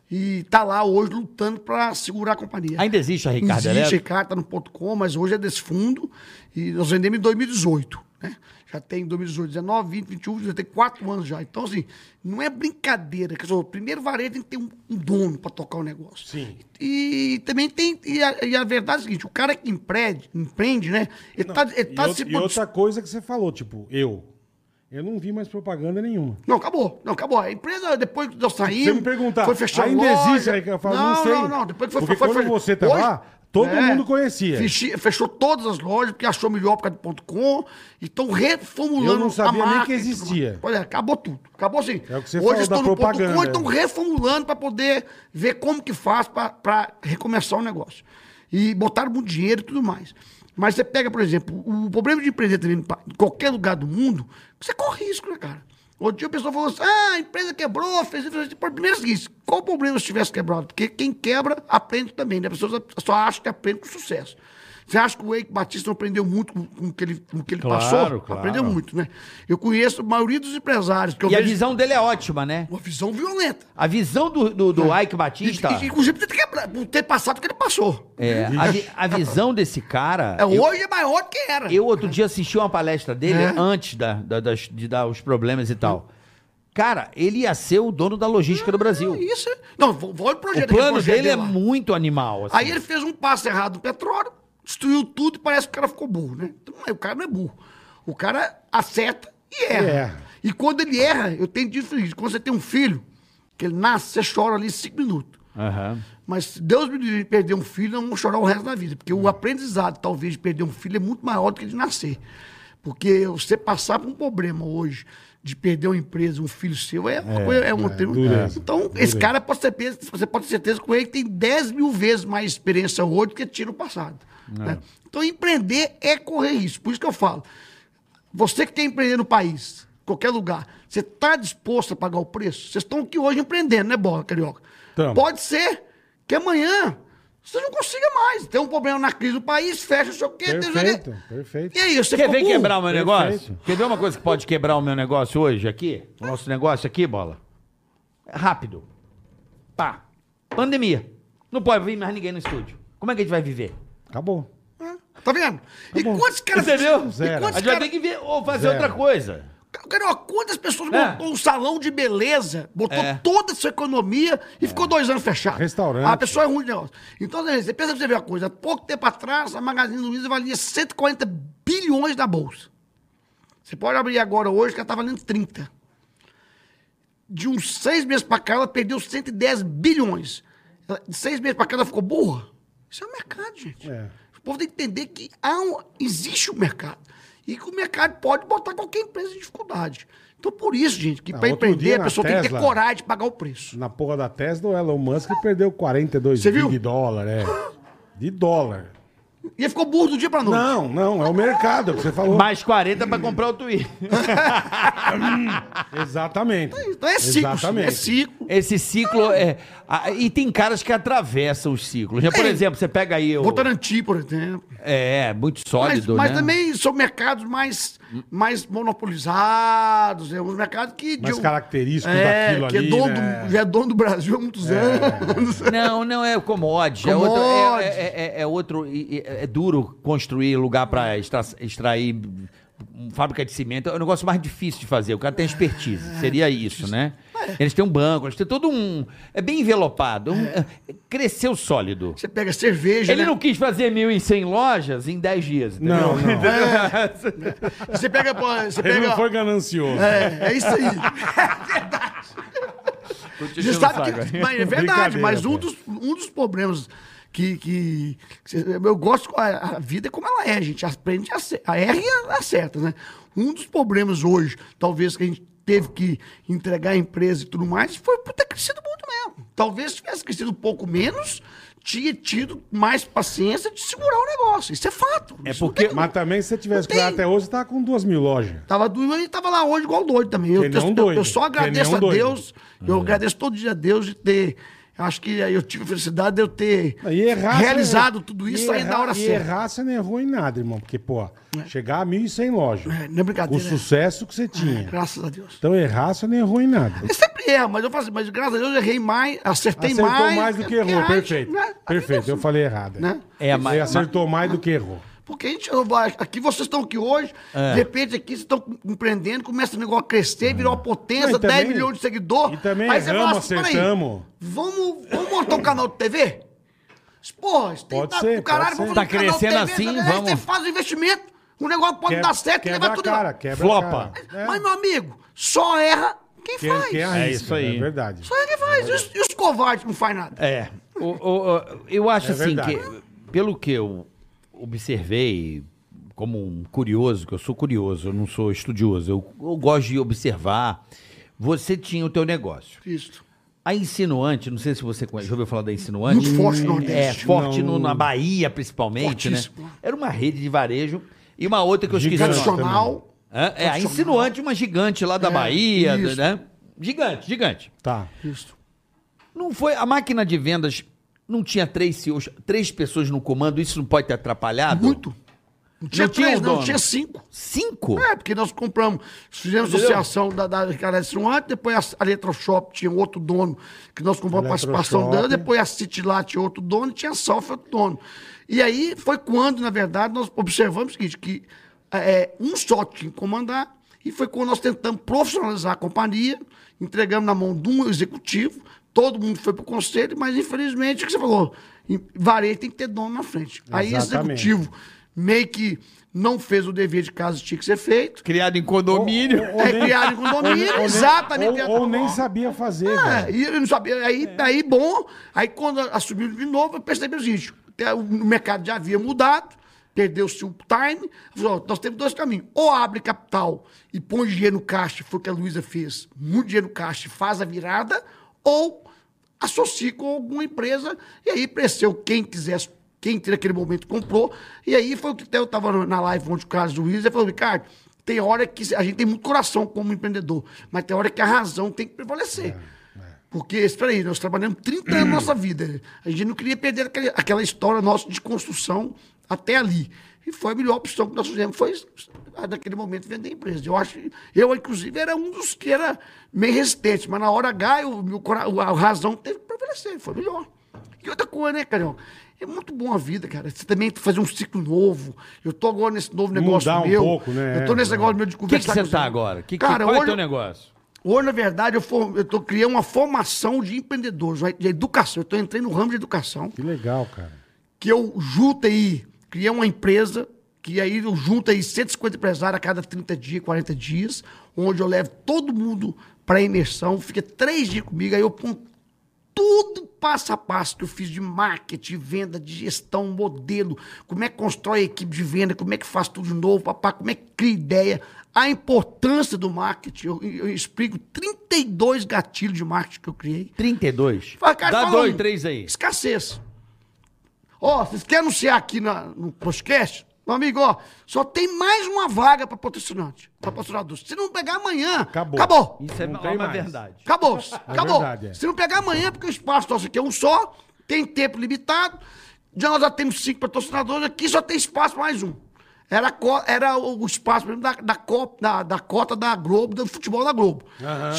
F: E está lá hoje lutando para segurar a companhia.
C: Ainda existe a Ricardo
F: Existe,
C: Eletro?
F: Ricardo tá no ponto .com, mas hoje é desse fundo. E nós vendemos em 2018, né? Já tem 2018, 19, 20, 21, já tem quatro anos já. Então, assim, não é brincadeira. Quer dizer, o primeiro varejo tem que ter um, um dono para tocar o negócio.
D: Sim.
F: E também tem... E a, e a verdade é o seguinte, o cara que empreende, empreende né? Ele está tá, ele
D: E,
F: tá
D: outra,
F: se...
D: e outra coisa que você falou, tipo, eu. Eu não vi mais propaganda nenhuma.
F: Não, acabou. Não, acabou. A empresa, depois que nós saímos...
D: Você me perguntar,
F: Foi fechar
D: ainda
F: loja.
D: existe aí que eu falo, não, sei.
F: Não, não, Depois que foi,
D: Porque
F: foi
D: quando
F: fe-
D: você tava
F: Hoje-
D: lá, todo mundo conhecia.
F: Fechou, fechou todas as lojas, porque achou melhor por causa do ponto .com. E estão reformulando
D: Eu não sabia
F: a
D: nem
F: marca.
D: que
F: e tudo mais.
D: existia.
F: Olha, é, acabou tudo. Acabou assim.
D: É o que você
F: Hoje
D: falou da
F: estão no ponto .com então e
D: propaganda.
F: estão reformulando para poder ver como que faz para recomeçar o negócio. E botaram muito dinheiro e tudo mais. Mas você pega, por exemplo, o problema de empreender também em pa- em qualquer lugar do mundo, você corre risco, né, cara? Outro dia a pessoa falou assim, ah, a empresa quebrou, fez isso, fez isso. Primeiro é o seguinte, qual o problema se tivesse quebrado? Porque quem quebra aprende também, né? A pessoa só- só acha que aprende com sucesso. Você acha que o Eike Batista não aprendeu muito com com o que ele, com o que ele
C: Claro,
F: passou?
C: claro.
F: Aprendeu muito, né? Eu conheço a maioria dos empresários que eu
C: E a
F: vejo
C: visão dele é ótima, né?
F: uma visão violenta.
C: A visão do, do, do
F: É.
C: Ike Batista.
F: E- e- inclusive, por ter, quebra- por ter passado o que ele passou.
C: Tá. É, a, vi- a visão desse cara.
F: É,
C: eu,
F: hoje é maior do que era.
C: eu outro dia assisti uma palestra dele
F: É.
C: antes da, da- das- de dar os problemas e tal. Cara, ele ia ser o dono da logística do Brasil.
F: Não, Isso é... Não, vou, vou olhar o projeto.
C: O plano
F: aquele projeto
C: dele é
F: lá.
C: muito animal. assim.
F: Aí ele fez um passo errado no petróleo, destruiu tudo e parece que o cara ficou burro, né? Então, não é, o cara não é burro. O cara acerta e erra.
D: erra.
C: É.
F: E quando ele erra, eu tenho dito isso. Quando você tem um filho, que ele nasce, você chora ali cinco minutos.
C: Aham.
F: Mas se Deus me livre de perder um filho, eu não vou chorar o resto da vida. Porque o aprendizado, talvez, de perder um filho é muito maior do que de nascer. Porque você passar por um problema hoje de perder uma empresa, um filho seu, é uma coisa. É uma, tem-
D: dureza,
F: então, esse cara pode ter certeza, você pode ter certeza que ele tem 10 mil vezes mais experiência hoje do que tinha no passado. né? Então, empreender é correr risco. Por isso que eu falo. Você que tem empreender no país, qualquer lugar, você está disposto a pagar o preço? Vocês estão aqui hoje empreendendo, né, Bola Carioca?
D: Tamo.
F: Pode ser que amanhã você não consiga mais. Tem um problema na crise do país, fecha o seu quê. tem- um
D: Perfeito, perfeito.
F: E aí, você
C: Quer
F: ficou
C: ver
F: burro?
C: quebrar o meu
D: Perfeito.
C: negócio? Quer ver uma coisa que pode quebrar o meu negócio hoje aqui? O nosso negócio aqui, bola? É Rápido. Pá. Pandemia. Não pode vir mais ninguém no estúdio. Como é que a gente vai viver?
D: Acabou.
F: Tá vendo? e
D: bom.
F: quantos caras...
C: Entendeu?
F: E
D: Zero.
C: A
F: quantos
C: gente vai ter
F: caras...
C: que ver ou fazer
D: Zero.
C: outra coisa.
F: Carioca, quantas pessoas
C: É.
F: montou um salão de beleza, botou
C: É.
F: toda a sua economia e ficou dois anos fechado?
D: Restaurante.
F: A pessoa é ruim de negócio. Então, né, você pensa pra você ver uma coisa. Há pouco tempo atrás, a Magazine Luiza valia 140 bilhões da bolsa. Você pode abrir agora hoje que ela tá valendo 30. De uns seis meses pra cá, ela perdeu 110 bilhões. Ela- De seis meses pra cá, ela ficou burra. Isso é o mercado, gente.
D: É.
F: O povo tem que entender que há um- existe o mercado. E que o mercado pode botar qualquer empresa em dificuldade. Então, por isso, gente, que
D: Ah,
F: para
D: outro
F: empreender,
D: dia
F: a
D: na
F: pessoa tem que ter
D: Tesla-
F: coragem de pagar o preço.
D: Na porra da Tesla, o Elon Musk perdeu 42
F: Você
D: mil
F: viu?
D: de dólar, é. De dólar.
F: E ele ficou burro do dia pra noite.
D: Não, não, é o mercado, é o que você falou.
C: Mais 40 pra comprar o Twitter.
D: Exatamente.
F: Então é ciclo,
D: Exatamente.
F: é ciclo.
C: Esse ciclo é. ah, E tem caras que atravessam os ciclos. né? Por
F: Tem.
C: exemplo, você pega aí o.
F: Votorantim, por exemplo.
C: É, muito
F: Mas,
C: sólido.
F: mas
C: né?
F: também são mercados mais, mais monopolizados, é uns mercados que... de
D: Mais
F: um-
D: característicos
F: é,
D: daquilo
F: que
D: ali,
F: é dono
D: né? É.
F: do, já é dono do Brasil há muitos anos. *laughs*
C: Não, não é commodity. É outro, é,
F: Commodity.
C: é- é- é outro- e- e- é duro construir lugar pra extra- extrair um fábrica de cimento, é um negócio mais difícil de fazer. O cara tem
F: É.
C: expertise. Seria isso, né? Eles têm um banco, eles têm todo um. É bem envelopado. um- Cresceu sólido.
F: Você pega cerveja,
C: Ele
F: É. né?
C: não quis fazer 1.100 lojas em 10 dias. entendeu?
D: Não, não.
F: Você pega... pô, Você
D: Ele
F: pega...
D: não foi ganancioso.
F: É, é isso aí. Você sabe que, mas é verdade,
D: Brincadeira,
F: mas um
D: pô.
F: dos, um dos problemas que, que, que cê- eu gosto, a, a vida é como ela é, a gente aprende, a, ce- a erra e a- acerta, né? Um dos problemas hoje, talvez, que a gente teve que entregar a empresa e tudo mais, foi por ter crescido muito mesmo. Talvez se tivesse crescido um pouco menos, tinha tido mais paciência de segurar o negócio. Isso é fato.
C: É
F: Isso não
C: porque-
F: tem-
D: Mas também, se você tivesse
F: Não tem-
D: criado até hoje, você tava com duas mil lojas.
F: Tava doido e tava lá hoje igual doido também. Eu,
D: Que não
F: eu-
D: doido.
F: eu só
D: Que
F: agradeço
D: não
F: a
D: doido. É.
F: Deus. Eu agradeço todo dia a Deus de ter. Acho que eu tive a felicidade de eu ter
D: E errar,
F: realizado
D: você-
F: tudo isso
D: e
F: saindo
D: errar-
F: da hora
D: e
F: certa.
D: errar, você não errou em nada, irmão. Porque, pô, chegar a 1.100 lojas.
F: É, não é
D: com o
F: brincadeira. É,
D: sucesso que você tinha.
F: Graças a Deus.
D: Então, errar, você não errou em nada.
F: Eu sempre erro, mas eu faço, mas graças a Deus eu errei mais, acertei
D: Acertou mais,
F: mais.
D: do que
F: porque
D: errou.
F: a gente,
D: Perfeito.
F: né, a vida
D: Perfeito,
F: assim,
D: eu falei errado.
F: Né?
C: É,
D: Você
C: mas,
D: acertou mais do que errou.
F: Porque a gente, eu vou- aqui vocês estão aqui hoje,
D: É.
F: de repente aqui vocês estão empreendendo, começa o negócio a crescer, virou uma
D: Não,
F: potência,
D: e também-
F: 10 milhões de seguidores.
D: e também
F: aí você fala
D: erramos,
F: assim, "Peraí,
D: acertamos."
F: Vamos, vamos montar um canal de TV? Porra, isso tem
D: Pode
F: que dar
D: ser,
F: pro caralho,
D: pode ser.
F: vamos
C: Tá
F: montar um canal de
C: crescendo
F: TV,
C: assim,
F: aí Você
C: vamos.
F: faz o investimento, o negócio pode
D: Quebra-
F: dar certo,
D: quebra
F: levar tudo
D: a cara,
F: embora.
D: quebra
C: Flopa.
D: a cara.
F: Mas, meu amigo, só erra quem,
D: Quem,
F: faz.
D: quem arrisca,
C: É isso aí.
D: É verdade.
F: Só erra quem faz. E os, e os covardes que não faz nada?
C: É. O- o- o- eu acho
D: É
C: assim
D: verdade.
C: que, pelo que eu observei, como um curioso, que eu sou curioso, eu não sou estudioso, eu, eu gosto de observar. Você tinha o teu negócio.
D: É.
F: Isso.
C: A Insinuante, não sei se você conhece, já ouviu falar da Insinuante?
F: Muito forte no
C: É,
F: Nordeste.
C: forte no- na Bahia, principalmente,
F: Fortíssimo.
C: né? Era uma rede de varejo e uma outra que eu esqueci. o nome.
F: Tradicional.
C: Hã? É, a Insinuante, uma gigante lá da Bahia,
F: É, isso.
C: né? Gigante, gigante.
D: Tá.
F: Isso.
C: Não foi. A máquina de vendas não tinha três CEOs, três pessoas no comando, isso não pode ter atrapalhado?
F: Muito. Não tinha
C: tinha
F: três,
C: um
F: não,
C: dono.
F: tinha cinco.
C: Cinco?
F: É, porque nós compramos, fizemos associação da, da Restaurante, depois a, a Eletroshop tinha um outro dono, que nós compramos a participação
D: Eletroshop.
F: dela, depois a City lá tinha outro dono, e tinha a Salf outro dono. E aí foi quando, na verdade, nós observamos o seguinte, que é, um só tinha que comandar, e foi quando nós tentamos profissionalizar a companhia, entregamos na mão de um executivo, todo mundo foi para o conselho, mas infelizmente, o que você falou, em- varejo tem que ter dono na frente. Aí esse
D: Exatamente.
F: executivo meio que não fez o dever de casa que tinha que ser feito,
C: Criado em condomínio.
F: é criado em condomínio, *laughs* exatamente.
D: Ou,
F: criado em
D: ou nem
F: condomínio.
D: sabia fazer,
F: É,
D: velho.
F: e eu não sabia. Aí, daí, bom. Aí, quando assumiu de novo, eu percebi o seguinte: até o mercado já havia mudado, perdeu-se o time. Eu falei, ó, nós temos dois caminhos. Ou abre capital e põe dinheiro no caixa, foi o que a Luísa fez, muito dinheiro no caixa e faz a virada, ou associa com alguma empresa, e aí cresceu quem quisesse, quem naquele momento comprou, e aí foi o que até eu estava na live onde o Carlos Luiz, ele falou, Ricardo, tem hora que a gente tem muito coração como empreendedor, mas tem hora que a razão tem que prevalecer.
D: É.
F: Porque, espera aí, nós trabalhamos 30 anos da nossa vida, a gente não queria perder aquele- aquela história nossa de construção até ali. E foi a melhor opção que nós fizemos, foi ah, naquele momento vender a empresa. Eu acho, que- eu inclusive era um dos que era meio resistente, mas na hora H eu, meu, cora- a razão teve que prevalecer, foi melhor. E outra coisa, né, Carol? É muito bom a vida, cara. Você também fazer um ciclo novo. Eu tô agora nesse novo negócio
D: Mudar um
F: meu.
D: pouco, né?
F: Eu tô nesse
D: É,
F: negócio meu de
C: O que, que
F: conversar
C: você
F: com os
C: tá
F: amigos.
C: agora? Que, que-
F: cara,
C: qual é o
F: hoje-
C: teu negócio?
F: Hoje, na verdade, eu, for, eu tô criando uma formação de empreendedores, vai- de educação. Eu tô entrando no ramo de educação,
D: Que legal, cara.
F: que eu junto aí, criei uma empresa, que aí eu junto aí 150 empresários a cada 30 dias, 40 dias, onde eu levo todo mundo para imersão, fica três dias comigo, aí eu ponho tudo passo a passo que eu fiz de marketing, venda, de gestão, modelo, como é que constrói a equipe de venda, como é que faz tudo de novo, papá, como é que cria ideia, a importância do marketing. Eu, eu explico 32 gatilhos de marketing que eu criei.
C: 32.
F: Fala, cara,
C: Dá
F: fala
C: dois,
F: um.
C: três aí.
F: Escassez. Ó, vocês querem anunciar aqui na- no podcast? Meu amigo, ó, só tem mais uma vaga para patrocinante, para patrocinador. Se não pegar amanhã,
D: Acabou.
F: acou.
C: Isso é
D: Não tem
C: uma
D: mais.
C: verdade.
F: Acabou. acabou.
D: verdade, é.
F: Se não pegar amanhã, porque o espaço nosso aqui é um só, tem tempo limitado. Já nós já temos cinco patrocinadores aqui, só tem espaço mais um. Era, a co- era o o espaço mesmo da, da, co- da- da cota da Globo, do futebol da Globo.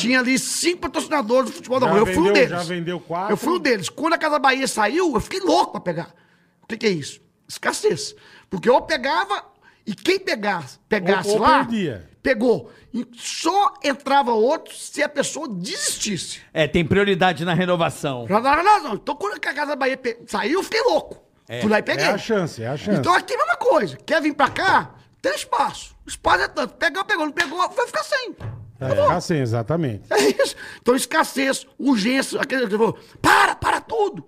F: Tinha ali cinco patrocinadores do futebol da
D: Já
F: Globo. Eu fui um
D: vendeu-
F: deles.
D: já vendeu quatro.
F: Eu fui um deles. Quando a Casa Bahia saiu, eu fiquei louco pra pegar. O que, que é isso? Escassez. Porque eu pegava E quem pegasse, pegasse
D: Ou- ou
F: lá,
D: perdia.
F: pegou. E só entrava outro se a pessoa desistisse.
C: É, tem prioridade na renovação.
F: Já dava razão. Então, quando a Casa Bahia pe- saiu, eu fiquei louco. Fui lá e peguei.
D: É a chance, é a chance.
F: Então aqui é a mesma coisa. Quer vir pra cá? Tem espaço. Espaço é tanto. Pegou, pegou, não pegou, vai ficar sem.
D: É assim, exatamente.
F: É isso. Então, escassez, urgência, aquele que falou, para, para tudo.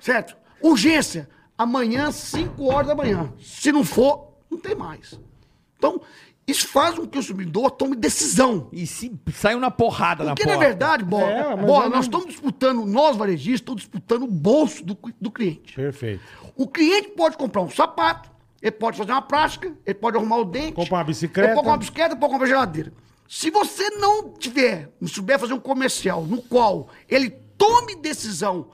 F: Certo? Urgência, amanhã, 5 horas da manhã. Se não for, não tem mais. Então, isso faz com que o consumidor tome decisão.
C: E se saiu na porrada
F: Porque,
C: na
F: na
C: porta.
F: verdade, bola,
D: É, mas
F: bola
D: eu não-
F: nós estamos disputando, nós varejistas, estamos disputando o bolso do, do cliente.
D: Perfeito.
F: O cliente pode comprar um sapato, ele pode fazer uma prática, ele pode arrumar o dente.
D: Comprar uma bicicleta.
F: Ele pode comprar uma bicicleta, pode comprar uma geladeira. Se você não tiver, não souber fazer um comercial no qual ele tome decisão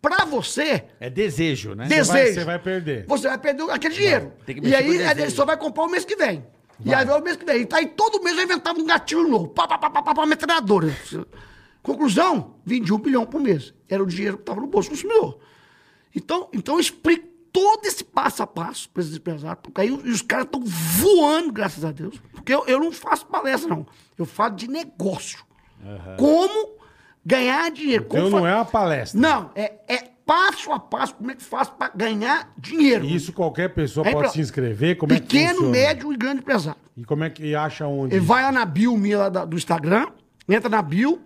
F: pra você,
C: É desejo, né?
F: desejo.
D: vai- você vai perder.
F: Você vai perder aquele dinheiro.
C: Tem que
F: e
C: mexer com
F: aí
C: desejo.
F: ele só vai comprar o mês que vem. E aí vai o mês que vem. E tá aí todo mês eu inventava um gatilho novo. Pá, pá, pá, pá, pá, pá, metralhadora. Conclusão, vendi um bilhão por mês. Era o dinheiro que estava no bolso do consumidor. Então, então eu explico todo esse passo a passo para esses empresários, porque aí os e os caras estão voando, graças a Deus. Porque eu, eu não faço palestra, não. Eu falo de negócio. Como ganhar dinheiro. Como
D: Então não
F: fa-
D: é uma palestra.
F: não, é, é passo a passo como é que faz para ganhar dinheiro.
D: Isso qualquer pessoa
F: É
D: pode
F: pra-
D: se inscrever. Como é que
F: Pequeno,
D: funciona?
F: médio e grande empresário.
D: E como é que e acha onde?
F: Ele vai lá na bio minha lá da- do Instagram, entra na bio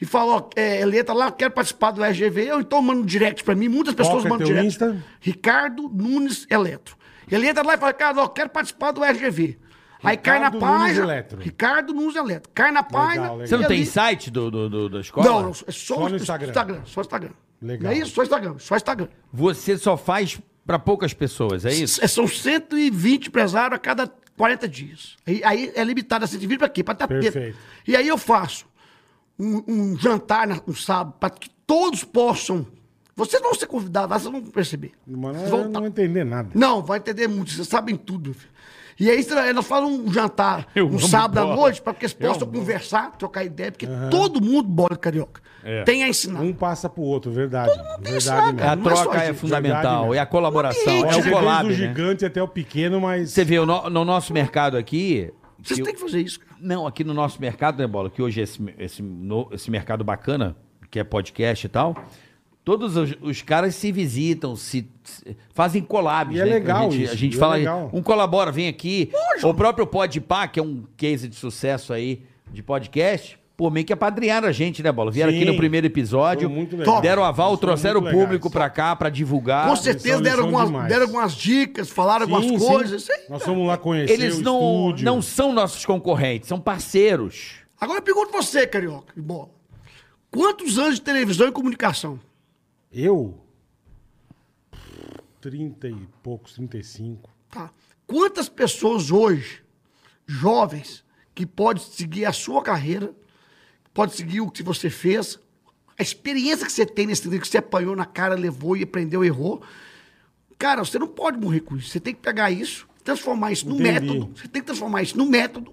F: e fala, ó, é, ele entra lá, quero participar do RGV, ou então manda um direct pra mim, muitas pessoas
D: que é
F: mandam
D: teu
F: direct.
D: Insta?
F: Ricardo Nunes Eletro. Ele entra lá e fala, cara, ó, quero participar do RGV. Aí cai na
D: Ricardo Nunes
F: página.
D: Eletro.
F: Ricardo Nunes Eletro. Cai na página.
D: legal.
C: Você não
F: e
C: tem
F: ali-
C: site do, do- do- da escola?
F: Não, não, é só,
D: no Instagram.
F: o Instagram. Instagram. Só o Instagram.
D: Legal.
F: Não é isso? Só Instagram, só Instagram.
C: Você só faz pra poucas pessoas, é isso?
F: S- São 120 empresários a cada 40 dias. Aí, aí é limitado a 120 para quê? Para tapete.
D: Perfeito.
F: E aí eu faço um, um jantar na- no sábado para que todos possam. Vocês vão ser convidados, lá, vocês vão perceber.
D: Mano,
F: Vocês
D: eu
F: vão
D: não
F: tá-
D: vou entender nada.
F: não, vai entender muito, vocês sabem tudo. filho. E aí você- nós fazemos um jantar
C: Eu
F: no
C: amo
F: sábado
C: bola.
F: à noite para que eles
C: Eu
F: possam
C: amo
F: conversar, trocar ideia, porque todo mundo bola carioca. Tem a ensinar.
D: Um passa pro outro, verdade. Verdade
F: sabe,
C: A
F: Não
D: mesmo.
F: é só
C: troca é,
F: isso,
D: verdade
C: fundamental,
D: mesmo.
C: é a
F: né?
C: colaboração,
F: Não
D: É
C: é
F: tem
D: o
C: o
F: jeito.
D: collab,
C: collab,
D: do
C: né?
D: gigante até o pequeno, mas
C: Você vê, no, no nosso mercado aqui...
F: Vocês
C: que
F: têm que fazer isso, cara.
C: Não, aqui no nosso mercado, né, Bola? Que hoje é esse, esse, no- esse mercado bacana, que é podcast e tal, todos os, os caras se visitam, se, se- fazem collabs.
D: E é
C: né?
D: legal
C: A gente,
D: isso,
C: a gente
D: e é
C: fala,
D: legal.
C: um colabora, vem aqui. O próprio Podpah, que é um case de sucesso aí de podcast, pô, meio que apadrinharam a gente, né, Bola? Vieram
D: Sim.
C: aqui no primeiro episódio,
D: Foi muito legal.
C: deram aval,
D: Eles foram
C: trouxeram o
D: muito legais.
C: público pra cá pra divulgar.
F: Com certeza
D: lição
F: deram algumas,
D: demais.
F: deram algumas dicas, falaram
D: Sim,
F: algumas
D: sim.
F: coisas. Isso aí,
D: Nós fomos lá conhecer
C: Eles
D: o
C: não,
D: estúdio.
C: não são nossos concorrentes, são parceiros.
F: Agora eu pergunto você, Carioca, e bola. Quantos anos de televisão e comunicação?
D: Eu? 30 e poucos, 35.
F: Tá. Quantas pessoas hoje, jovens, que podem seguir a sua carreira, pode seguir o que você fez, a experiência que você tem nesse livro, que você apanhou na cara, levou e aprendeu, errou. Cara, você não pode morrer com isso. Você tem que pegar isso, transformar isso num
D: Entendi.
F: método. Você tem que transformar isso num método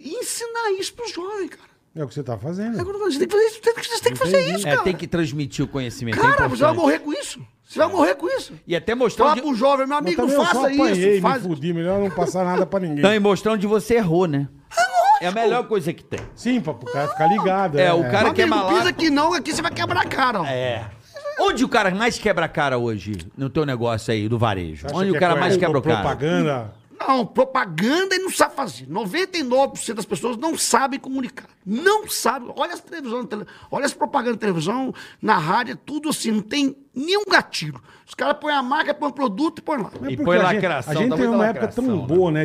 F: e ensinar isso para os jovens, cara.
D: É o que você tá fazendo.
F: Agora, Você tem que fazer isso, você tem que- você tem que fazer
D: Entendi.
F: isso,
C: É,
F: cara.
C: tem que transmitir o conhecimento. é
F: Cara, você vai
C: importante.
F: morrer com isso. Você vai morrer com isso.
C: E até mostrar
F: Fala
C: onde...
F: pro jovem, meu
D: Mas
F: amigo, não
D: também eu só
F: faça
D: apanhei,
F: isso. Faz...
D: me fudi. Melhor não passar nada pra ninguém.
C: Não, e mostrar onde você errou, né? É a melhor coisa que tem.
D: Sim, pra, pro cara ficar ligado.
C: É, o cara-
F: Meu
C: que é
F: amigo, não
C: malaco.
F: pisa aqui não, aqui você vai quebrar a cara. Ó.
C: É. Onde o cara mais quebra a cara hoje no teu negócio aí, do varejo?
D: Acha
C: Onde
D: que
C: o cara
D: é
C: mais
D: pro-
C: quebra o cara?
D: propaganda.
F: Não, propaganda e não sabe fazer. 99% das pessoas não sabem comunicar. Não sabem. Olha as televisões, tele- olha as propagandas de televisão, na rádio, é tudo assim, não tem nenhum gatilho. Os caras põem a marca, põem o produto e põem lá.
D: Mas
C: E
D: porque
C: põe
D: a gente-
C: lacração,
D: A gente
C: tá
D: tem
C: muita
D: uma época tão
C: lacração, né?
D: boa, né?
F: Ah,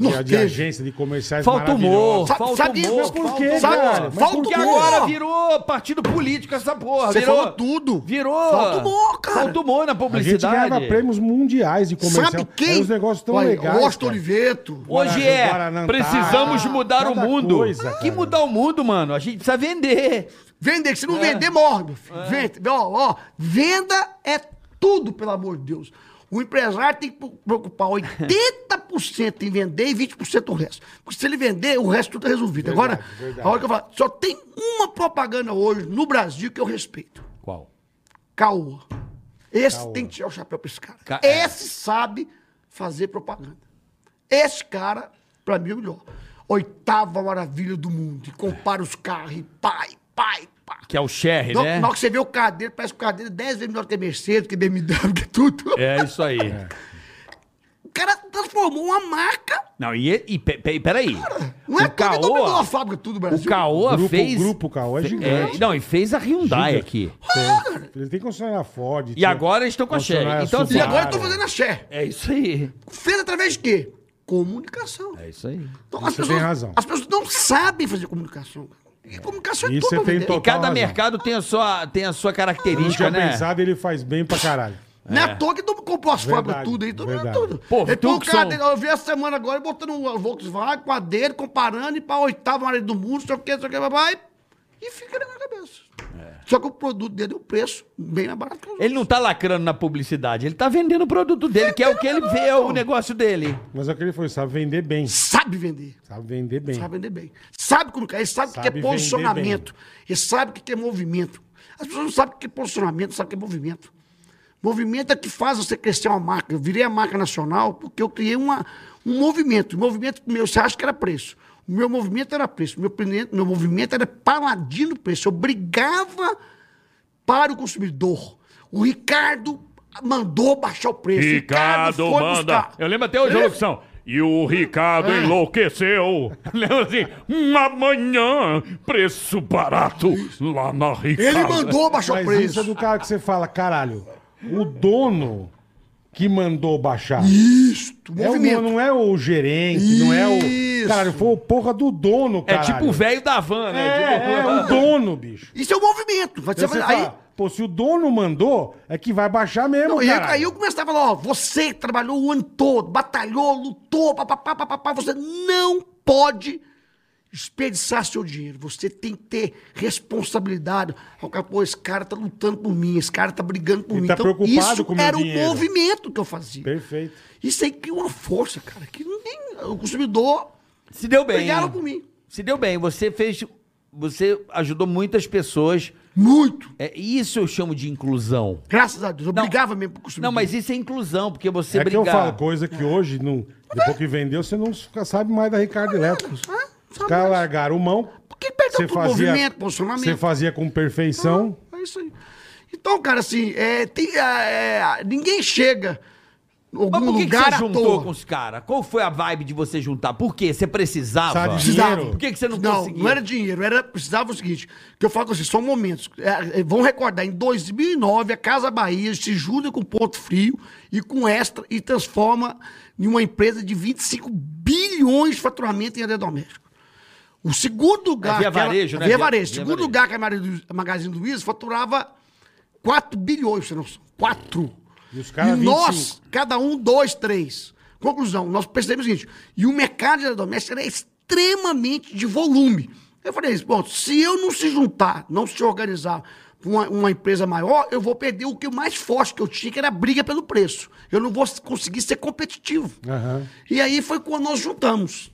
D: De, de, de
F: teve.
D: agência, de comerciais
C: Falta humor,
D: maravilhosos.
C: falta humor.
D: Mas por quê,
C: falta
F: sabe,
D: cara?
C: humor.
D: Mas
F: falta
D: por
C: Porque
D: quê?
F: humor.
C: agora virou partido político essa porra.
F: Você
C: virou,
F: falou tudo.
C: Virou.
F: Falta humor, cara.
C: Falta humor na
D: A gente
C: publicidade.
D: ganhava prêmios mundiais de comercial.
F: Sabe quem?
D: Eram os negócios tão
F: Olha,
D: legais.
F: Osto
D: cara.
F: Oliveto.
C: Hoje
D: Guaraná-
C: é,
D: Guaraná
C: precisamos
D: Antártica,
C: mudar o
D: cada
C: mundo.
D: coisa, cara.
C: que mudar o mundo, mano? A gente precisa vender.
F: Vender, que se não
D: É.
F: vender, morre, meu filho. Vende, ó, ó, venda é tudo, pelo amor de Deus. O empresário tem que pro- preocupar 80% em vender e 20% o resto. Porque se ele vender, o resto tudo é resolvido. Agora,
D: verdade.
F: a hora que eu falo, só tem uma propaganda hoje no Brasil que eu respeito.
C: Qual?
F: Caoa. Esse
D: Caoa.
F: tem que tirar o chapéu pra esse cara.
C: Ca- é.
F: Esse sabe fazer propaganda. Esse cara, pra mim, é o melhor. Oitava maravilha do mundo. E compara os carros e pai, pai, pá.
C: Que é o Sherry,
F: Na,
C: né?
F: na hora que você vê o carro dele, parece que o carro dele é 10 vezes melhor que a Mercedes, que a BMW, que tudo.
C: É isso aí.
F: O cara transformou uma marca.
C: Não, e, e pe- pe- peraí.
F: Não é
C: o
F: todo, é ele dominou
C: Caoa,
F: a fábrica tudo do
C: o
F: Brasil.
C: Caoa
D: grupo,
C: fez...
D: O grupo, cara, é
C: é,
D: gigante.
C: não, e fez a Hyundai
D: Gigante.
C: aqui.
D: Eles têm concessionária Ford.
C: E agora eles estão com a Sherry.
D: Concessionária
C: Então, assim,
F: E agora eu
D: Claro.
F: tô fazendo a Cher.
C: É isso aí.
F: Fez através de quê? Comunicação.
C: É isso aí.
F: Então,
D: Isso
F: as
D: você
F: pessoas,
D: tem razão.
F: As pessoas não sabem fazer comunicação. cara. E comunicação é
D: Isso
F: tudo.
D: você tem
F: né?
D: total
C: Cada
D: razão.
C: mercado tem a sua, tem a sua
D: Não
C: característica,
D: tinha
C: né?
D: pensado, ele faz bem pra caralho.
F: Não é à toa que todo- comprou as
D: Verdade,
F: fábricas tudo aí, todo mundo
D: verdade.
F: tudo.
C: Pô,
F: Ele põe o
C: Tucson.
F: cara dele, eu vi essa semana agora, ele botando o Volkswagen com a dele, comparando e pra oitava área do mundo, só que, só que, vai, e fica na minha cabeça. Só que o produto dele, o preço, bem mais barato que os
C: É. Ele não tá lacrando na publicidade, ele tá vendendo o produto dele, que é o que ele vê, é
D: Então.
C: o negócio dele.
D: Mas é o que ele foi, sabe vender bem.
F: Sabe vender.
D: Sabe vender bem.
F: Sabe vender bem. Sabe como ele sabe, o que
D: Sabe
F: é posicionamento. Ele sabe o que é movimento. As pessoas não sabem o que é posicionamento, não sabem o que é movimento. Movimento é que faz você crescer uma marca. Eu virei a marca nacional porque eu criei uma, um movimento. O movimento meu, você acha que era preço. O meu movimento era preço. O meu, prene- meu movimento era paladino preço. Eu brigava para o consumidor. O Ricardo mandou baixar o preço. O
I: Ricardo
F: foi
I: manda.
F: buscar.
I: Eu lembro até hoje a locução. E o Ricardo enlouqueceu. Lembra assim? "Hum, Amanhã, preço barato lá na Ricardo.
F: Ele mandou baixar o
D: Mas
F: preço.
D: isso é do cara que você fala, caralho, o dono que mandou baixar.
F: Isto,
D: É o,
F: movimento.
D: não é o gerente, não é o.
F: Isso.
D: Caralho, foi o porra do dono,
C: É
D: cara.
C: tipo o velho da van,
D: É,
C: né? Tipo-
D: é o dono, bicho. Então
F: Isso é um movimento.
D: Você
F: Você vai-
D: fala,
F: aí,
D: pô, se o dono mandou, é que vai baixar mesmo,
F: não, e aí-
D: cara.
F: aí eu comecei a falar, ó, você trabalhou o ano todo, batalhou, lutou, papapá, papapá, você não pode desperdiçar seu dinheiro. Você tem que ter responsabilidade. Ó, cara, Pô, esse cara tá lutando por mim, esse cara tá brigando por
D: Ele
F: mim.
D: tá preocupado
F: isso
D: com o meu
F: era
D: dinheiro.
F: o movimento que eu fazia.
D: Perfeito.
F: Isso aí cria uma força, cara, que não tem... O consumidor
C: Se deu bem.
F: brigaram
C: né?
F: por mim.
C: Se deu bem. Você fez. Você ajudou muitas pessoas.
F: Muito.
C: É, isso eu chamo de inclusão.
F: Graças a Deus. Eu
C: Não.
F: brigava mesmo pro consumidor.
C: Não, mas isso é inclusão, porque você
D: é
C: brigar.
D: que eu falo coisa que hoje, não, depois que vendeu, você não fica- sabe mais da Ricardo Elétrico.
F: Hã?
D: Os
F: Sabe
D: caras
F: mais?
D: largaram mão.
F: Por que perdeu
D: Você
F: todo o
D: fazia,
F: Então, movimento, posicionamento?
D: você fazia com perfeição.
F: É isso aí. Então, cara, assim, é, tem, é, é, ninguém chega em algum
D: um
C: Mas por que, que
F: lugar
C: você
F: à
C: juntou
F: toa.
C: com os caras? Qual foi a vibe de você juntar? Por quê? Você precisava?
D: Sabe,
F: Precisava.
D: dinheiro.
C: Por que, que você não,
F: Não,
C: conseguia?
F: não era dinheiro, era, precisava o seguinte, que eu falo com vocês, são momentos. É, é, vão recordar, em 2009, a Casa Bahia se junta com Ponto Frio e com Extra e transforma em uma empresa de 25 bilhões de faturamento em eletrodoméstico. O segundo lugar...
C: É via
F: que era-
C: varejo, né?
F: Via
C: Via-
F: varejo.
C: via
F: O segundo
C: varejo.
F: lugar que a Mari- a Magazine Luiza faturava 4 bilhões, você não sabe. 4.
D: E os caras
F: E nós,
D: 25.
F: cada um, dois, três. Conclusão, nós percebemos o seguinte, e o mercado de eletrodoméstico era extremamente de volume. Eu falei isso, bom, se eu não se juntar, não se organizar pra uma, uma empresa maior, eu vou perder o que o mais forte que eu tinha, que era a briga pelo preço. Eu não vou conseguir ser competitivo.
D: Aham.
F: E aí foi quando nós juntamos.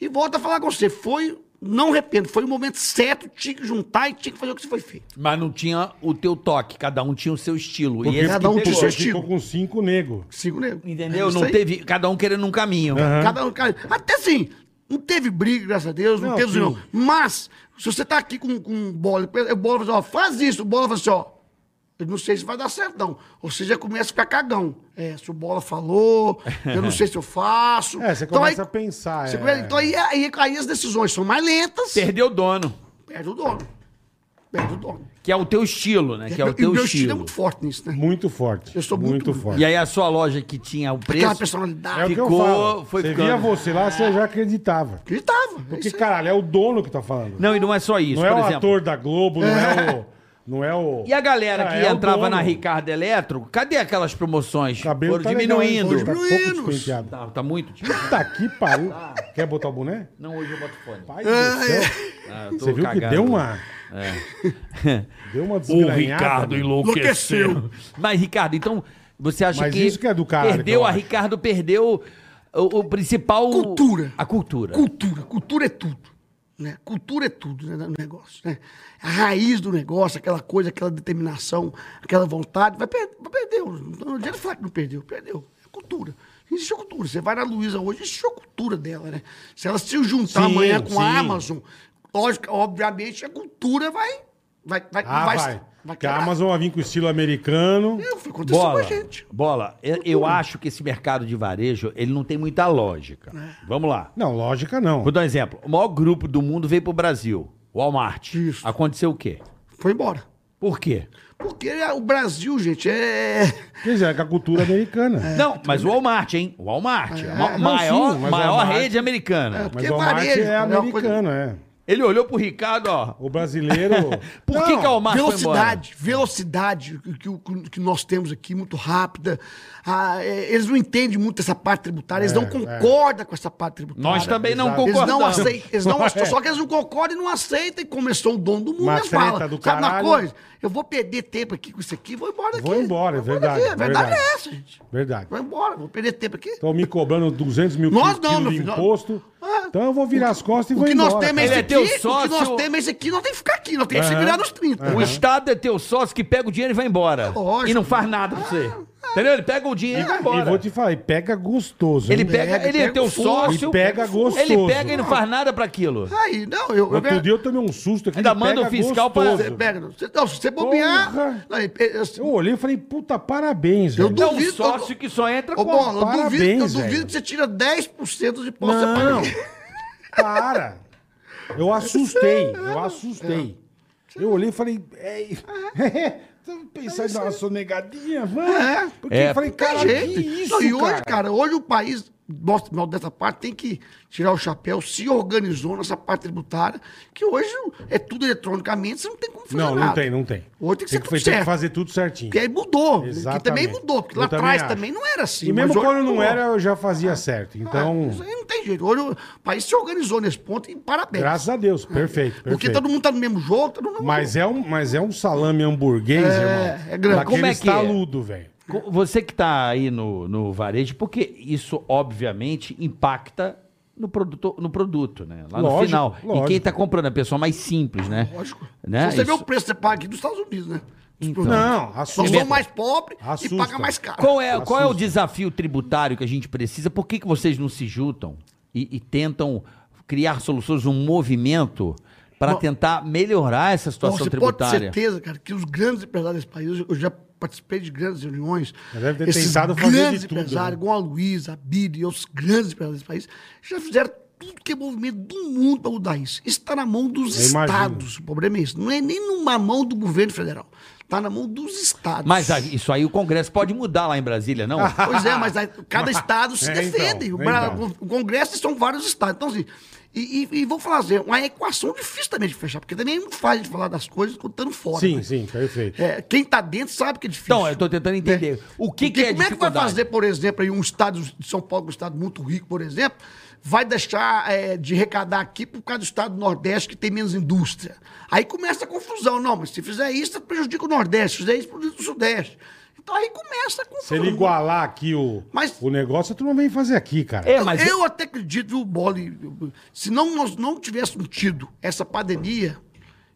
F: E volto a falar com você, foi, não arrependo, foi o momento certo, tinha que juntar e tinha que fazer o que foi feito.
C: Mas não tinha o teu toque, cada um tinha o seu estilo.
D: Porque
C: e esse
F: cada um
C: que
F: tinha
C: pegou.
F: o seu
D: você
F: estilo.
D: ficou com cinco negros.
F: Sigo nego.
C: *laughs* Entendeu?
F: É Isso
C: não
F: aí.
C: teve. Cada um querendo um caminho.
F: Cada um, cara, até sim, não teve briga, graças a Deus, não,
D: Não,
F: teve
D: sim.
F: não. Mas, se você tá aqui com, com um bola, o bola fala assim, ó, faz isso, o bola fala assim, ó. Eu não sei se vai dar certo, não. Ou você já começa a ficar cagão. É, se o bola falou,
D: *laughs*
F: eu não sei se eu faço.
D: É, você
F: Então
D: começa
F: aí-
D: a pensar.
F: você
D: é.
F: começa- Então aí, aí, aí as decisões são mais lentas,
C: Perdeu o dono.
F: perde o dono. Perde o dono.
C: Que é o teu estilo, né? Que é o
F: Meu-
C: teu
F: *laughs* e meu estilo é
C: estilo.
F: muito forte nisso, né?
D: Muito forte.
F: Eu sou muito-
D: forte.
C: E aí a sua loja que tinha o
F: Aquela
C: preço.
F: personalidade.
D: é o que
C: ficou-
D: eu falo.
C: foi
D: você
C: ficando.
D: via você lá, você já acreditava.
F: Acreditava. é
D: Porque,
F: isso aí.
D: caralho, é o dono que tá falando.
C: Não, e não é só isso,
D: Não é
C: por
D: o
C: exemplo.
D: ator da Globo, não é
C: *laughs*
D: o. Não é o...
C: E a galera
D: Cara,
C: que
D: é o
C: entrava
D: dono.
C: na Ricardo Elétrico, cadê aquelas promoções?
D: Cabelo
C: Foram
D: tá legal, hein?
C: diminuindo.
D: Hoje tá pouco
F: Diminuindo.
D: despenteado.
C: Tá, tá muito. tio.
D: Puta que pariu.
C: Ah.
D: Quer botar o boné?
C: Não, hoje eu boto fone.
D: Pai do céu.
C: Ah, eu tô É.
D: Você viu que
C: cagado.
D: deu uma. *laughs* Deu uma
I: O
D: desgranhada.
I: Ricardo
D: meu.
I: enlouqueceu.
C: Mas, Ricardo, então, você acha
D: Mas
C: que.
D: isso que é do caralho, que
C: Perdeu,
D: eu
C: a
D: acho.
C: Ricardo perdeu o, o principal.
F: Cultura.
C: A cultura.
F: Cultura, cultura é tudo. Né? Cultura é tudo né, no negócio. Né? A raiz do negócio, aquela coisa, aquela determinação, aquela vontade, vai perder. Vai perder. Não adianta falar que não perdeu, perdeu. É cultura. Existe a cultura. Você vai na Luísa hoje, existe a cultura dela, né? Se ela se juntar
D: Sim,
F: amanhã com
D: sim.
F: a Amazon, lógico, obviamente a cultura vai. Vai, vai,
D: Ah, vai.
F: vai
D: que a
F: quebrar.
D: Amazon vai vir com o estilo americano.
F: Não, foi acontecer com a
G: Bola,
F: é gente.
G: bola. Eu, eu acho que esse mercado de varejo, ele não tem muita lógica. Vamos lá.
D: Não, lógica não.
G: Vou dar um exemplo. O maior grupo do mundo veio pro Brasil. Walmart.
F: Isso.
G: Aconteceu o quê?
F: Foi embora.
G: Por quê?
F: Porque o Brasil, gente, é.
D: Quer dizer, é com a cultura americana.
C: É.
G: não, mas o Walmart, hein? O Walmart. a ma-
D: Não,
G: maior
D: sim, mas
G: maior
D: Walmart-
G: rede americana.
D: Mas
F: porque
D: o Walmart
F: varejo,
D: é
F: é uma coisa-
D: americano, é.
G: Ele olhou pro Ricardo, ó.
D: O
C: *laughs*
D: brasileiro...
G: Por que,
C: é
D: Não,
G: que a Walmart
F: velocidade, velocidade que, que- que nós temos aqui, muito rápida. Ah, é, eles não entendem muito essa parte tributária,
D: É,
F: eles não concordam com essa parte tributária.
C: Nós também não
D: exato.
F: Eles não
C: concordamos.
F: aceitam, eles não,
D: *laughs*
F: só que eles não concordam e não aceitam, e começou o dono do mundo,
D: Uma
F: mas
D: treta
F: fala.
D: do
F: Sabe uma
D: caralho.
F: coisa? Eu vou perder tempo aqui com isso aqui, vou embora daqui.
D: Vou embora, é Então,
F: Vou
D: verdade,
F: daqui, A verdade,
D: verdade.
F: é essa, gente.
D: Verdade.
F: Vou embora, vou perder tempo aqui.
D: Estão me cobrando 200 mil
F: Nós
D: quilos
F: não, meu
D: de
F: filho, nós-
D: imposto.
F: Ah,
D: então eu vou virar as costas e
F: O
D: vou
F: que
D: embora.
F: nós temos é
C: Ele
F: esse
C: é teu
F: aqui, o que
C: sócio.
F: nós temos é esse aqui, nós temos que ficar aqui, nós temos que se
D: Aham.
F: virar nos 30.
C: O Estado é teu sócio que pega o dinheiro e vai embora.
F: É Lógico.
C: E não faz nada pra você. Entendeu? Ele pega o dinheiro e vai
D: E
C: embora.
D: vou te falar, e pega gostoso.
C: Ele
D: hein?
C: pega,
F: Pega,
C: ele é
F: pega
C: teu
F: o fogo. Ah,
C: sócio.
D: E pega gostoso.
C: Ele pega e não faz nada pra aquilo.
F: Aí, não, eu... eu-
D: Outro dia eu tomei um susto aqui.
C: Ainda
D: ele
C: manda
D: pega
C: o fiscal pra-
F: Você
D: gostoso.
F: pega, não, se- não, se você bobear.
D: Porra.
F: Não, é, assim, eu- eu-
D: Eu olhei e falei, puta, parabéns,
F: Eu
D: velho.
F: duvido.
C: É um sócio
F: eu-
C: que só entra com.
F: Ô, Bola, eu
D: Parabéns,
F: duvido, eu
D: velho.
F: duvido que você tira 10% de imposto
D: Não,
F: separado.
D: para. Eu assustei, eu assustei.
F: É.
D: Eu olhei e falei, ei, *laughs* estamos pensando numa sonegadinha, mano. Porque
C: É,
D: eu falei,
F: Tem
D: cara,
F: jeito.
D: que isso,
F: Não, e hoje,
D: cara?
F: cara? hoje o país, nossa, mal dessa parte, tem que tirar o chapéu, se organizou nessa parte tributária, que hoje é tudo eletronicamente, você não tem como fazer
D: Não,
F: nada.
D: não tem, não tem.
F: Hoje tem que ser
D: foi-
F: tudo
D: tem que
F: certo.
D: fazer tudo certinho.
F: Porque aí mudou. Que também
D: Exatamente.
F: mudou, porque
D: Eu
F: lá
D: também
F: atrás
D: acho.
F: também não era assim.
D: E mesmo
F: mas hoje
D: quando não
F: mudou. É,
D: era, eu já fazia certo. Então,
F: ah, Isso aí não tem jeito. Hoje o país se organizou nesse ponto e parabéns.
D: graças a Deus, perfeito,
F: É. porque
D: perfeito.
F: todo mundo tá no mesmo jogo, todo mundo...
D: Mas é um, mas é um salame hamburguês, irmão.
F: é grande.
D: Daquele
C: Como é que é?
D: estaludo, velho.
C: Co- Você que tá aí no, no varejo, porque isso obviamente impacta no produto, no produto né? Lá no
D: Lógico,
C: final. E quem
D: lógico.
C: tá comprando, a pessoa mais simples, né?
F: Lógico.
C: Né?
F: Se você vê
C: Isso.
F: o preço que você paga aqui dos Estados Unidos, né? Dos
C: Então.
F: produtos.
D: Não,
F: Nós
D: assusta.
F: somos mais pobres
D: Assusta.
F: e paga mais caro.
C: Qual é, qual é o
D: Assusta.
C: desafio tributário que a gente precisa? Por que, que vocês não se juntam e, e tentam criar soluções, um movimento para tentar melhorar essa
F: Bom,
C: situação
F: Então, você pode
C: tributária?
F: ter certeza, cara, que os grandes empresários desse país, eu já participei de grandes reuniões.
D: Mas deve ter
F: esses
D: tentado fazer de
F: grandes
D: tudo,
F: empresários,
D: né?
F: igual a Luísa, a Bid e outros grandes empresários desse país, já fizeram tudo que é movimento do mundo para mudar isso. Isso está na mão dos
D: Eu imagino.
F: estados. O problema é isso. Não é nem numa mão do governo federal. Está na mão dos estados.
C: Mas aí- isso aí o Congresso pode mudar lá em Brasília,
F: *laughs*
C: não?
F: Pois
C: *laughs*
F: é, mas aí cada estado se
D: É,
F: defende.
D: então,
F: o, Bra-
D: então.
F: o Congresso são vários estados. Então, assim, e, e, e vou falar assim, uma equação difícil também de fechar, porque também não faz de falar das coisas contando fora.
D: Sim,
F: né?
D: sim, perfeito.
F: É, quem está dentro sabe que é difícil.
C: Então, eu estou tentando entender. O que, que
F: Porque
C: é
F: como é que vai
C: dificuldade?
F: fazer, por exemplo, aí um estado de São Paulo, um estado muito rico, por exemplo, vai deixar é, de arrecadar aqui por causa do estado do Nordeste que tem menos indústria? Aí começa a confusão. Não, mas se fizer isso, você prejudica o Nordeste. Se fizer isso, prejudica o Sudeste. Então aí começa a confusão.
D: Se ele igualar aqui o,
F: Mas-
D: o negócio, tu não vem fazer aqui, cara.
C: É, mas
F: eu até acredito, viu, Boli? Se não, nós não tivéssemos tido essa pandemia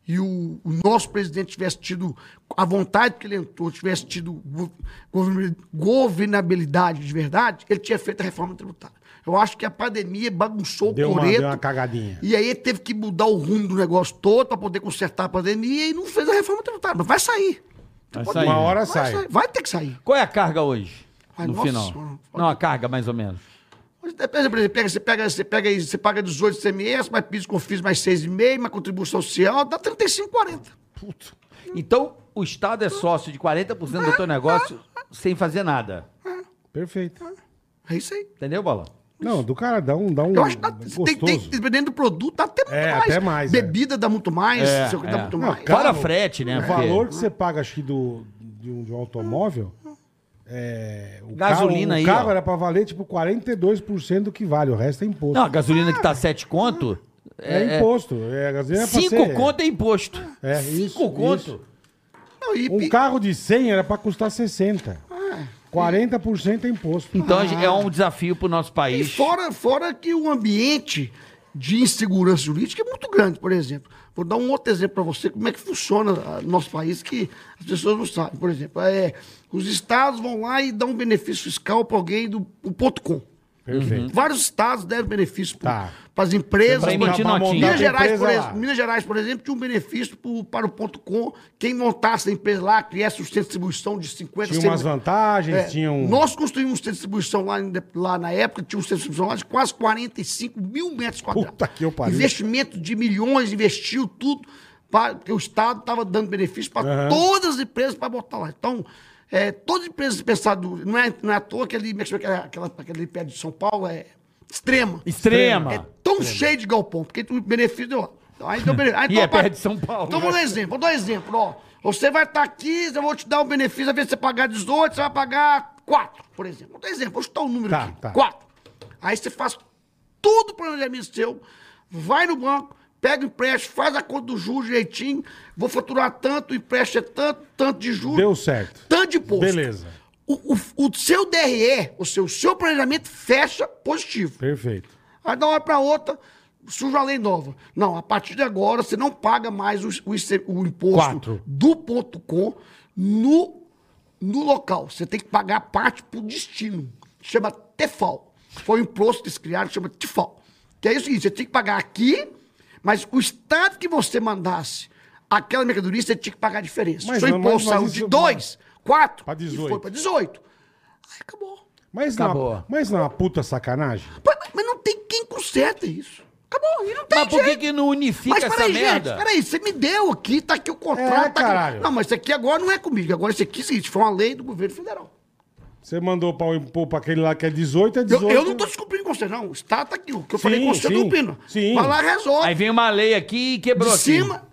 F: e o, o nosso presidente tivesse tido a vontade que ele entrou, tivesse tido go- govern- governabilidade de verdade, ele tinha feito a reforma tributária. Eu acho que a pandemia bagunçou
D: Deu
F: o
D: uma-
F: coreto.
D: deu uma cagadinha.
F: E aí ele teve que mudar o rumo do negócio todo para poder consertar a pandemia e não fez a reforma tributária. Mas vai sair.
C: Vai
F: Pode-
C: sair.
D: Uma hora
F: vai
D: sai.
F: sair. Vai ter que sair.
C: Qual é a carga hoje?
F: Ai,
C: no
F: nossa
C: final.
F: senhora.
C: Não, a carga, mais ou menos.
F: Mas, Por exemplo, você pega, você pega, você pega aí, você paga 18 CMS, mais piso com FIS mais 6,5, mais contribuição social, dá 35, 40.
C: Então, o Estado é sócio de 40% do teu negócio sem fazer nada.
D: Perfeito.
F: É isso aí.
C: Entendeu, Bola?
D: Não, do cara dá um. Dá um
F: Eu acho que dá,
D: gostoso.
F: tem, tem, dependendo do produto, dá até muito
D: É,
F: mais.
D: até mais, é.
F: Bebida dá muito mais,
C: É,
F: sei o que
C: é.
F: dá muito
C: Não,
F: mais.
D: cara,
C: Fora
D: o-
C: frete, né?
D: O
C: Porque
F: É.
D: valor que você paga, acho que, do, de, um, de um automóvel. É, o
C: Gasolina
D: carro,
C: aí,
D: O carro
C: ó.
D: era pra valer tipo 42% do que vale, o resto é imposto.
C: Não, a gasolina que tá 7 conto.
D: é, imposto. É, a gasolina é pra
C: 5
D: ser-
C: conto é imposto.
D: É,
C: 5
D: isso,
C: conto.
D: isso.
F: Não, e
D: Um
F: pi- Ah.
D: carro de 100 era pra custar 60. 40% é imposto. Ah.
C: Então é um desafio pro nosso
F: E
C: país.
F: fora, fora que o ambiente de insegurança jurídica é muito grande, por exemplo. Vou dar um outro exemplo para você, como é que funciona ah, no nosso país, que as pessoas não sabem. Por exemplo, é, os estados vão lá e dão um benefício fiscal para alguém do o ponto .com.
D: Perfeito.
F: Uhum. Vários estados deram benefício
D: Tá.
F: para as empresas.
C: Pra
F: pra-
C: emitir notinha.
D: pra montar
F: Minas
D: tua
F: Gerais,
D: empresa
F: por
D: lá.
F: exemplo, Minas Gerais, por exemplo, tinha um benefício pro- para o ponto .com. Quem montasse a empresa lá, criasse um centro de distribuição de 50...
D: Tinha umas
F: 100
D: vantagens,
F: é,
D: tinha um...
F: Nós construímos um centro de distribuição lá, em- lá na época, tinha um centro de distribuição lá de quase 45 mil metros quadrados.
D: Puta que eu pariu.
F: Investimento de milhões, investiu tudo, pra- porque o Estado estava dando benefício para
D: Aham.
F: todas as empresas para botar lá. Então, é, todas as empresas pensaram, não é, não é à toa que ele, aquela, aquele pé de São Paulo é extrema.
C: Extrema.
F: É tão cheio de galpão, porque o benefício deu lá. Então, Aí deu benefício. Aí,
C: *laughs* E
F: então,
C: é
F: pra-
C: perto de São Paulo, né?
F: Então vou dar um exemplo, vou dar um exemplo, ó. Você vai estar aqui, eu vou te dar um benefício, às vezes você pagar 18, você vai pagar 4, por exemplo. Vou dar um exemplo, vou chutar um número
D: Tá,
F: aqui.
D: tá.
F: 4. Aí você faz tudo o planejamento é seu, vai no banco, pega o empréstimo, faz a conta do juros direitinho, vou faturar tanto, o empréstimo é tanto, tanto de juros.
D: Deu certo.
F: Tanto de imposto.
D: Beleza.
F: O, o- o seu DRE, o seu, o seu planejamento fecha positivo.
D: Perfeito.
F: Aí de uma hora para outra, surge uma lei nova. Não, a partir de agora você não paga mais o, o IC o imposto
D: Quatro.
F: do ponto com no, no local. Você tem que pagar a parte por destino. Chama Tefal. Foi um imposto que eles criaram, chama Tefal. Que é o seguinte, você tem que pagar aqui, mas o estado que você mandasse aquela mercadoria, você tinha que pagar a diferença.
D: Mas
F: Seu
D: não, mas-
F: imposto
D: mas
F: saiu
D: isso-
F: de 2, 4,
D: Pra
F: e foi
D: 18.
F: para 18. Aí acabou.
D: Mas não,
C: Acabou.
D: é- mas não é uma puta sacanagem?
F: Mas, mas não tem quem conserta isso. Acabou, e não tem
C: Mas por que,
F: jeito.
C: que não unifica
F: Mas
C: essa
F: peraí, gente,
C: merda?
F: peraí, você me deu aqui, tá aqui o contrato.
D: É,
F: tá aqui-
D: caralho.
F: Não, mas isso aqui agora não é comigo. Agora isso aqui, é o seguinte, foi uma lei do governo federal.
D: Você mandou pra, pô, pra aquele lá que é 18, é
F: Eu,
D: 18.
F: eu não tô descumprindo com você, não. O Estado tá aqui. O que eu falei
D: Sim,
F: com você, eu
D: sim,
F: tô cumprindo.
D: sim.
F: Vai lá, resolve.
C: Aí vem uma lei aqui e quebrou
F: de
C: aqui.
F: cima.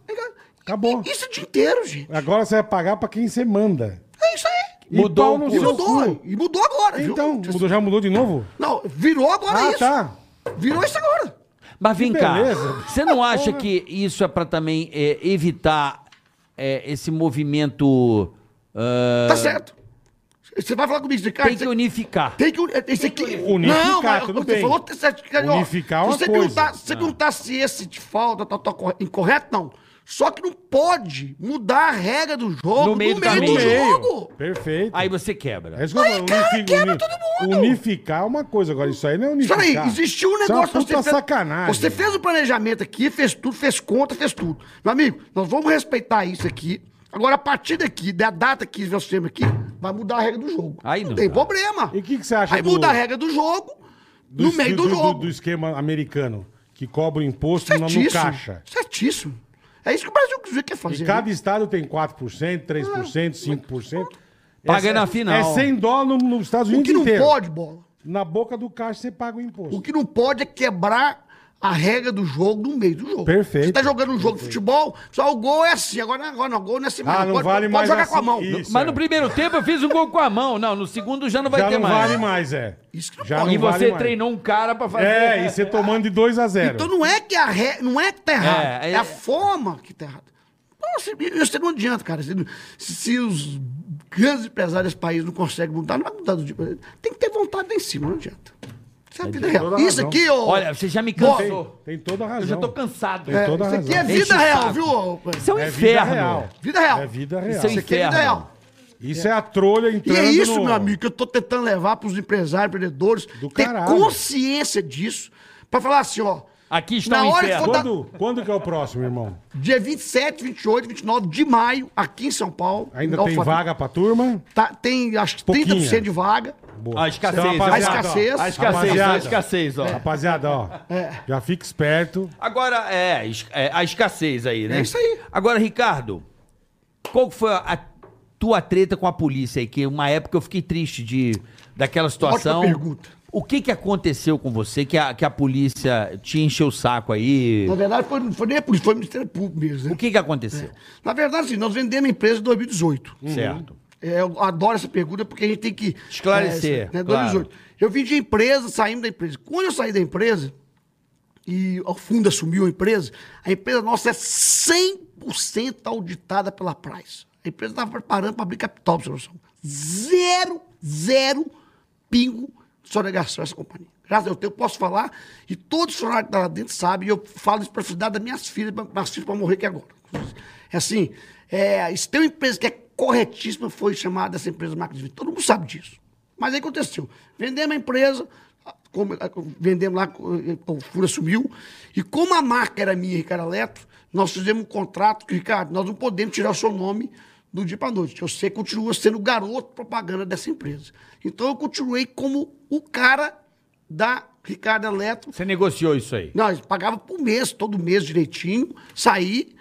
D: Acabou.
F: Isso o dia inteiro, gente.
D: Agora você vai pagar pra quem você manda.
F: É isso aí.
D: E
C: Mudou
D: pau no
C: o
F: E
D: seu
F: mudou.
D: cu.
F: E mudou agora,
D: Então,
F: viu?
D: mudou, já mudou de novo?
F: Não, virou agora
D: ah,
F: isso.
D: tá.
F: Virou isso agora.
C: Mas vem
D: Que
C: cá,
D: beleza.
C: você não acha que isso é pra também é, evitar é, esse movimento... ah,
F: Tá certo. Você vai falar comigo, Ricardo?
C: Tem que
F: você-
C: unificar.
F: Tem que unir. Esse aqui.
D: unificar,
F: não, mas
D: tudo
F: você
D: bem.
F: falou que você- que, ó,
D: Unificar é uma
F: se você
D: coisa.
F: Perguntar, se você perguntar se esse de falta tá, tá corre- incorreto, não. Só que não pode mudar a regra do jogo
C: No meio do
F: do
C: caminho.
F: jogo.
D: Perfeito.
C: Aí você quebra.
D: É isso que eu falo, unifi-
F: quebra
D: uni-
F: todo mundo.
D: Unificar é uma coisa, agora isso aí não é unificar.
F: Peraí, existiu um
D: Isso é uma
F: negócio.
D: puta
F: fez-
D: sacanagem.
F: Você fez o planejamento aqui, fez tudo, fez conta, fez tudo. Meu amigo, nós vamos respeitar isso aqui. Agora, a partir daqui, da data que nós temos aqui, vai mudar a regra do jogo.
C: Aí não
F: tem
C: dá.
F: problema.
D: E o que que você acha
F: Aí
D: do-
F: muda a regra do jogo
D: do,
F: no
D: es-
F: meio do, jogo.
D: Do, esquema americano, que cobra o imposto no, no
F: Certíssimo.
D: caixa.
F: Certíssimo. É isso que o Brasil quer fazer.
D: E
F: né?
D: cada estado tem 4%,
F: Ah,
D: 3%, 5%.
C: Paga
D: É-
C: na final.
D: É 100 dólares nos Estados
F: O
D: Unidos
F: que não
D: inteiro.
F: pode, bola.
D: Na boca do caixa você paga o imposto.
F: O que não pode é quebrar a regra do jogo no meio do jogo.
D: Perfeito.
F: Você tá jogando um jogo de futebol, só o gol é assim. Agora, agora não, o gol não é assim
D: Ah, não vale
F: pode, pode
D: mais
F: jogar
D: assim.
F: com a mão.
D: Isso.
C: Mas no primeiro tempo eu fiz um gol com a mão. Não, no segundo já não vai
D: Já
C: ter
D: não
C: mais.
D: vale mais, é.
F: Isso que não
D: Já
F: pode.
D: não
C: E você
D: vale mais.
C: treinou um cara pra fazer.
D: É, e você tomando de 2 a 0.
F: Então não é que a re... não é que tá errado,
C: É,
F: é,
C: é-
F: a forma que tá errada. Nossa, isso não adianta, cara. Se, se- se os grandes empresários desse país não conseguem mudar, não vai mudar do dia. pra noite. Tem que ter vontade lá em cima, não adianta. Isso é a vida real.
D: toda
F: Isso
D: razão.
F: aqui, ô.
C: Olha, você já me cansou.
D: tem, tem toda a é razão.
C: Eu já tô cansado.
D: Tem
F: é,
D: toda a
F: isso aqui é
D: razão.
C: Enche o
F: vida real,
C: saco.
F: viu? ô?
C: Isso é um
D: É vida
C: inferno.
D: real.
F: Vida real.
D: É vida
C: Isso é
D: real.
F: Isso aqui é vida
C: inferno.
F: real.
D: Isso é a trolha
F: E
D: entrando
F: é isso,
D: no-
F: meu amigo, que eu tô tentando levar pros empresários, empreendedores,
D: Do
F: ter
D: caralho.
F: consciência disso, pra falar assim, ó,
C: Aqui está
F: Na
C: o
F: hora que
C: inferno.
F: for dar-
D: Quando, quando que é o próximo, irmão?
F: dia 27, 28, 29 de maio, aqui em São Paulo.
D: Ainda
F: em Alphaville,
D: tem vaga pra turma?
F: tá- tem, acho que
D: Pouquinha.
F: 30% de vaga.
D: Boa.
C: A Ah, escassez,
D: Então,
C: a
D: rapaziada,
F: é um escassez.
D: ó,
C: A escassez, a
D: rapaziada,
C: escassez, ó.
D: Rapaziada, ó.
F: É.
D: Já fica esperto.
C: Agora, é, es- é, a escassez aí, né?
F: É isso aí.
C: Agora, Ricardo, qual que foi a, a tua treta com a polícia aí? Que uma época eu fiquei triste de, daquela situação.
F: Ótima pergunta.
C: O que que aconteceu com você que a, que a polícia te encheu o saco aí?
F: Na verdade, foi, não foi nem a polícia, foi o Ministério Público mesmo.
C: O
F: Né?
C: que que aconteceu?
F: Na verdade, assim, nós vendemos a empresa em 2018.
D: Hum.
C: Certo.
F: É, eu adoro essa pergunta porque a gente tem que
C: Esclarecer,
F: É, né,
C: claro.
F: 2018. Eu vim de empresa, saímos da empresa. Quando eu saí da empresa e o fundo assumiu a empresa, a empresa nossa é 100% auditada pela Price. A empresa estava preparando para abrir capital, pra você ter noção. Zero, zero pingo de sonegação essa companhia. Graças a Deus, eu posso falar. E todo funcionário que tá lá dentro sabe. E eu falo isso pra felicidade das minhas filhas, pra- minhas filhas pra morrer aqui agora. É assim, é, se tem uma empresa que é corretíssima, foi chamada essa empresa Marca de Vida. Todo mundo sabe disso. Mas aí aconteceu. Vendemos a empresa, como- eh, vendemos lá, eh, o Fura sumiu. E como a marca era minha, Ricardo Eletro, nós fizemos um contrato que, Ricardo, nós não podemos tirar o seu nome do dia para noite. Você continua sendo o garoto propaganda dessa empresa. Então eu continuei como o cara da Ricardo Eletro.
G: Você negociou isso aí.
F: Não, eles pagavam por mês, todo mês direitinho, saí.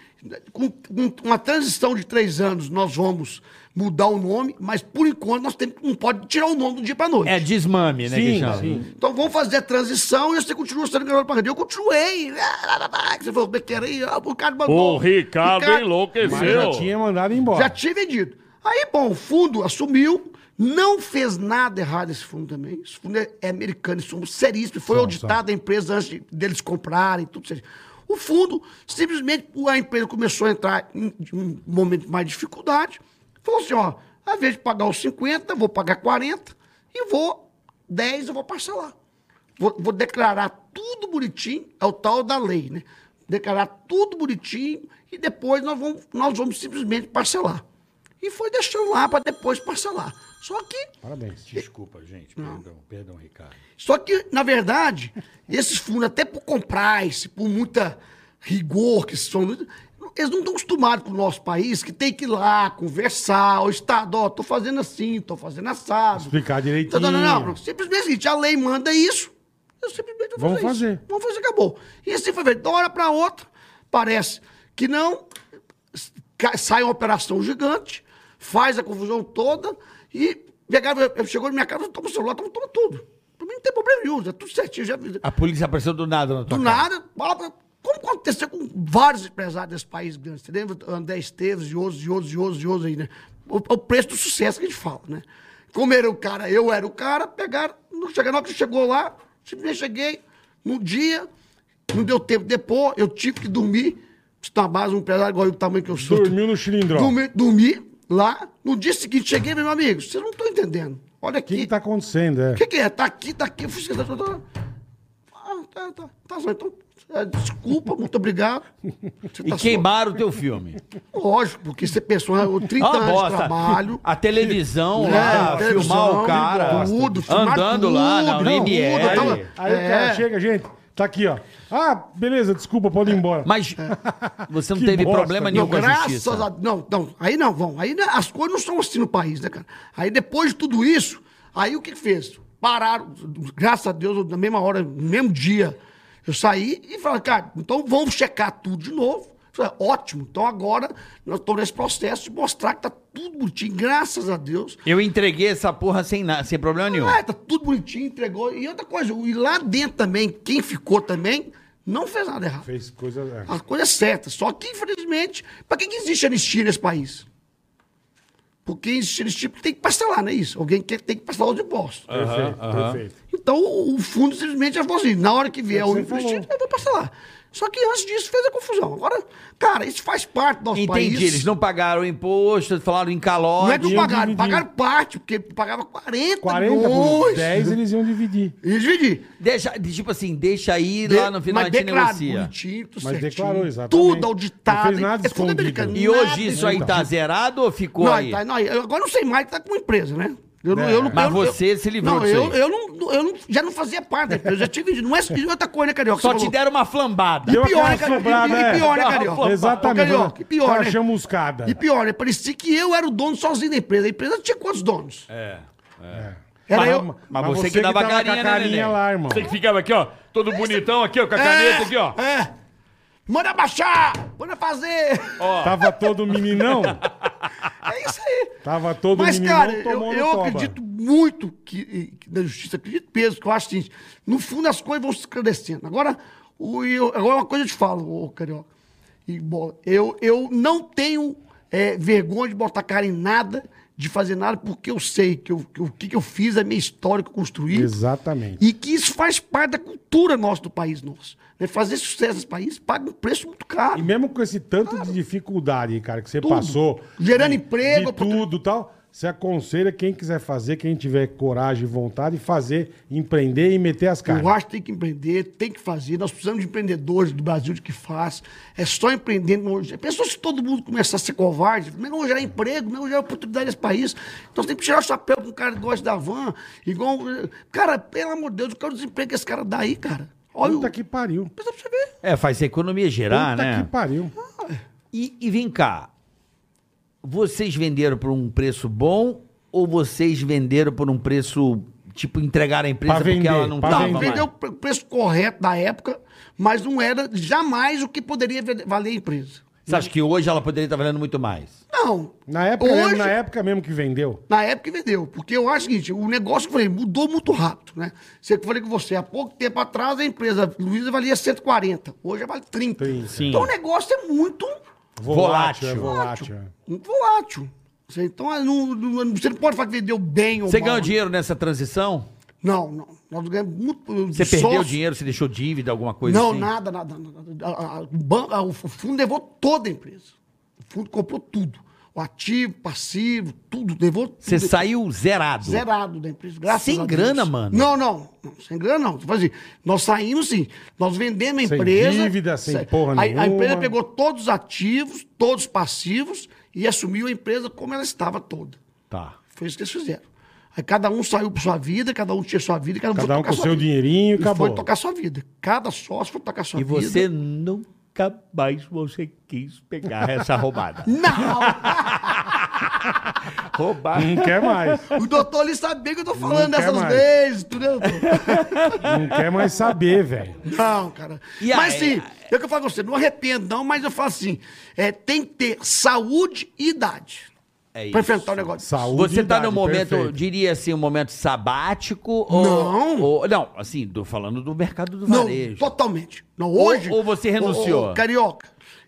F: Com, com uma transição de três anos, nós vamos mudar o nome, mas por enquanto nós temos, não pode tirar o nome do dia para noite.
G: É desmame, né,
D: Sim,
G: Guixão?
D: sim.
F: Então vamos fazer a transição e você continua sendo garoto pra rede. Eu continuei. Ah, lá, lá, lá, que Você falou, besteira aí, ah, o Ricardo mandou.
I: O Ricardo
F: Ricardo-
D: Mas já
I: enlouqueceu.
D: tinha mandado embora.
F: Já tinha vendido. Aí, bom, o fundo assumiu, não fez nada errado esse fundo também. Esse fundo é, é americano, esse fundo seríssimo. Foi auditado a empresa antes de- deles comprarem, tudo seríssimo. O fundo, simplesmente, a empresa começou a entrar em, em um momento de mais dificuldade. Falou assim, ó, ao invés de pagar os 50, eu vou pagar 40 e vou, 10 eu vou parcelar. Vou, vou declarar tudo bonitinho, é o tal da lei, né? Declarar tudo bonitinho e depois nós vamos, nós vamos simplesmente parcelar. E foi deixando lá para depois parcelar. Só que,
D: Parabéns.
J: Desculpa, gente. Perdão, perdão, Ricardo.
F: só que na verdade, esses fundos, até por compliance, por muita rigor que são. Eles não estão acostumados com o nosso país, que tem que ir lá conversar, o Estado, ó, tô fazendo assim, tô fazendo assado.
D: Explicar direitinho.
F: Então, não, não, não, não. Simplesmente é o seguinte, a lei manda isso, eu simplesmente vou
D: Vamos
F: fazer isso.
D: fazer.
F: Vamos fazer, acabou. E assim foi feito. De uma hora para outra, parece que não, ca- sai uma operação gigante, faz a confusão toda e pegava, eu- chegou na minha casa, toma o celular, toma, toma tudo. Pra mim não tem problema nenhum, é tudo certinho. Já,
C: Ah,
F: do
G: A polícia apareceu do nada na tua
C: tá.
G: casa.
F: nada, fala pra- como aconteceu com vários empresários desse país grande, você lembra? André Esteves e outros, e outros, e outros, e outros aí, né? O, o preço do sucesso que a gente fala, né? Como era o cara, eu era o cara, pegaram, não chegaram, na hora que chegou lá, simplesmente cheguei, num dia, não deu tempo depois, eu tive que dormir, se na base, um empresário igual eu, o tamanho que eu sou.
D: Dormiu no xilindró. O
F: Dormi, dormi lá. No dia seguinte, cheguei, meu amigo, vocês não estão entendendo. Olha aqui.
D: que, que tá acontecendo? É.
F: O que, que é? Tá aqui, tá aqui. Fui esquentar, tá, tá. Ah, tá, tá. Tá só, então. é, Desculpa, muito obrigado. Você
G: E
F: tá
G: queimaram o teu filme.
F: só- Lógico, porque você pensou, ah, eu 30
G: É uma
F: anos de
G: bosta.
F: trabalho.
G: A televisão
F: né,
G: lá,
F: televisão,
G: filmar o cara.
F: Tudo, filmar
G: andando lá na
F: tudo, não,
G: UNL.
F: tudo, tava-
D: Aí o
F: É.
D: cara chega, gente, tá aqui, ó. Ah, beleza, desculpa, pode ir embora.
G: Mas
F: É.
G: você não
D: Que
G: teve
D: bosta,
G: problema
D: cara.
G: nenhum
F: Não,
G: com a
F: graças
G: justiça.
F: a Não, não, aí não, vão. Aí né, as coisas não são assim no país, né, cara? Aí depois de tudo isso, aí o que que fez? Pararam, graças a Deus, na mesma hora, no mesmo dia, eu saí e falei, cara, então vamos checar tudo de novo. Eu Falei, ótimo, então agora nós estamos nesse processo de mostrar que tá tudo bonitinho, graças a Deus.
G: Eu entreguei essa porra sem, na- sem problema nenhum.
F: Ah, tá tudo bonitinho, entregou. E outra coisa, e lá dentro também, quem ficou também, não fez nada errado.
D: Fez coisa. é.
F: As coisas certas. Só que, infelizmente, para que, que existe anistia nesse país? Porque existe anistia porque tem que parcelar, não é isso? Alguém quer, tem que parcelar os impostos.
D: Perfeito, perfeito.
F: Então, o, o fundo simplesmente já falou assim: na hora que vier
D: É o
F: o
D: que você
F: anistia,
D: falou.
F: eu vou parcelar. Só que antes disso fez a confusão. Agora, cara, isso faz parte do nosso
G: Entendi,
F: país.
G: eles não pagaram o imposto, falaram em calor.
F: Não é que não
D: Iam
F: pagaram,
D: dividir.
F: pagaram parte, porque pagava 40,
D: 40 por
F: milhões.
D: 10 eles iam dividir.
F: E dividir.
G: Deixa, tipo assim, deixa aí, lá no final a gente
F: declarado
G: negocia.
F: bonitinho, tudo
D: Mas
F: certinho,
D: declarou, exatamente.
F: Tudo auditado.
D: Não fez nada
F: é fundo
D: escondido.
F: americano,
G: E
F: nada
G: hoje isso aí
D: Então.
G: tá zerado ou ficou
F: não,
G: aí?
F: tá- não, eu agora não sei mais que tá com empresa, né? Eu, não-
D: É.
F: eu não-
G: Mas
F: eu não-
G: você
F: eu-
G: se livrou
F: não,
G: disso
F: eu,
G: aí.
F: eu, não, eu não- já não fazia parte da empresa, eu já tive. Não é e outra coisa, né, Carioca?
G: Só
F: Você
G: te
F: falou.
G: deram uma flambada.
D: Deu
F: E pior,
D: aquela
F: né, Carioca?
D: sobrada,
F: E- e
D: é.
F: pior, né,
D: Dá uma
F: Carioca?
D: flambada. Exatamente. Tá um-
F: Ô, Carioca, e pior,
D: Cara,
F: né?
D: chamuscada.
F: E pior, né? Parecia que eu era o dono sozinho da empresa. A empresa tinha quantos donos? É. Era
D: Mas-
F: eu.
G: mas você que dava
D: tava com a
G: carinha, né, Nenê?
D: lá, irmão.
I: Você que ficava aqui, ó, todo bonitão aqui, ó, com a caneta aqui, ó.
F: É. Manda baixar! Manda fazer!
D: Tava todo
F: *laughs*
D: meninão.
F: É isso aí.
D: Tava todo
F: Mas,
D: meninão
F: cara, eu,
D: tomando
F: eu
D: toba.
F: acredito muito que, que na justiça, acredito mesmo, que eu acho assim, no fundo as coisas vão se esclarecendo. Agora, o, eu, agora uma coisa eu te falo, ô Carioca, e bola, eu, eu não tenho é, vergonha de botar cara em nada, de fazer nada, porque eu sei que eu- que eu- o que, que eu fiz, a minha história que eu construí.
D: Exatamente.
F: E que isso faz parte da cultura nossa, do país nosso. né? Fazer sucesso nesse país paga um preço muito caro.
D: E mesmo com esse tanto de dificuldade, cara, que você
F: Tudo.
D: passou.
F: Gerando
D: de-
F: emprego,
D: De tudo e tal. Você aconselha quem quiser fazer, quem tiver coragem e vontade, fazer, empreender e meter as caras.
F: Eu acho que tem que empreender, tem que fazer. Nós precisamos de empreendedores do Brasil de que faz. É só empreendendo. Pensou se todo mundo começar a ser covarde? Primeiro não vou gerar emprego, não vou gerar oportunidade nesse país. Então você tem que tirar o chapéu com um cara que gosta da van. Igual. Cara, pelo amor de Deus, qual é o desemprego que esse cara dá aí, cara? Olha
D: Puta
F: o...
D: que pariu. Puta
F: Pensa pra você ver.
G: É, faz a economia gerar, né?
D: que pariu.
G: E, e vem cá. Vocês venderam por um preço bom ou vocês venderam por um preço, tipo, entregaram a empresa
D: Pra
G: porque
D: vender,
G: ela não
D: pra
G: tava
D: vender.
G: mais?
F: Vendeu o preço correto da época, mas não era jamais o que poderia valer a empresa.
G: Você acha que hoje ela poderia estar valendo muito mais?
F: Não.
D: Na época,
F: Hoje-
D: mesmo, na época mesmo que vendeu.
F: Na época que vendeu. Porque eu acho o seguinte, o negócio, eu falei, mudou muito rápido, né? Você que eu falei com você, há pouco tempo atrás a empresa Luiza valia 140, hoje ela vale 30.
D: 30. Sim.
F: Então o negócio é muito
D: Volátil. é
F: Volátil.
D: volátil. é.
F: muito volátil. Você- Então é, não- não- você não pode falar que vendeu bem ou
G: Você
F: mal. né?
G: ganhou dinheiro nessa transição?
F: Não, não. Nós ganhamos muito.
G: Você
F: de
G: perdeu
F: sócio.
G: dinheiro? Você deixou dívida, alguma coisa
F: não,
G: assim?
F: nada, nada. nada. A- a- o, banco, a- o fundo levou toda a empresa. O fundo comprou tudo. O ativo, passivo, tudo. Levou tudo.
G: Você saiu zerado.
F: Zerado da empresa, graças
G: Sem
F: a Deus.
G: grana, mano?
F: Não, não. não, Sem grana, não. Tipo assim, nós saímos sim. Nós vendemos a
D: Sem
F: empresa.
D: dívida, sem porra
F: a,
D: nenhuma.
F: A empresa pegou todos os ativos, todos os passivos e assumiu a empresa como ela estava toda.
G: Tá.
F: Foi isso que eles fizeram. Aí cada um saiu para sua vida, cada um tinha sua vida, cada um
D: Cada
F: foi
D: um
F: tocar
D: com
F: sua
D: seu
F: vida.
D: dinheirinho e acabou.
F: Foi tocar sua vida. Cada sócio foi tocar sua
G: E
F: vida.
G: você nunca mais você quis pegar essa roubada.
F: Não!
G: *laughs* Roubar.
D: é. Não quer mais.
F: o doutor ele sabia que eu tô falando
D: Não quer
F: dessas
D: mais.
F: vezes, entendeu?
D: Não quer mais saber, velho.
F: Não, cara.
G: E
F: mas
G: aí?
F: sim, é o que eu falo com você, não arrependo não, mas eu falo assim, é, tem que ter saúde e idade
G: É isso.
F: pra enfrentar o negócio.
D: Saúde.
G: Você tá
D: idade,
G: num momento, eu
D: perfeito.
G: diria assim, um momento sabático? Ou,
F: Não.
G: ou- não, assim, tô falando do mercado do
F: Não,
G: varejo.
F: totalmente. Não, hoje...
G: ou você renunciou?
F: Ô, ô, Carioca,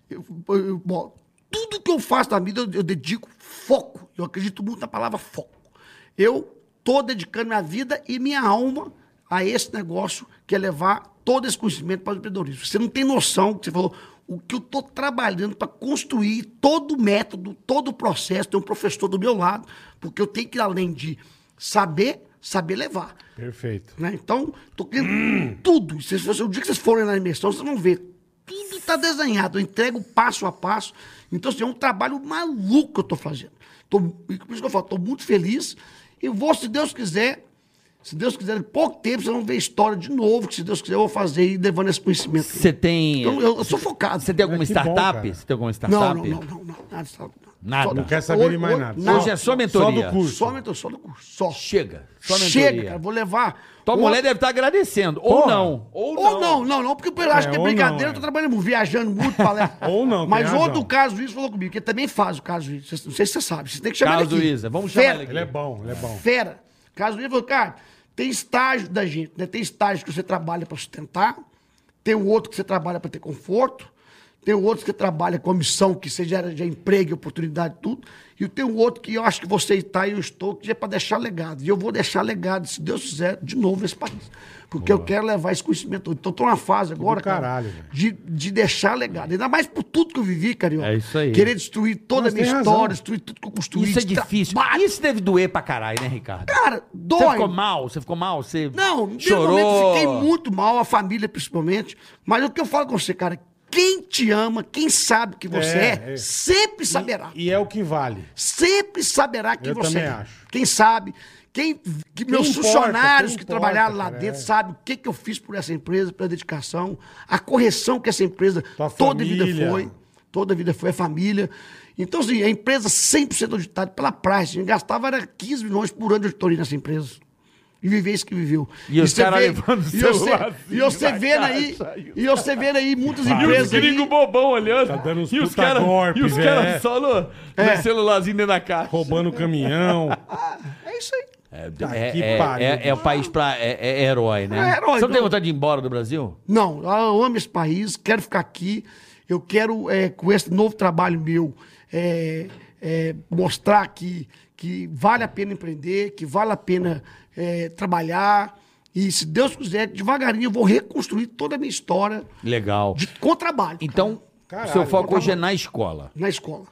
F: eu- eu- bom, tudo que eu faço na vida, eu, eu dedico foco. Eu acredito muito na palavra foco. Eu tô dedicando minha vida e minha alma a esse negócio que é levar todo esse conhecimento para o empreendedorismo. Você não tem noção, que você falou, o que eu tô trabalhando para construir todo o método, todo o processo, tem um professor do meu lado, porque eu tenho que, além de saber, saber levar
D: Perfeito.
F: né? Então, tô querendo tudo. Se, se, se, o dia que vocês forem na imersão, vocês vão ver. Tudo está desenhado. Eu entrego passo a passo. Então, assim, é um trabalho maluco que eu estou fazendo. Tô, e por isso que eu falo, estou muito feliz. E vou, se Deus quiser, se Deus quiser, em pouco tempo vocês vão ver a história de novo, que se Deus quiser eu vou fazer e levando esse conhecimento.
G: Você tem.
F: Então, eu, eu sou focado.
G: Você tem alguma
D: É, que bom,
G: startup?
D: cara.
G: Você tem alguma
F: Não,
G: startup?
F: não, não, não, não. Nada. só-
G: Nada.
F: só-
G: Não
D: quer saber de mais
F: hoje-
D: nada.
F: não,
G: Hoje é só mentoria.
D: Só do curso.
F: Só mentor, só do curso. Só.
G: Chega. Só mentoria.
F: Chega, cara. Vou levar.
G: Tua
F: uma-
G: mulher deve estar agradecendo. Ou
D: Porra.
G: não. Ou,
F: Ou não, não, não, porque eu acho
D: É,
F: que é
D: ou
F: brincadeira,
D: não,
F: eu tô
D: é.
F: trabalhando, muito, viajando muito, palestra.
D: *laughs* Ou não, tem
F: Mas
D: razão.
F: outro caso juiz falou comigo, que também faz o caso juiz. Não sei se você sabe, você tem que chamar
G: Carlos
F: ele aqui.
G: Luiza, vamos
F: Fera,
G: chamar ele aqui.
D: Ele é bom, ele é bom.
F: Fera. Caso juiz falou, cara, tem estágio da gente, né? Tem estágio que você trabalha pra sustentar, tem o outro que você trabalha pra ter conforto, tem o outro que você trabalha com a missão, que seja de emprego, e oportunidade, tudo. E tem o outro que eu acho que você está e eu estou, que é pra deixar legado. E eu vou deixar legado, se Deus quiser, de novo nesse país. Porque eu quero levar esse conhecimento. todo. Então, estou numa fase agora, cara,
D: caralho, velho.
F: de, de deixar legado. Ainda mais por tudo que eu vivi, Carioca.
G: É isso aí.
F: Querer destruir toda
D: Mas
F: a minha
D: tem
F: história,
D: razão.
F: destruir tudo que eu construí.
G: Isso é
F: de
G: difícil.
F: trabalho.
G: Isso deve doer pra caralho, né, Ricardo?
F: Cara,
G: Você
F: dói.
G: ficou mal? Você ficou mal? Você
F: Tá Não, no
G: chorou?
F: momento eu fiquei muito mal, a família principalmente. Mas o que eu falo com você, cara, quem te ama, quem sabe que você
D: É,
F: é,
D: é.
F: sempre saberá.
D: E é o que vale.
F: Sempre saberá quem
D: Eu
F: você
D: também
F: é.
D: acho.
F: Quem sabe, quem, que meus
D: importa,
F: funcionários
D: quem
F: que
D: importa,
F: trabalharam lá
D: cara,
F: dentro
D: é.
F: sabem o que, que eu fiz por essa empresa, pela dedicação, a correção que essa empresa
D: Tua
F: toda a
D: família.
F: vida foi. Toda a vida foi a família. Então, assim, a empresa 100% auditada pela Price. A gente gastava era 15 milhões por ano de auditoria nessa empresa. E viver isso que viveu.
G: E os
F: você
G: caras
F: vê-
G: levando o
F: e você-
G: celularzinho
F: E você
G: na
F: vendo aí,
G: caixa,
F: e você vendo aí muitas
I: E os
F: empresas. aí-
I: gringos bobão olhando.
D: Tá dando uns
I: e os
D: puta
I: caras
D: golpe,
I: E os
D: né?
I: caras só no,
F: É.
I: no celularzinho dentro da caixa.
D: Roubando o caminhão.
F: É isso aí.
G: É,
D: que
G: é-
D: pariu.
G: é- é o país pra. É, é herói, né?
F: É herói,
G: Você não tem
F: não.
G: vontade de ir embora do Brasil?
F: Não, eu amo esse país, quero ficar aqui. Eu quero, eh, com esse novo trabalho meu, eh, eh, mostrar que, que vale a pena empreender, que vale a pena eh, trabalhar. E, se Deus quiser, devagarinho eu vou reconstruir toda a minha história
G: Legal.
F: de, com trabalho. cara,
G: Então,
D: Caralho,
G: seu foco
F: vou
G: hoje é na escola.
F: na escola.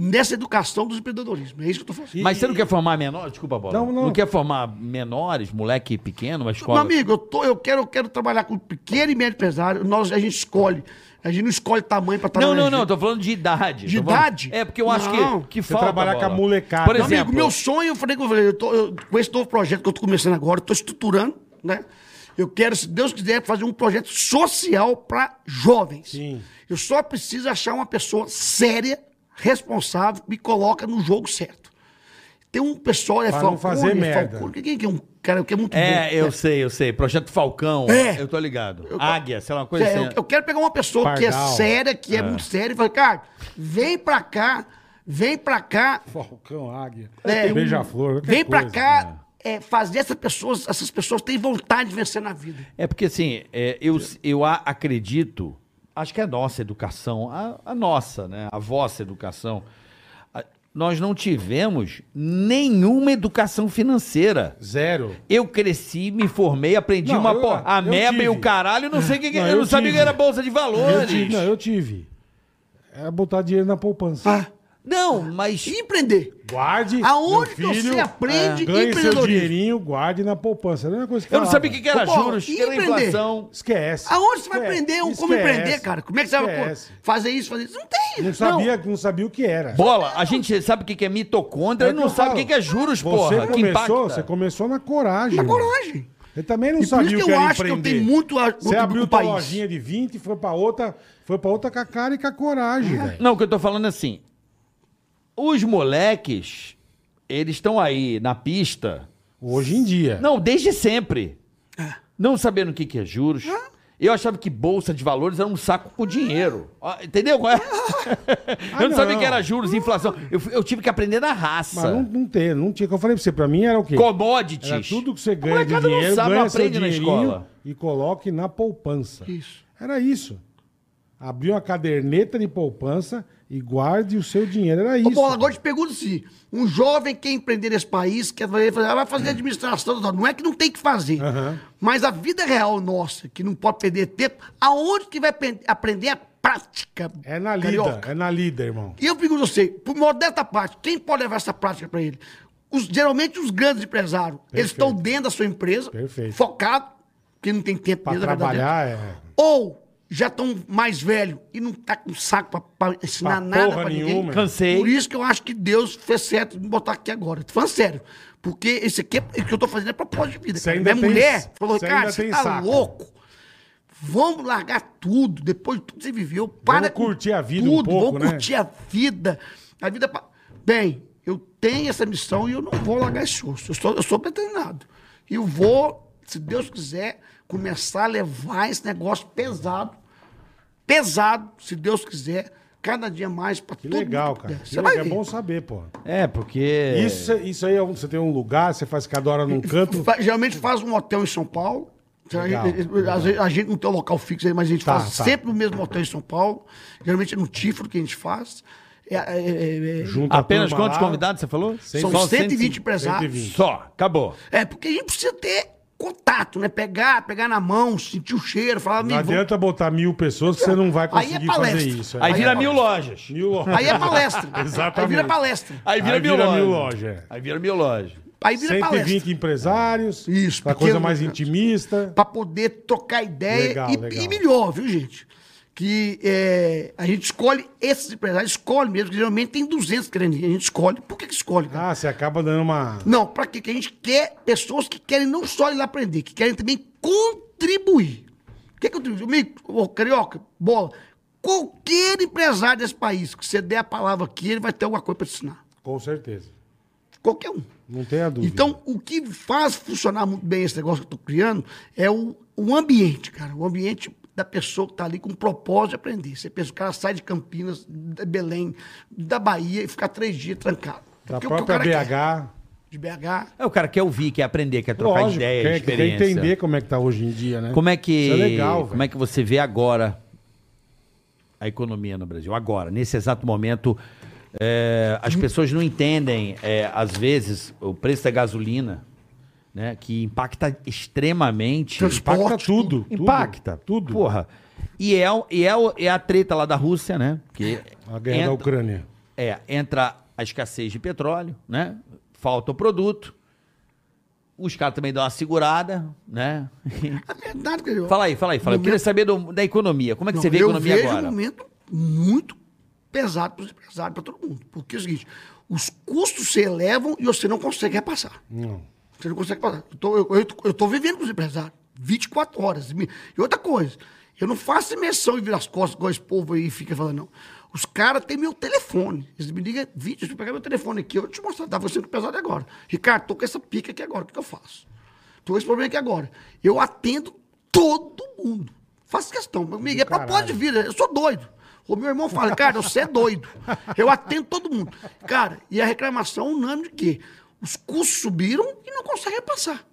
F: nessa educação do empreendedorismo. É isso que eu estou falando.
C: Mas você não quer formar menores? Desculpa, Bola.
D: Não, não.
C: quer formar menores, moleque pequeno, uma
F: Meu
C: escola?
F: amigo, eu, tô, eu, quero, eu quero trabalhar com pequeno e médio empresário. Nós, a gente escolhe. A gente não escolhe tamanho para
C: Não,
F: trabalhar.
C: não,
F: na
C: não,
F: gente.
C: tô falando de idade.
F: De
C: Tô falando-
F: idade?
C: É, porque eu acho
F: Não.
C: que, que
D: Você
C: falta.
D: trabalhar com a
C: Bola.
D: molecada.
C: Por
D: Não,
F: Meu
C: exemplo,
F: amigo, meu sonho, eu falei com você, eu tô, eu- com esse novo projeto que eu estou começando agora, estou estruturando, né? Eu quero, se Deus quiser, fazer um projeto social para jovens.
D: Sim.
F: Eu só preciso achar uma pessoa séria, responsável, que me coloca no jogo certo. Tem um pessoal, é
D: Pra não
F: Falcone,
D: fazer
F: é
D: merda.
F: Falcone, quem que é um cara que é muito
C: É,
F: bom?
C: eu
F: né?
C: sei, eu sei. Projeto Falcão.
F: É.
C: Eu tô ligado. Águia, sei lá, uma coisa
F: É,
C: assim.
F: eu, eu quero pegar uma pessoa que é
D: Pardal.
F: séria, que é, muito séria, e falar, cara, vem pra cá, vem pra cá,
D: *laughs* Falcão, águia.
F: É,
D: Beija-flor. qualquer
F: vem pra
D: coisa, né?
F: cá é, fazer essas pessoas, essas pessoas terem vontade de vencer na vida.
C: É porque assim, é, eu, eu a- acredito, acho que é a nossa educação, a, a nossa, né? A vossa educação. a- nós não tivemos nenhuma educação financeira.
D: Zero.
C: Eu cresci, me formei, aprendi
D: Não,
C: uma
D: eu-
C: porra. A
D: eu
C: meba e
D: tive.
C: o caralho, não sei o que. que-
D: Não,
C: eu não
D: eu
C: sabia
D: tive.
C: que era bolsa de
D: Eu
C: valores.
D: tive, não, eu tive. Era botar dinheiro na poupança.
F: Ah,
C: Não, mas.
F: e empreender.
D: Guarde.
F: Aonde
D: meu
F: que
D: filho, é,
F: você aprende
D: Ganhe seu
F: empreendedorismo?
D: dinheirinho, guarde na poupança. Era a mesma coisa que
C: Eu não
D: falava.
C: sabia o que, que era
F: Ô, Bola,
C: juros,
F: e
C: que era
F: empreender?
C: inflação.
D: Esquece.
F: um- Aonde você vai
D: Esquece.
F: aprender? Ou Como
D: Esquece.
F: empreender, cara? Como é que você vai
D: Esquece.
F: fazer isso, fazer isso? Não tem.
D: Não sabia, não. sabia o que era.
C: Bola, a gente sabe o que que é mitocôndria
D: É
C: e
D: o
C: não
D: eu
C: sabe o
D: falo.
C: que que é juros,
D: você
C: porra. Que
D: Começou,
C: impacta.
D: você começou na coragem.
F: Na
D: mano.
F: é coragem.
D: Você também não
F: E por
D: sabia
F: isso
D: o
F: que
D: que
F: eu
D: era
F: acho que eu
D: empreender.
F: tenho muito a
D: Você abriu
F: o
D: tua
F: país.
D: lojinha de 20, foi pra outra, foi pra outra com a cara e com a coragem,
F: Ah.
D: velho.
C: Não, o que eu tô falando é assim. Os moleques, eles estão aí na pista.
D: Hoje em dia.
C: Não, desde sempre.
D: É.
C: Não sabendo o que, que é juros. Eu achava que bolsa de valores era um saco com dinheiro. Ó, Entendeu
D: *laughs*
C: qual é? eu não,
D: Ah, não. Hum.
C: sabia que era juros, inflação. Eu, fui- eu tive que aprender na
D: Mas
C: raça.
D: não, não tem, não tinha. que Eu falei pra você, pra mim era o quê?
C: Commodities.
D: Era tudo que você
C: A
D: ganha de
C: molecada não
D: dinheiro,
C: sabe, não
D: ganha seu
C: aprende na
D: dinheirinho
C: escola.
D: e coloque na poupança.
F: Isso.
D: Era isso. Abriu uma caderneta de poupança e guarde o seu dinheiro. Era isso.
F: Ô, Bola, agora eu te pergunto se um jovem quer empreender nesse país, quer fazer, fazer- ah, vai
D: Uhum.
F: fazer administração, não é que não tem que fazer,
D: Aham.
F: mas a vida real nossa, que não pode perder tempo, aonde que vai pen- aprender a prática?
D: É na lida,
F: carioca?
D: é na lida, irmão.
F: E eu pergunto a você, por modesta parte, quem pode levar essa prática para ele? Os- geralmente os grandes empresários, eles estão dentro da sua empresa,
D: Perfeito.
F: focado, porque não tem tempo
D: Pra
F: mesmo, a verdade é
D: trabalhar é.
F: essa. Ou já estão mais velhos e não tá com saco para ensinar
D: Pra
F: nada
D: porra
F: para ninguém.
D: nenhuma.
C: Cansei.
F: Por isso que eu acho que Deus fez certo de me botar aqui agora. Tô falando sério. Porque esse aqui, é, o que eu tô fazendo é propósito de vida.
D: Você
F: cara.
D: ainda
F: Minha
D: tem-
F: mulher falou,
D: você
F: cara,
D: ainda
F: você
D: tem
F: tá
D: saco."
F: louco. Vamos largar tudo, depois de tudo que você viveu. Para com
D: curtir a vida um
F: tudo,
D: pouco,
F: vamos
D: né?
F: curtir a vida. A vida... pa- Bem, eu tenho essa missão e eu não vou largar esse osso. Eu sou, eu sou determinado. E eu vou, se Deus quiser, começar a levar esse negócio pesado pesado, se Deus quiser, cada dia mais pra
D: Que
F: todo
D: legal,
F: mundo que
D: cara.
F: puder.
D: Que
F: Você vai
D: legal, é
F: ver.
D: bom saber, pô.
C: É, porque.
D: Isso, isso aí é um, você tem um lugar, você faz cada hora
F: *laughs*
D: num canto.
F: Fa- Geralmente faz um hotel em São Paulo. Então,
D: Legal,
F: a gente- Às vezes a gente não tem um local fixo aí, mas a gente
D: Tá,
F: faz
D: tá.
F: sempre o mesmo hotel em São Paulo. Geralmente é no Tífaro que a gente faz. É, é, é, é,
D: Junta a
C: Apenas
D: turma
C: quantos
D: lá.
C: convidados você falou?
F: São
C: Só
F: 120 empresários.
D: 120.
C: Só, acabou.
F: É, porque a gente precisa ter contato, né? Pegar, pegar na mão, sentir o cheiro, falar,
D: Não
F: amigo. vamos-
D: adianta botar mil pessoas que você não vai
F: Aí é
D: conseguir
F: palestra.
D: fazer isso.
C: Aí
F: Aí
C: vira
F: é
C: mil lojas.
D: mil lojas.
F: Aí
D: *laughs*
F: é palestra.
D: Exatamente.
F: Aí vira palestra.
C: Aí vira,
D: Aí
C: mil,
D: vira
C: lojas.
D: mil lojas.
C: Aí vira mil lojas.
F: Aí vira
D: 120
F: palestra.
D: empresários.
F: Isso,
D: Uma coisa
F: pequeno
D: mais
F: mercado.
D: intimista.
F: para poder trocar ideia
D: Legal,
F: e,
D: legal.
F: e melhor, viu, gente? Que é, a gente escolhe esses empresários, escolhe mesmo, que geralmente tem 200 grandes, a gente escolhe. Por que, que escolhe, cara?
D: Ah, você acaba dando uma.
F: Não, para quê? Que a gente quer pessoas que querem não só ir lá aprender, que querem também contribuir. O que é contribuir? Amigo, ô, carioca, bola, qualquer empresário desse país que você der a palavra aqui, ele vai ter alguma coisa para te ensinar.
D: Com certeza.
F: Qualquer um.
D: Não tenha dúvida.
F: Então, o que faz funcionar muito bem esse negócio que eu tô criando é o, o ambiente, cara. O ambiente da pessoa que tá ali com o propósito de aprender. Você pensa, o cara sai de Campinas, de Belém, da Bahia e ficar três dias trancado. É
D: da
F: porque o que o
D: própria
F: cara quer.
D: BH.
F: De BH.
C: É, o cara quer ouvir, quer aprender, quer trocar
D: Lógico,
C: ideia,
D: quer, quer
C: experiência.
D: entender como é que tá hoje em dia, né?
C: Como é que
D: Isso é legal,
C: como é que você vê agora a economia no Brasil? Agora, nesse exato momento, é, as pessoas não entendem é, às vezes o preço da gasolina, né, que impacta extremamente.
F: Transporte.
D: Impacta tudo. tudo,
C: Impacta.
D: Tudo.
C: Porra. E é, o- e é, o- é a treta lá da Rússia, né? Que
D: A guerra da Ucrânia.
C: é, entra a escassez de petróleo, né? Falta o produto. Os caras também dão uma segurada, né? *laughs*
F: É verdade, querido.
C: fala aí, fala aí, fala. aí. Eu queria
F: Momento-
C: saber do- da economia. Como é que
F: Não,
C: você vê a
F: eu
C: economia
F: vejo
C: agora?
F: um momento muito pesado para os empresários, para todo mundo. Porque é o seguinte, os custos se elevam e você não consegue repassar.
D: Não.
F: Você não consegue passar. Eu tô, eu, eu tô- eu tô vivendo com os empresários 24 horas. E outra coisa, eu não faço imersão e viro as costas igual esse povo aí fica falando, não. Os caras têm meu telefone. Eles me ligam, vídeo, deixa eu pegar meu telefone aqui, eu te mostrar. Tá você no pesado agora. Ricardo, tô com essa pica aqui agora, o que, que eu faço? Tô com esse problema aqui agora. Eu atendo todo mundo. Faço questão. Meu Miguel, é propósito de vida, eu sou doido. O meu irmão fala, cara, você é doido. Eu atendo todo mundo. Cara, e a reclamação unânime de quê? Os custos subiram e não consegue repassar.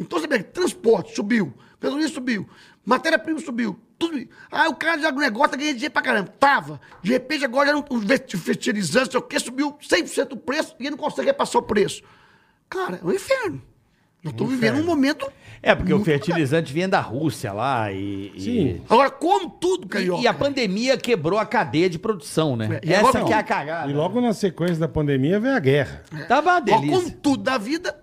F: Então você pega, transporte subiu, gasolina subiu, matéria-prima subiu, tudo. subiu. Ah, o cara de agronegócio tá ganhando dinheiro pra caramba. Tava. De repente agora já não- os vesti- fertilizantes, sei o quê, subiu 100% o preço e ele não consegue repassar o preço. Cara, é um inferno. Nós estamos vivendo um momento.
C: É, porque o
F: muito
C: fertilizante vinha da Rússia lá e. e-
D: Sim.
F: Agora, como tudo, Carioca.
C: E, e a pandemia quebrou a cadeia de produção, né?
F: É, e
C: Essa
F: agora-
C: que é a cagada. né?
D: E logo na sequência da pandemia veio a guerra.
C: Tava é uma
F: Agora,
C: delícia.
F: como tudo da vida,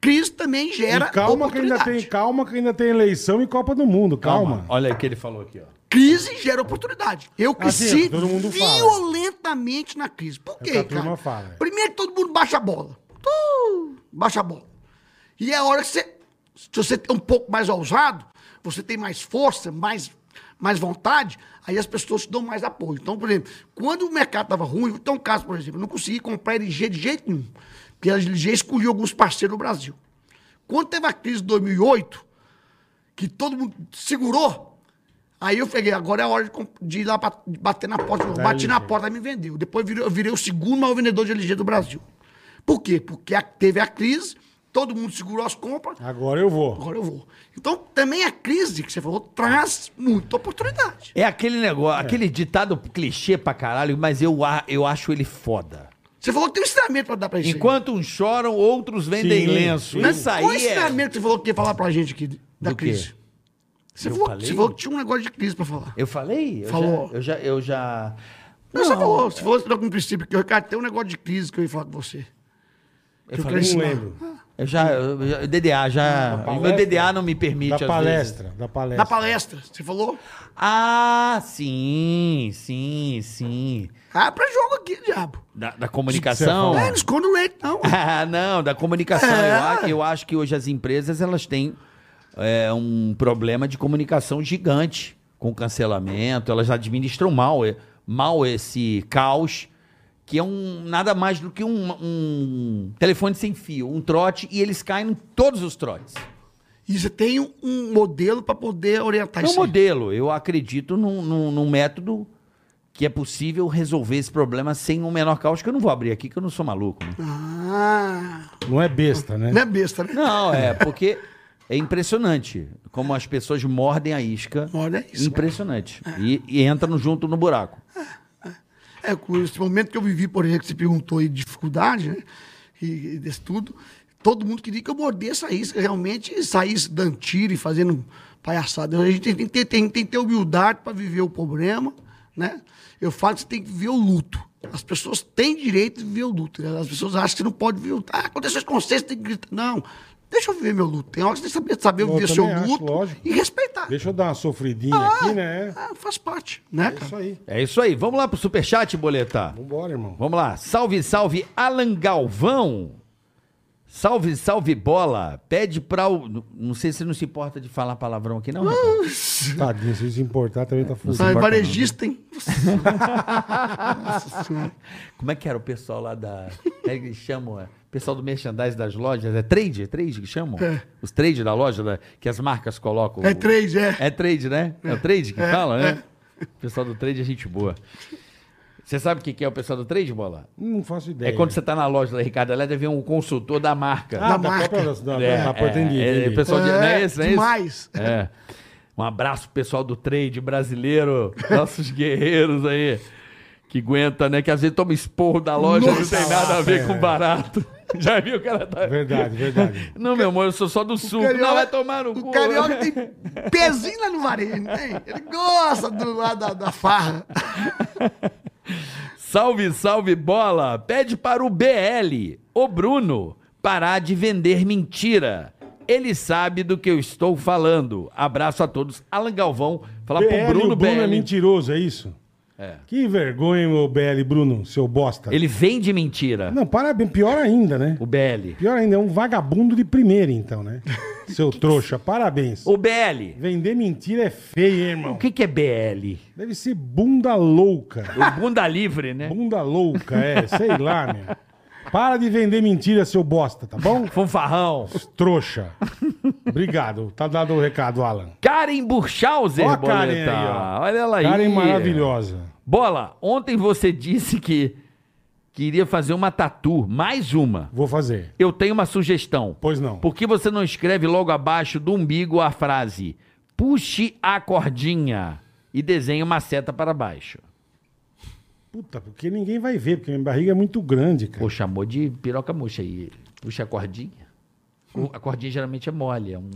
F: crise também gera
D: e calma que ainda
F: oportunidade.
D: tem, calma que ainda tem eleição e Copa do Mundo, calma.
C: Olha o que ele falou aqui, ó.
F: Crise gera oportunidade. Eu cresci
D: sim, é todo mundo fala.
F: violentamente na crise. Por
D: É
F: quê,
D: o que a turma
F: cara?
D: fala, é.
F: Primeiro que todo mundo baixa a bola. Tu, baixa a bola. E é a hora que você... Se você é um pouco mais ousado, você tem mais força, mais, mais vontade, aí as pessoas te dão mais apoio. Então, por exemplo, quando o mercado estava ruim, vou ter um caso, por exemplo, eu não consegui comprar a LG de jeito nenhum, porque a LG escolheu alguns parceiros no Brasil. Quando teve a crise de 2008, que todo mundo segurou. Aí eu peguei, agora é a hora de, comp- de ir lá pra- de bater na porta.
C: Tá
F: Eu bati na porta, aí me vendeu. Depois virou- eu virei o segundo maior vendedor de LG do Brasil. Por quê? Porque a- teve a crise, todo mundo segurou as compras,
D: Agora eu vou.
F: agora eu vou. Então, também a crise que você falou traz muita oportunidade.
C: É aquele negócio, aquele ditado clichê pra caralho, mas eu, a- eu acho ele foda.
F: Você falou que tem um ensinamento pra dar pra gente.
C: Enquanto uns choram, outros vendem
D: Sim,
C: lenço.
D: sim.
C: Isso aí
F: Qual
C: é...
F: ensinamento que você falou que ia falar pra gente aqui da
C: Do quê?
F: crise? Você
C: Eu
F: falou,
C: falei?
F: você falou que tinha um negócio de crise pra falar.
C: Eu falei? Eu
F: Falou.
C: Já, eu já... Eu já...
F: Não, você falou, você falou logo no princípio que o Ricardo tem um negócio de crise que eu ia falar com você.
C: Eu,
F: Que
C: falei,
F: quero
D: Não
F: ensinar.
D: lembro.
C: eu já... eu já- DDA já... o meu
D: palestra?
C: DDA não me permite,
D: Da
C: às vezes.
D: palestra, da
F: Na
D: palestra.
F: palestra, você falou?
C: Ah, sim, sim, sim.
F: Ah, pra jogo aqui, diabo.
C: Da, da comunicação.
D: Bom.
F: É, não esconde o leite, não.
C: Ah, *laughs* não, da comunicação.
F: É.
C: Eu, a- eu acho que hoje as empresas elas têm é, um problema de comunicação gigante com cancelamento. Elas administram mal, é- mal esse caos, que é um nada mais do que um, um telefone sem fio, um trote, e eles caem em todos os trotes.
F: E você tem um- um modelo pra poder orientar
C: É um
F: isso. aí.
C: modelo. Eu acredito num, num- num método que é possível resolver esse problema sem o menor caos, que eu não vou abrir aqui, que eu não sou maluco. né?
F: Ah,
D: Não é besta, né?
F: não é besta, né?
C: Não, é porque é impressionante como as pessoas mordem a isca. É.
F: Olha isso.
C: Impressionante. E, e entram junto no buraco.
F: É, com esse momento que eu vivi, por exemplo, que você perguntou aí de dificuldade, né? E, e desse tudo, todo mundo queria que eu mordesse a isca, realmente e saísse dando tiro e fazendo palhaçada. A gente tem, que ter- tem- tem que ter humildade para viver o problema, né? Eu falo que você tem que viver o luto. As pessoas têm direito de viver o luto. né? As pessoas acham que não pode viver o luto. Ah, aconteceu isso com você, você tem que gritar. Não, deixa eu viver meu luto. Tem horas que você tem que saber, saber
D: Eu
F: viver seu
D: também acho,
F: luto
D: lógico.
F: e respeitar.
D: Deixa eu dar uma sofridinha aqui, né?
F: Ah, faz parte, né,
D: É isso
F: cara?
D: aí.
C: É isso aí. Vamos lá pro superchat, boleta.
D: Vambora, irmão.
C: Vamos lá. Salve, salve, Alan Galvão. Salve, salve, bola. Pede pra o. n- Não sei se não se importa de falar palavrão aqui, não. Renato?
D: Tadinho, se isso importar, também tá fudido.
F: Sabe, varejista, hein?
C: Como é que era o pessoal lá da. como é que eles chamam? é? O pessoal do merchandising das lojas. É trade? É trade que chamam?
F: É.
C: Os trade da loja da- que as marcas colocam.
F: É três,
C: *laughs*
F: é.
C: É trade, né? É o trade que fala, né? O pessoal do trade é gente boa. Você sabe o que que é o pessoal do trade, Bola?
D: Não faço
C: É,
D: ideia.
C: quando você tá na loja da Ricardo Elétrica, vem um consultor da marca.
D: Ah, da,
F: Da marca.
D: própria- da-
C: é,
D: da porta
C: é,
D: entendi,
C: é,
D: entendi.
C: pessoal de, não é esse, não é
F: demais.
C: esse? É. Um abraço pro pessoal do trade brasileiro, nossos guerreiros aí, que aguenta, né? Que às vezes toma esporro da loja, não
F: Nossa,
C: tem nada a ver
D: é.
C: com barato. *laughs* Já viu o cara tá... *laughs*
D: Verdade, verdade.
C: Não, meu amor, eu sou só do sul. Não, vai tomar no cu.
F: O carioca tem pezinho lá no varejo, não tem? Ele gosta do lado da, da farra.
C: Salve, salve bola! Pede para o BL, o Bruno, parar de vender mentira. Ele sabe do que eu estou falando. Abraço a todos. Alan Galvão, falar
D: BL,
C: pro Bruno
D: o Bruno é
C: BL.
D: mentiroso, é isso?
C: É.
D: Que vergonha, meu BL, Bruno, seu bosta.
C: Ele vende mentira.
D: Não, parabéns, pior ainda, né?
C: O BL.
D: Pior ainda, é um vagabundo de primeira,
C: *laughs*
D: então, né? Seu trouxa, parabéns.
C: O BL.
D: Vender mentira é feio, hein, irmão.
C: O que, que é BL?
D: Deve ser bunda louca.
C: O bunda livre, né?
D: Bunda louca, é, sei lá, meu. Para de vender mentira, seu bosta, tá bom?
C: Fanfarrão.
D: Trouxa. Obrigado. Tá dado o recado, Alan.
C: Karen Burchauser,
D: Ó a
C: Olha
D: Karen aí, ó.
C: Olha ela aí.
D: Karen maravilhosa.
C: Bola, ontem você disse que queria fazer uma tatu, mais uma.
D: Vou fazer.
C: Eu tenho uma sugestão.
D: Pois não.
C: Por que você não escreve logo abaixo do umbigo a frase puxe a cordinha e desenhe uma seta para baixo?
D: Puta, porque ninguém vai ver, porque minha barriga é muito grande, cara.
C: Pô, chamou de piroca murcha aí. Puxa a cordinha. O- A cordinha geralmente é mole. é um-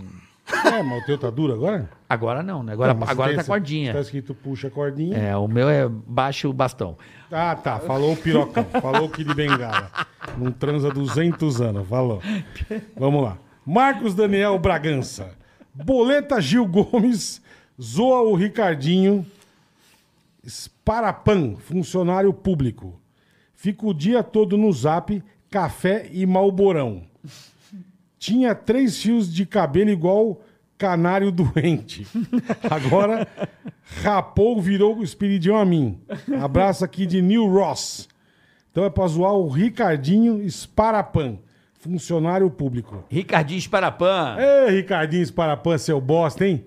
D: É, mas o teu tá duro agora?
C: Agora não, né? Agora,
D: Não, mas
C: agora
D: tem
C: tá
D: esse-
C: cordinha.
D: Tá escrito puxa a cordinha.
C: É, o meu é baixo o bastão.
D: Ah, tá. Falou o pirocão. falou o Kid Bengala. Não transa 200 anos. Falou. Vamos lá. Marcos Daniel Bragança. Boleta Gil Gomes. Zoa o Ricardinho. Sparapan, funcionário público. Fico o dia todo no zap, café e malborão. Tinha três fios de cabelo igual canário doente. Agora, rapou, virou o espiridião a mim. Abraço aqui de Neil Ross. Então é pra zoar o Ricardinho Sparapan, funcionário público.
C: Ricardinho Esparapan.
D: Ê, Ricardinho Sparapan, seu bosta, hein?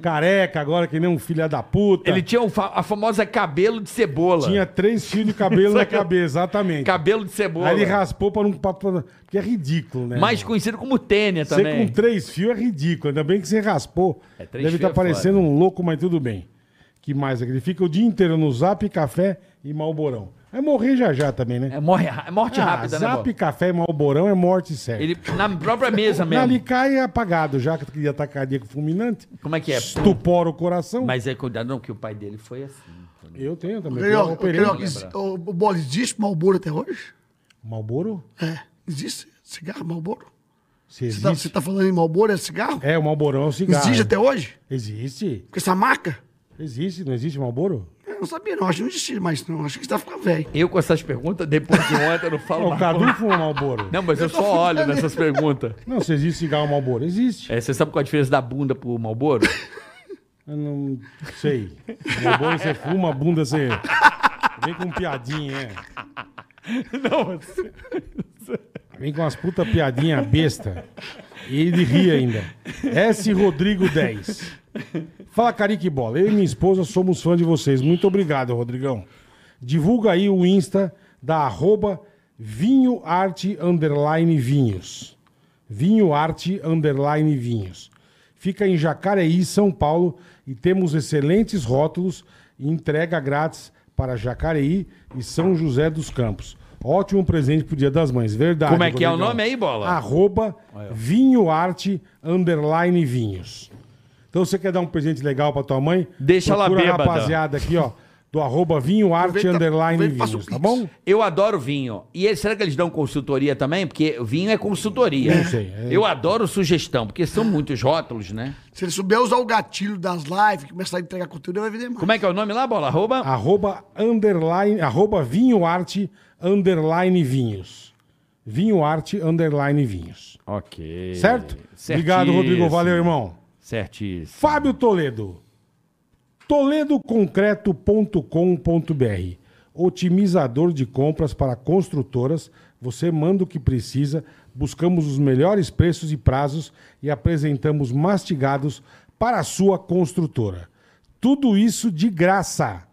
D: Careca agora, que nem um filha da puta.
C: Ele tinha o fa- a famosa cabelo de cebola.
D: Tinha três fios de cabelo na
C: *laughs* Saca-
D: cabeça, exatamente.
C: cabelo de cebola.
D: Aí ele raspou pra não... pra- pra- Porque é ridículo, né?
C: Mais
D: irmão?
C: conhecido como Tênia
D: Você
C: também.
D: com três fios é ridículo. Ainda bem que você raspou.
C: né? É, três
D: Deve
C: fios
D: estar
C: é
D: parecendo
C: foda.
D: um louco, mas tudo bem. Que mais? é que Ele fica o dia inteiro no zap, café e malborão. É morrer já já também, né?
C: É, morre, é morte
D: Ah,
C: rápida, né,
D: zap,
C: Bob?
D: café e malborão é morte certa.
C: Ele na própria mesa
D: Na
C: mesmo.
D: ali cai é apagado, já que ia estar cardíaco fulminante.
C: Como é que é?
D: Estupora o coração.
C: Mas é cuidado não, que o pai dele foi assim.
D: Eu tenho também. Eu
F: Carioca,
D: operei.
F: Carioca, exi- o o Bola, existe Malboro até hoje?
D: Malboro?
F: É. Existe cigarro Malboro?
D: Se
F: Você tá,
D: existe.
F: você tá falando em Malboro, é cigarro?
D: É, o malborão é um cigarro.
F: existe até hoje?
D: Existe.
F: Com essa marca?
D: Existe. Não existe malboro?
F: Eu não sabia, não. Acho que não existia mais, não. Acho que você tá ficando velho.
C: Eu com essas perguntas, depois de ontem, eu não falo
D: O
C: mais.
D: Cadu
C: *laughs*
D: fuma malboro.
C: Não, mas eu só olho nessas perguntas.
D: Não, se existe cigarro malboro, existe.
C: É, você sabe qual a diferença da bunda pro Malboro?
D: Eu não sei. Malboro você fuma, a bunda você. Vem com piadinha, é. Não, Vem com umas puta piadinha besta. E ele ri ainda. S. Rodrigo 10. Fala, Carique Bola. Eu e minha esposa somos fã de vocês. Muito obrigado, Rodrigão. Divulga aí o Insta da arroba vinhoarte underline vinhos. Vinhoarte underline vinhos. Fica em Jacareí, São Paulo e temos excelentes rótulos e entrega grátis para Jacareí e São José dos Campos. Ótimo presente pro Dia das Mães, verdade.
C: Como é que é o
D: Rodrigão.
C: nome aí, Bola?
D: Arroba vinhoarte underline vinhos. Então você quer dar um presente legal pra tua mãe?
C: Deixa ela
D: Procura a
C: bêbada.
D: rapaziada aqui, ó, do arroba vinhoarte
F: Aproveita-
D: underline
F: aproveita e faça o
D: vinhos, tá
F: pix.
D: bom?
C: Eu adoro vinho. E eles- será que eles dão consultoria também? Porque vinho é consultoria.
D: Não sei, é.
C: Eu adoro sugestão, porque são muitos rótulos, né?
F: Se ele souber usar o gatilho das lives, começar a entregar conteúdo, ele vai vender mais.
C: Como é que é o nome lá, Bola? Arroba...
D: Ah. Arroba underline, arroba vinhoarte underline vinhos. Vinhoarte underline vinhos.
C: Ok.
D: Certo? Obrigado, Rodrigo. Valeu, irmão.
C: Certíssimo.
D: Fábio Toledo. Toledoconcreto.com.br Otimizador de compras para construtoras. Você manda o que precisa. Buscamos os melhores preços e prazos e apresentamos mastigados para a sua construtora. Tudo isso de graça.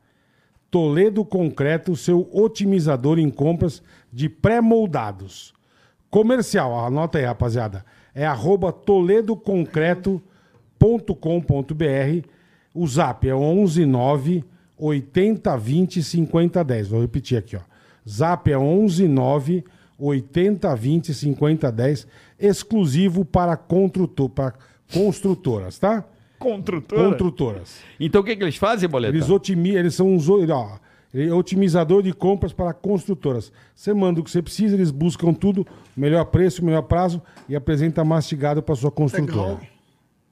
D: Toledo Concreto, seu otimizador em compras de pré-moldados. Comercial, anota aí, rapaziada. É arroba toledoconcreto.com.br. O zap é 119 8020 5010. Vou repetir aqui, ó. Zap é 119 8020 5010, exclusivo para, construtor, para construtoras, tá? Construtoras.
C: Então o que, que eles fazem, Boleta?
D: Eles otimizam, eles são os. Ó, Ele é otimizador de compras para construtoras. Você manda o que você precisa, eles buscam tudo, melhor preço, melhor prazo e apresenta mastigado para sua
C: é?
D: construtora.
F: Legal.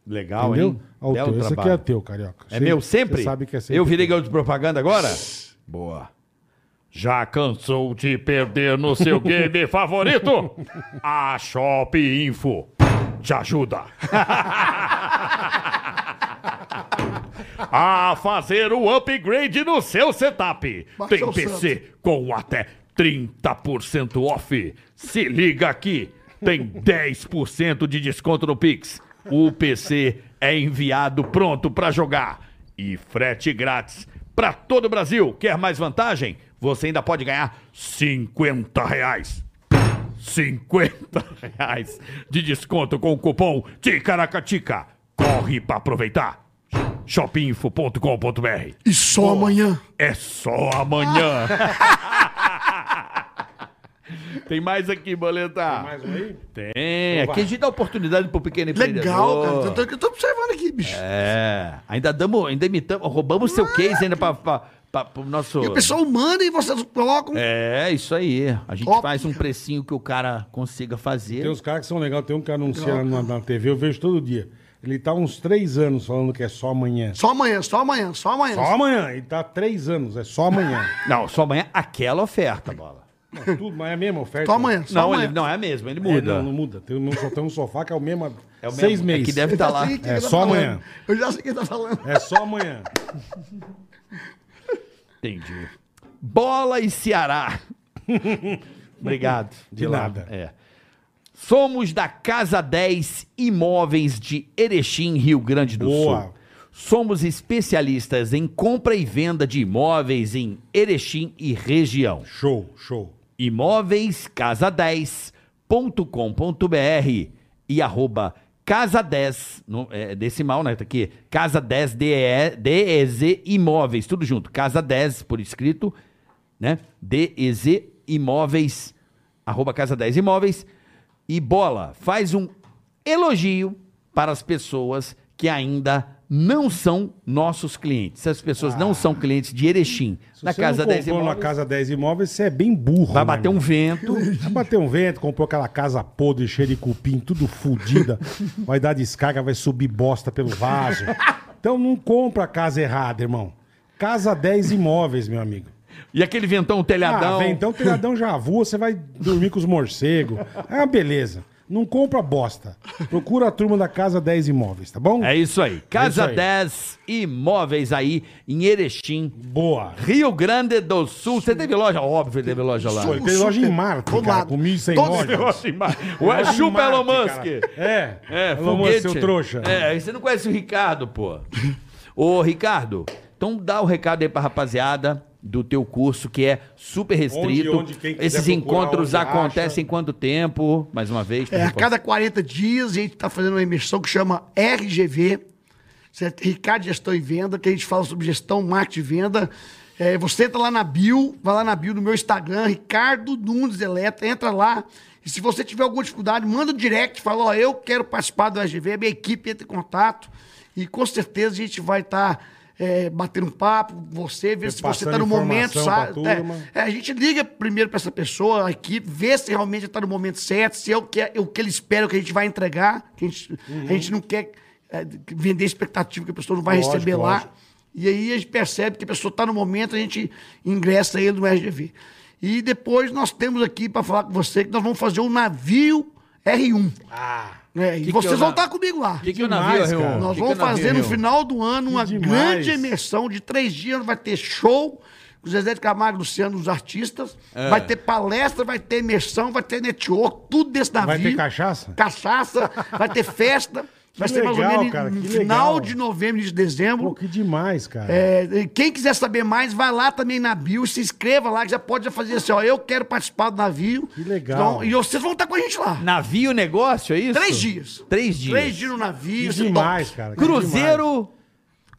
C: Legal,
D: Entendeu?
C: hein?
D: Ao
C: Belo
D: teu. Esse aqui é
C: trabalho.
D: teu, carioca.
C: É meu sempre?
D: Você sabe que é sempre.
C: Eu virei garoto de propaganda agora?
I: Boa. Já cansou de perder no seu game favorito? A Shop Info te ajuda. A fazer o upgrade no seu setup.
F: Baixa
I: Tem
F: o
I: PC com até 30% off. Se liga aqui, tem 10% de desconto no Pix. O PC é enviado pronto pra jogar e frete grátis pra todo o Brasil. Quer mais vantagem? Você ainda pode ganhar 50 reais. 50 reais de desconto com o cupom TICARACATICA. Corre pra aproveitar. shopinfo.com.br
F: E só amanhã.
I: é só amanhã. Tem mais aqui, boleta.
D: Mais um aí?
C: É, aqui a gente dá oportunidade pro pequeno empreendedor.
F: Legal, cara. então tá- Eu tô, eu tô observando aqui, bicho.
C: É, ainda damos, ainda imitamos, roubamos seu case ainda pra, pra, pra, pro nosso...
F: E o pessoal manda e vocês colocam.
C: É, isso aí. A gente
F: Top.
C: faz um precinho que o cara consiga fazer.
D: Tem uns caras que são legais, tem um que anuncia na, na TV, eu vejo todo dia. Ele tá há uns três anos falando que é só amanhã.
F: Só amanhã, só amanhã, só amanhã.
D: Só amanhã, ele tá há três anos, é só
F: *laughs*
D: amanhã.
C: *laughs* Não, só amanhã aquela oferta, bola.
D: Não, tudo, mas é a mesma oferta.
F: Só amanhã, só
C: não,
F: amanhã.
C: ele não é a mesma, ele
D: É,
C: muda.
D: não, não muda. Tem um, só tem um sofá que é o mesmo há
C: É o mesmo,
D: seis
C: é
D: meses.
C: que deve estar
F: *laughs*
C: lá.
F: quem
D: É,
F: ele
D: só
F: falando.
D: amanhã.
F: Eu já sei quem tá falando.
D: É só amanhã.
C: Entendi. Bola e Ceará. Obrigado.
D: De
C: lá.
D: nada.
C: É. Somos da Casa 10 Imóveis de Erechim, Rio Grande do
D: Boa.
C: Sul. Somos especialistas em compra e venda de imóveis em Erechim e região.
D: Show, show.
C: imóveiscasa10.com.br e arroba casa10, no- é, decimal, né? Tá aqui, casa10 DE DEZ imóveis, tudo junto, casa10 por escrito, né? DEZ imóveis, arroba casa10 imóveis e bola, faz um elogio para as pessoas que ainda não são nossos clientes. Se as pessoas não são clientes de Erechim,
D: Ah. Se
C: da
D: você
C: Casa
D: não
C: 10
D: comprou
C: Imóveis,
D: na Casa 10 Imóveis, você é bem burro.
C: vai
D: né,
C: bater um
D: irmão?
C: vento.
D: Vai bater um vento, comprou aquela casa podre, cheia de cupim, tudo fodida. Vai dar descarga, vai subir bosta pelo vaso. Então não compra a casa errada, irmão. Casa 10 Imóveis, meu amigo.
C: E aquele ventão, telhadão.
D: Ah, vem, então o telhadão já voa, você vai dormir com os morcegos. É uma beleza. Não compra bosta. Procura a turma da Casa 10 Imóveis, tá bom?
C: É isso aí. Casa
D: aí.
C: 10 Imóveis aí em Erechim,
D: Boa.
C: Rio Grande do Sul. Você teve loja? Óbvio, teve loja lá.
D: Pô, ele tem loja em Marte,
F: Todo
D: cara,
F: lado.
D: com 1.100
F: Todos
D: lojas.
K: O
D: Loja em
K: chupa
D: Marte,
K: Elon Musk.
D: cara. É,
K: É,
D: Elon Musk,
K: foguete.
D: seu trouxa.
C: É, e você não conhece o Ricardo,
D: *laughs*
C: pô. Ô, Ricardo, então dá o recado aí pra rapaziada do teu curso, que é super restrito.
D: Onde- onde quem quiser
C: Esses
D: procurar,
C: encontros
D: onde acha.
C: acontecem em quanto tempo? Mais uma vez.
F: É, a
C: por favor.
F: cada 40 dias a gente está fazendo uma imersão que chama RGV, certo? Ricardo Gestão e Venda, que a gente fala sobre gestão, marketing e venda. É, você entra lá na bio, vai lá na bio no meu Instagram, Ricardo Nunes Eletro, entra lá. E se você tiver alguma dificuldade, manda um direct, fala, ó, eu quero participar do RGV, a minha equipe entra em contato. E com certeza a gente vai estar batendo um papo, você, ver se você
D: Passando
F: está no momento,
D: informação pra
F: sabe?
D: turma.
F: É, é, a gente liga primeiro para essa pessoa, a equipe, vê se realmente está no momento certo, se é o que, é o que ele espera que a gente vai entregar. que a, gente, a gente não quer é, vender expectativa que a pessoa não vai
D: Lógico,
F: receber lá.
D: lógico.
F: E aí a gente percebe que a pessoa está no momento, a gente ingressa ele no RGV. E depois nós temos aqui para falar com você que nós vamos fazer um navio R1. né? E
C: que
F: vocês
C: é o
F: vão
C: na-
F: estar comigo lá.
C: O que, que o
D: Demais,
C: navio
D: cara.
C: Reon? O
F: Nós
C: que
F: vamos
C: que o navio
F: fazer no
C: Reon?
F: final do ano uma
D: demais.
F: grande imersão de três dias. Vai ter show com Zezé de Camargo e Luciano, os artistas.
C: É.
F: Vai ter palestra, vai ter imersão, vai ter network, tudo desse navio.
D: Vai ter cachaça?
F: Cachaça, vai ter
D: *laughs*
F: festa. vai ser mais ou
D: legal,
F: menos
D: cara, que
F: no final
D: legal.
F: de novembro, início de dezembro.
D: Pô, que demais, cara.
F: É, e quem quiser saber mais, vai lá também na bio, se inscreva lá, que já pode já fazer assim, ó, eu quero participar do navio. Que
D: legal.
F: e vocês vão estar com a gente lá.
C: Navio negócio, é isso?
F: Três dias.
C: Três dias.
F: Três dias no navio.
D: que
F: isso é
D: demais,
F: top.
D: cara. que demais.
C: Cruzeiro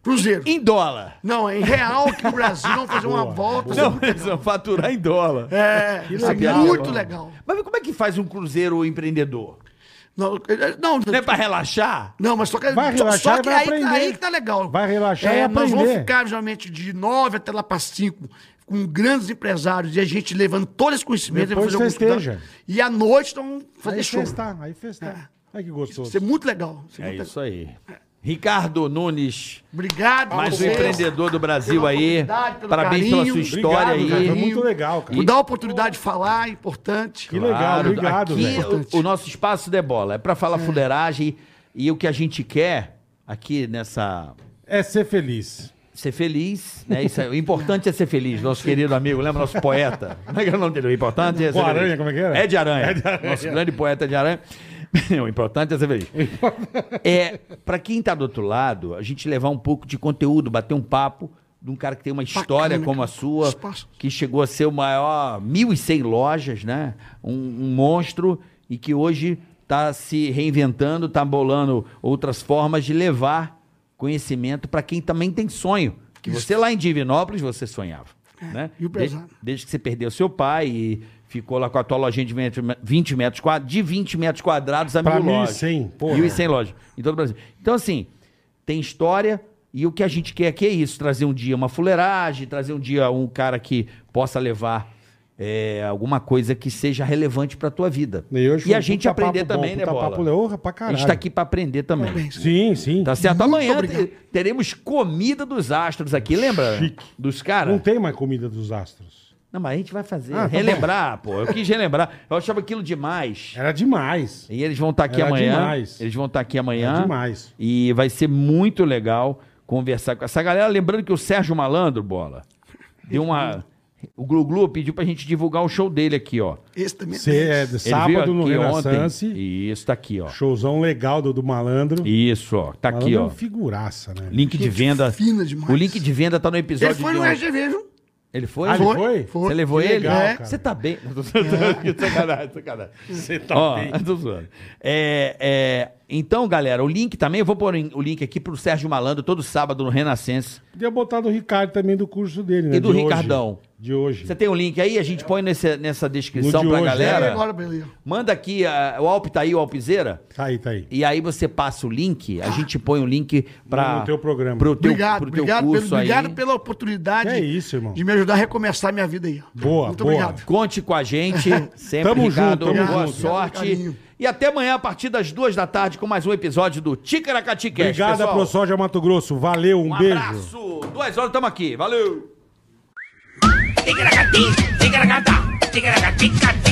F: Cruzeiro.
C: em dólar.
F: Não, é em real que o Brasil vamos fazer uma
D: Boa,
F: volta.
C: Não, *laughs* eles vão faturar em dólar.
F: É, isso é
C: legal.
F: muito legal.
C: Mas como é que faz um cruzeiro empreendedor?
F: Não, é, não,
C: Não é pra relaxar?
F: não, mas só que,
D: Né, Vai
F: só,
D: relaxar
F: só
D: e
F: que
D: vai
F: aí,
D: aprender.
F: aí que tá legal.
D: Vai relaxar e
F: Nós vamos
D: aprender.
F: ficar geralmente de nove até lá para cinco com grandes empresários e a gente levando todo esse conhecimento.
D: Depois
F: vamos fazer alguns
D: festeja.
F: estudantes. E à noite estão
D: Aí
F: fazendo show.
D: festar, aí festar. Olha que gostoso.
F: Isso é muito legal. Isso é
C: É
F: muito
C: isso aí. Ricardo Nunes,
F: legal. Obrigado.
C: mais um
F: vocês.
C: empreendedor do Brasil
F: pela
C: aí.
F: oportunidade, pelo
C: Parabéns pela
F: carinho.
C: sua história
D: Obrigado, cara,
C: aí.
D: Foi muito legal, cara.
F: Por dar a oportunidade de falar, é importante.
D: Que legal,
C: Claro,
D: obrigado,
C: aqui
D: velho.
C: o- o, nosso espaço é bola, é pra falar fuleiragem e o que a gente quer aqui nessa
D: É ser feliz.
C: ser feliz, né? Isso é- o importante é ser feliz, nosso querido amigo, lembra nosso
D: *laughs*
C: poeta? Como é que é o nome dele? O importante é ser
D: O Aranha,
C: feliz.
D: como é que era?
C: É de Aranha. Nosso grande poeta de Aranha. *laughs* o importante é ser feliz. é, para quem tá do outro lado, a gente levar um pouco de conteúdo, bater um papo de um cara que tem uma história
F: Bacana,
C: como a
F: cara.
C: sua,
F: Espaço.
C: que chegou a ser o maior 1.100 lojas, né? Um, um monstro e que hoje está se reinventando, está bolando outras formas de levar conhecimento para quem também tem sonho. Que você lá em Divinópolis você sonhava, né?
F: É, e o
C: De-
F: pesado.
C: desde que você perdeu seu pai e ficou lá com a tua lojinha de 20 me- 20 metros quadrados, de 20 metros quadrados a
D: Pra
C: mil lojas.
D: 1.100, porra.
C: 1.100 lojas em todo o Brasil. Então, assim, tem história e o que a gente quer aqui é isso, trazer um dia uma fuleiragem, trazer um dia um cara que possa levar é, alguma coisa que seja relevante pra tua vida.
D: E, hoje
C: E
D: foi
C: a
D: um
C: gente
D: puta
C: aprender
D: papo
C: também,
D: bom,
C: né,
D: puta
C: Bola?
D: papo leorra pra
C: a
D: caralho.
C: gente tá aqui pra aprender também.
D: Sim, sim.
C: Tá certo?
F: Muito
C: Amanhã
F: obrigado.
C: te- teremos comida dos astros aqui, lembra?
D: Chique.
C: Dos caras.
D: Não tem mais comida dos astros.
C: Não, mas a gente vai fazer.
D: Ah, tá
C: relembrar, pô. Eu quis relembrar. Eu achava aquilo demais.
D: Era demais.
C: E eles vão estar aqui
D: Era
C: amanhã.
D: demais.
C: Eles vão estar aqui amanhã.
D: Era demais.
C: E vai ser muito legal conversar com essa galera. Lembrando que o Sérgio Malandro, bola, deu uma. O Glu Glu pediu pra gente divulgar o show dele aqui, ó.
F: Esse também é
D: Cê- é,
C: Ele veio
D: sábado no
C: aqui
D: Renaissance.
C: Isso, tá aqui, ó.
D: Showzão legal do, do Malandro.
C: Isso, ó. Tá aqui,
D: Malandro é um
C: ó.
D: figuraça, né?
C: Link de venda.
F: fina demais.
C: O link de venda tá no episódio.
F: Ele foi
C: de
F: no
C: ontem.
F: RGV, viu?
C: Ele foi?
D: Ah, ele
F: Foi,
D: foi?
F: foi.
C: Você levou
D: Que
C: ele?
D: legal,
C: É.
D: cara. É.
C: Você tá bem. sacanagem,
D: *laughs*
C: sacanagem. Você tá bem. É, é, então, galera, o link também, eu vou pôr em- o link aqui pro Sérgio Malandro todo sábado no Renascença.
D: Podia botar do Ricardo também do curso dele, né?
C: E do
D: De hoje.
C: Ricardão.
D: De hoje.
C: Você tem o link aí? A gente põe nesse- nessa descrição
D: No de
C: pra
D: hoje, né?
F: É,
C: galera.
F: agora, beleza.
C: Manda aqui, ah, o Alp tá aí, o Alpizeira.
D: Tá aí, tá aí.
C: E aí você passa o link, a gente põe o link para
D: Ah. No teu programa.
C: Pro teu,
F: Obrigado,
C: pro teu
F: obrigado,
C: curso
F: pelo,
C: aí.
F: obrigado pela oportunidade
D: Que é isso, irmão.
F: de me ajudar a recomeçar minha vida aí. ó.
D: Boa,
F: Muito
D: boa.
F: obrigado.
C: Conte com a gente,
D: *laughs*
C: sempre,
D: Tamo
C: Ricardo.
D: junto, tamo
C: boa
D: junto.
C: sorte.
F: Carinho.
C: E até amanhã, a partir das duas da tarde, com mais um episódio do Ticaracati Cast,
D: Obrigado,
C: pessoal.
D: a ProSoja Mato Grosso. Valeu, um,
C: Um
D: beijo.
C: abraço. Duas horas, tamo aqui. Valeu.
B: Ticaracati, ticaracatá, ticaracati,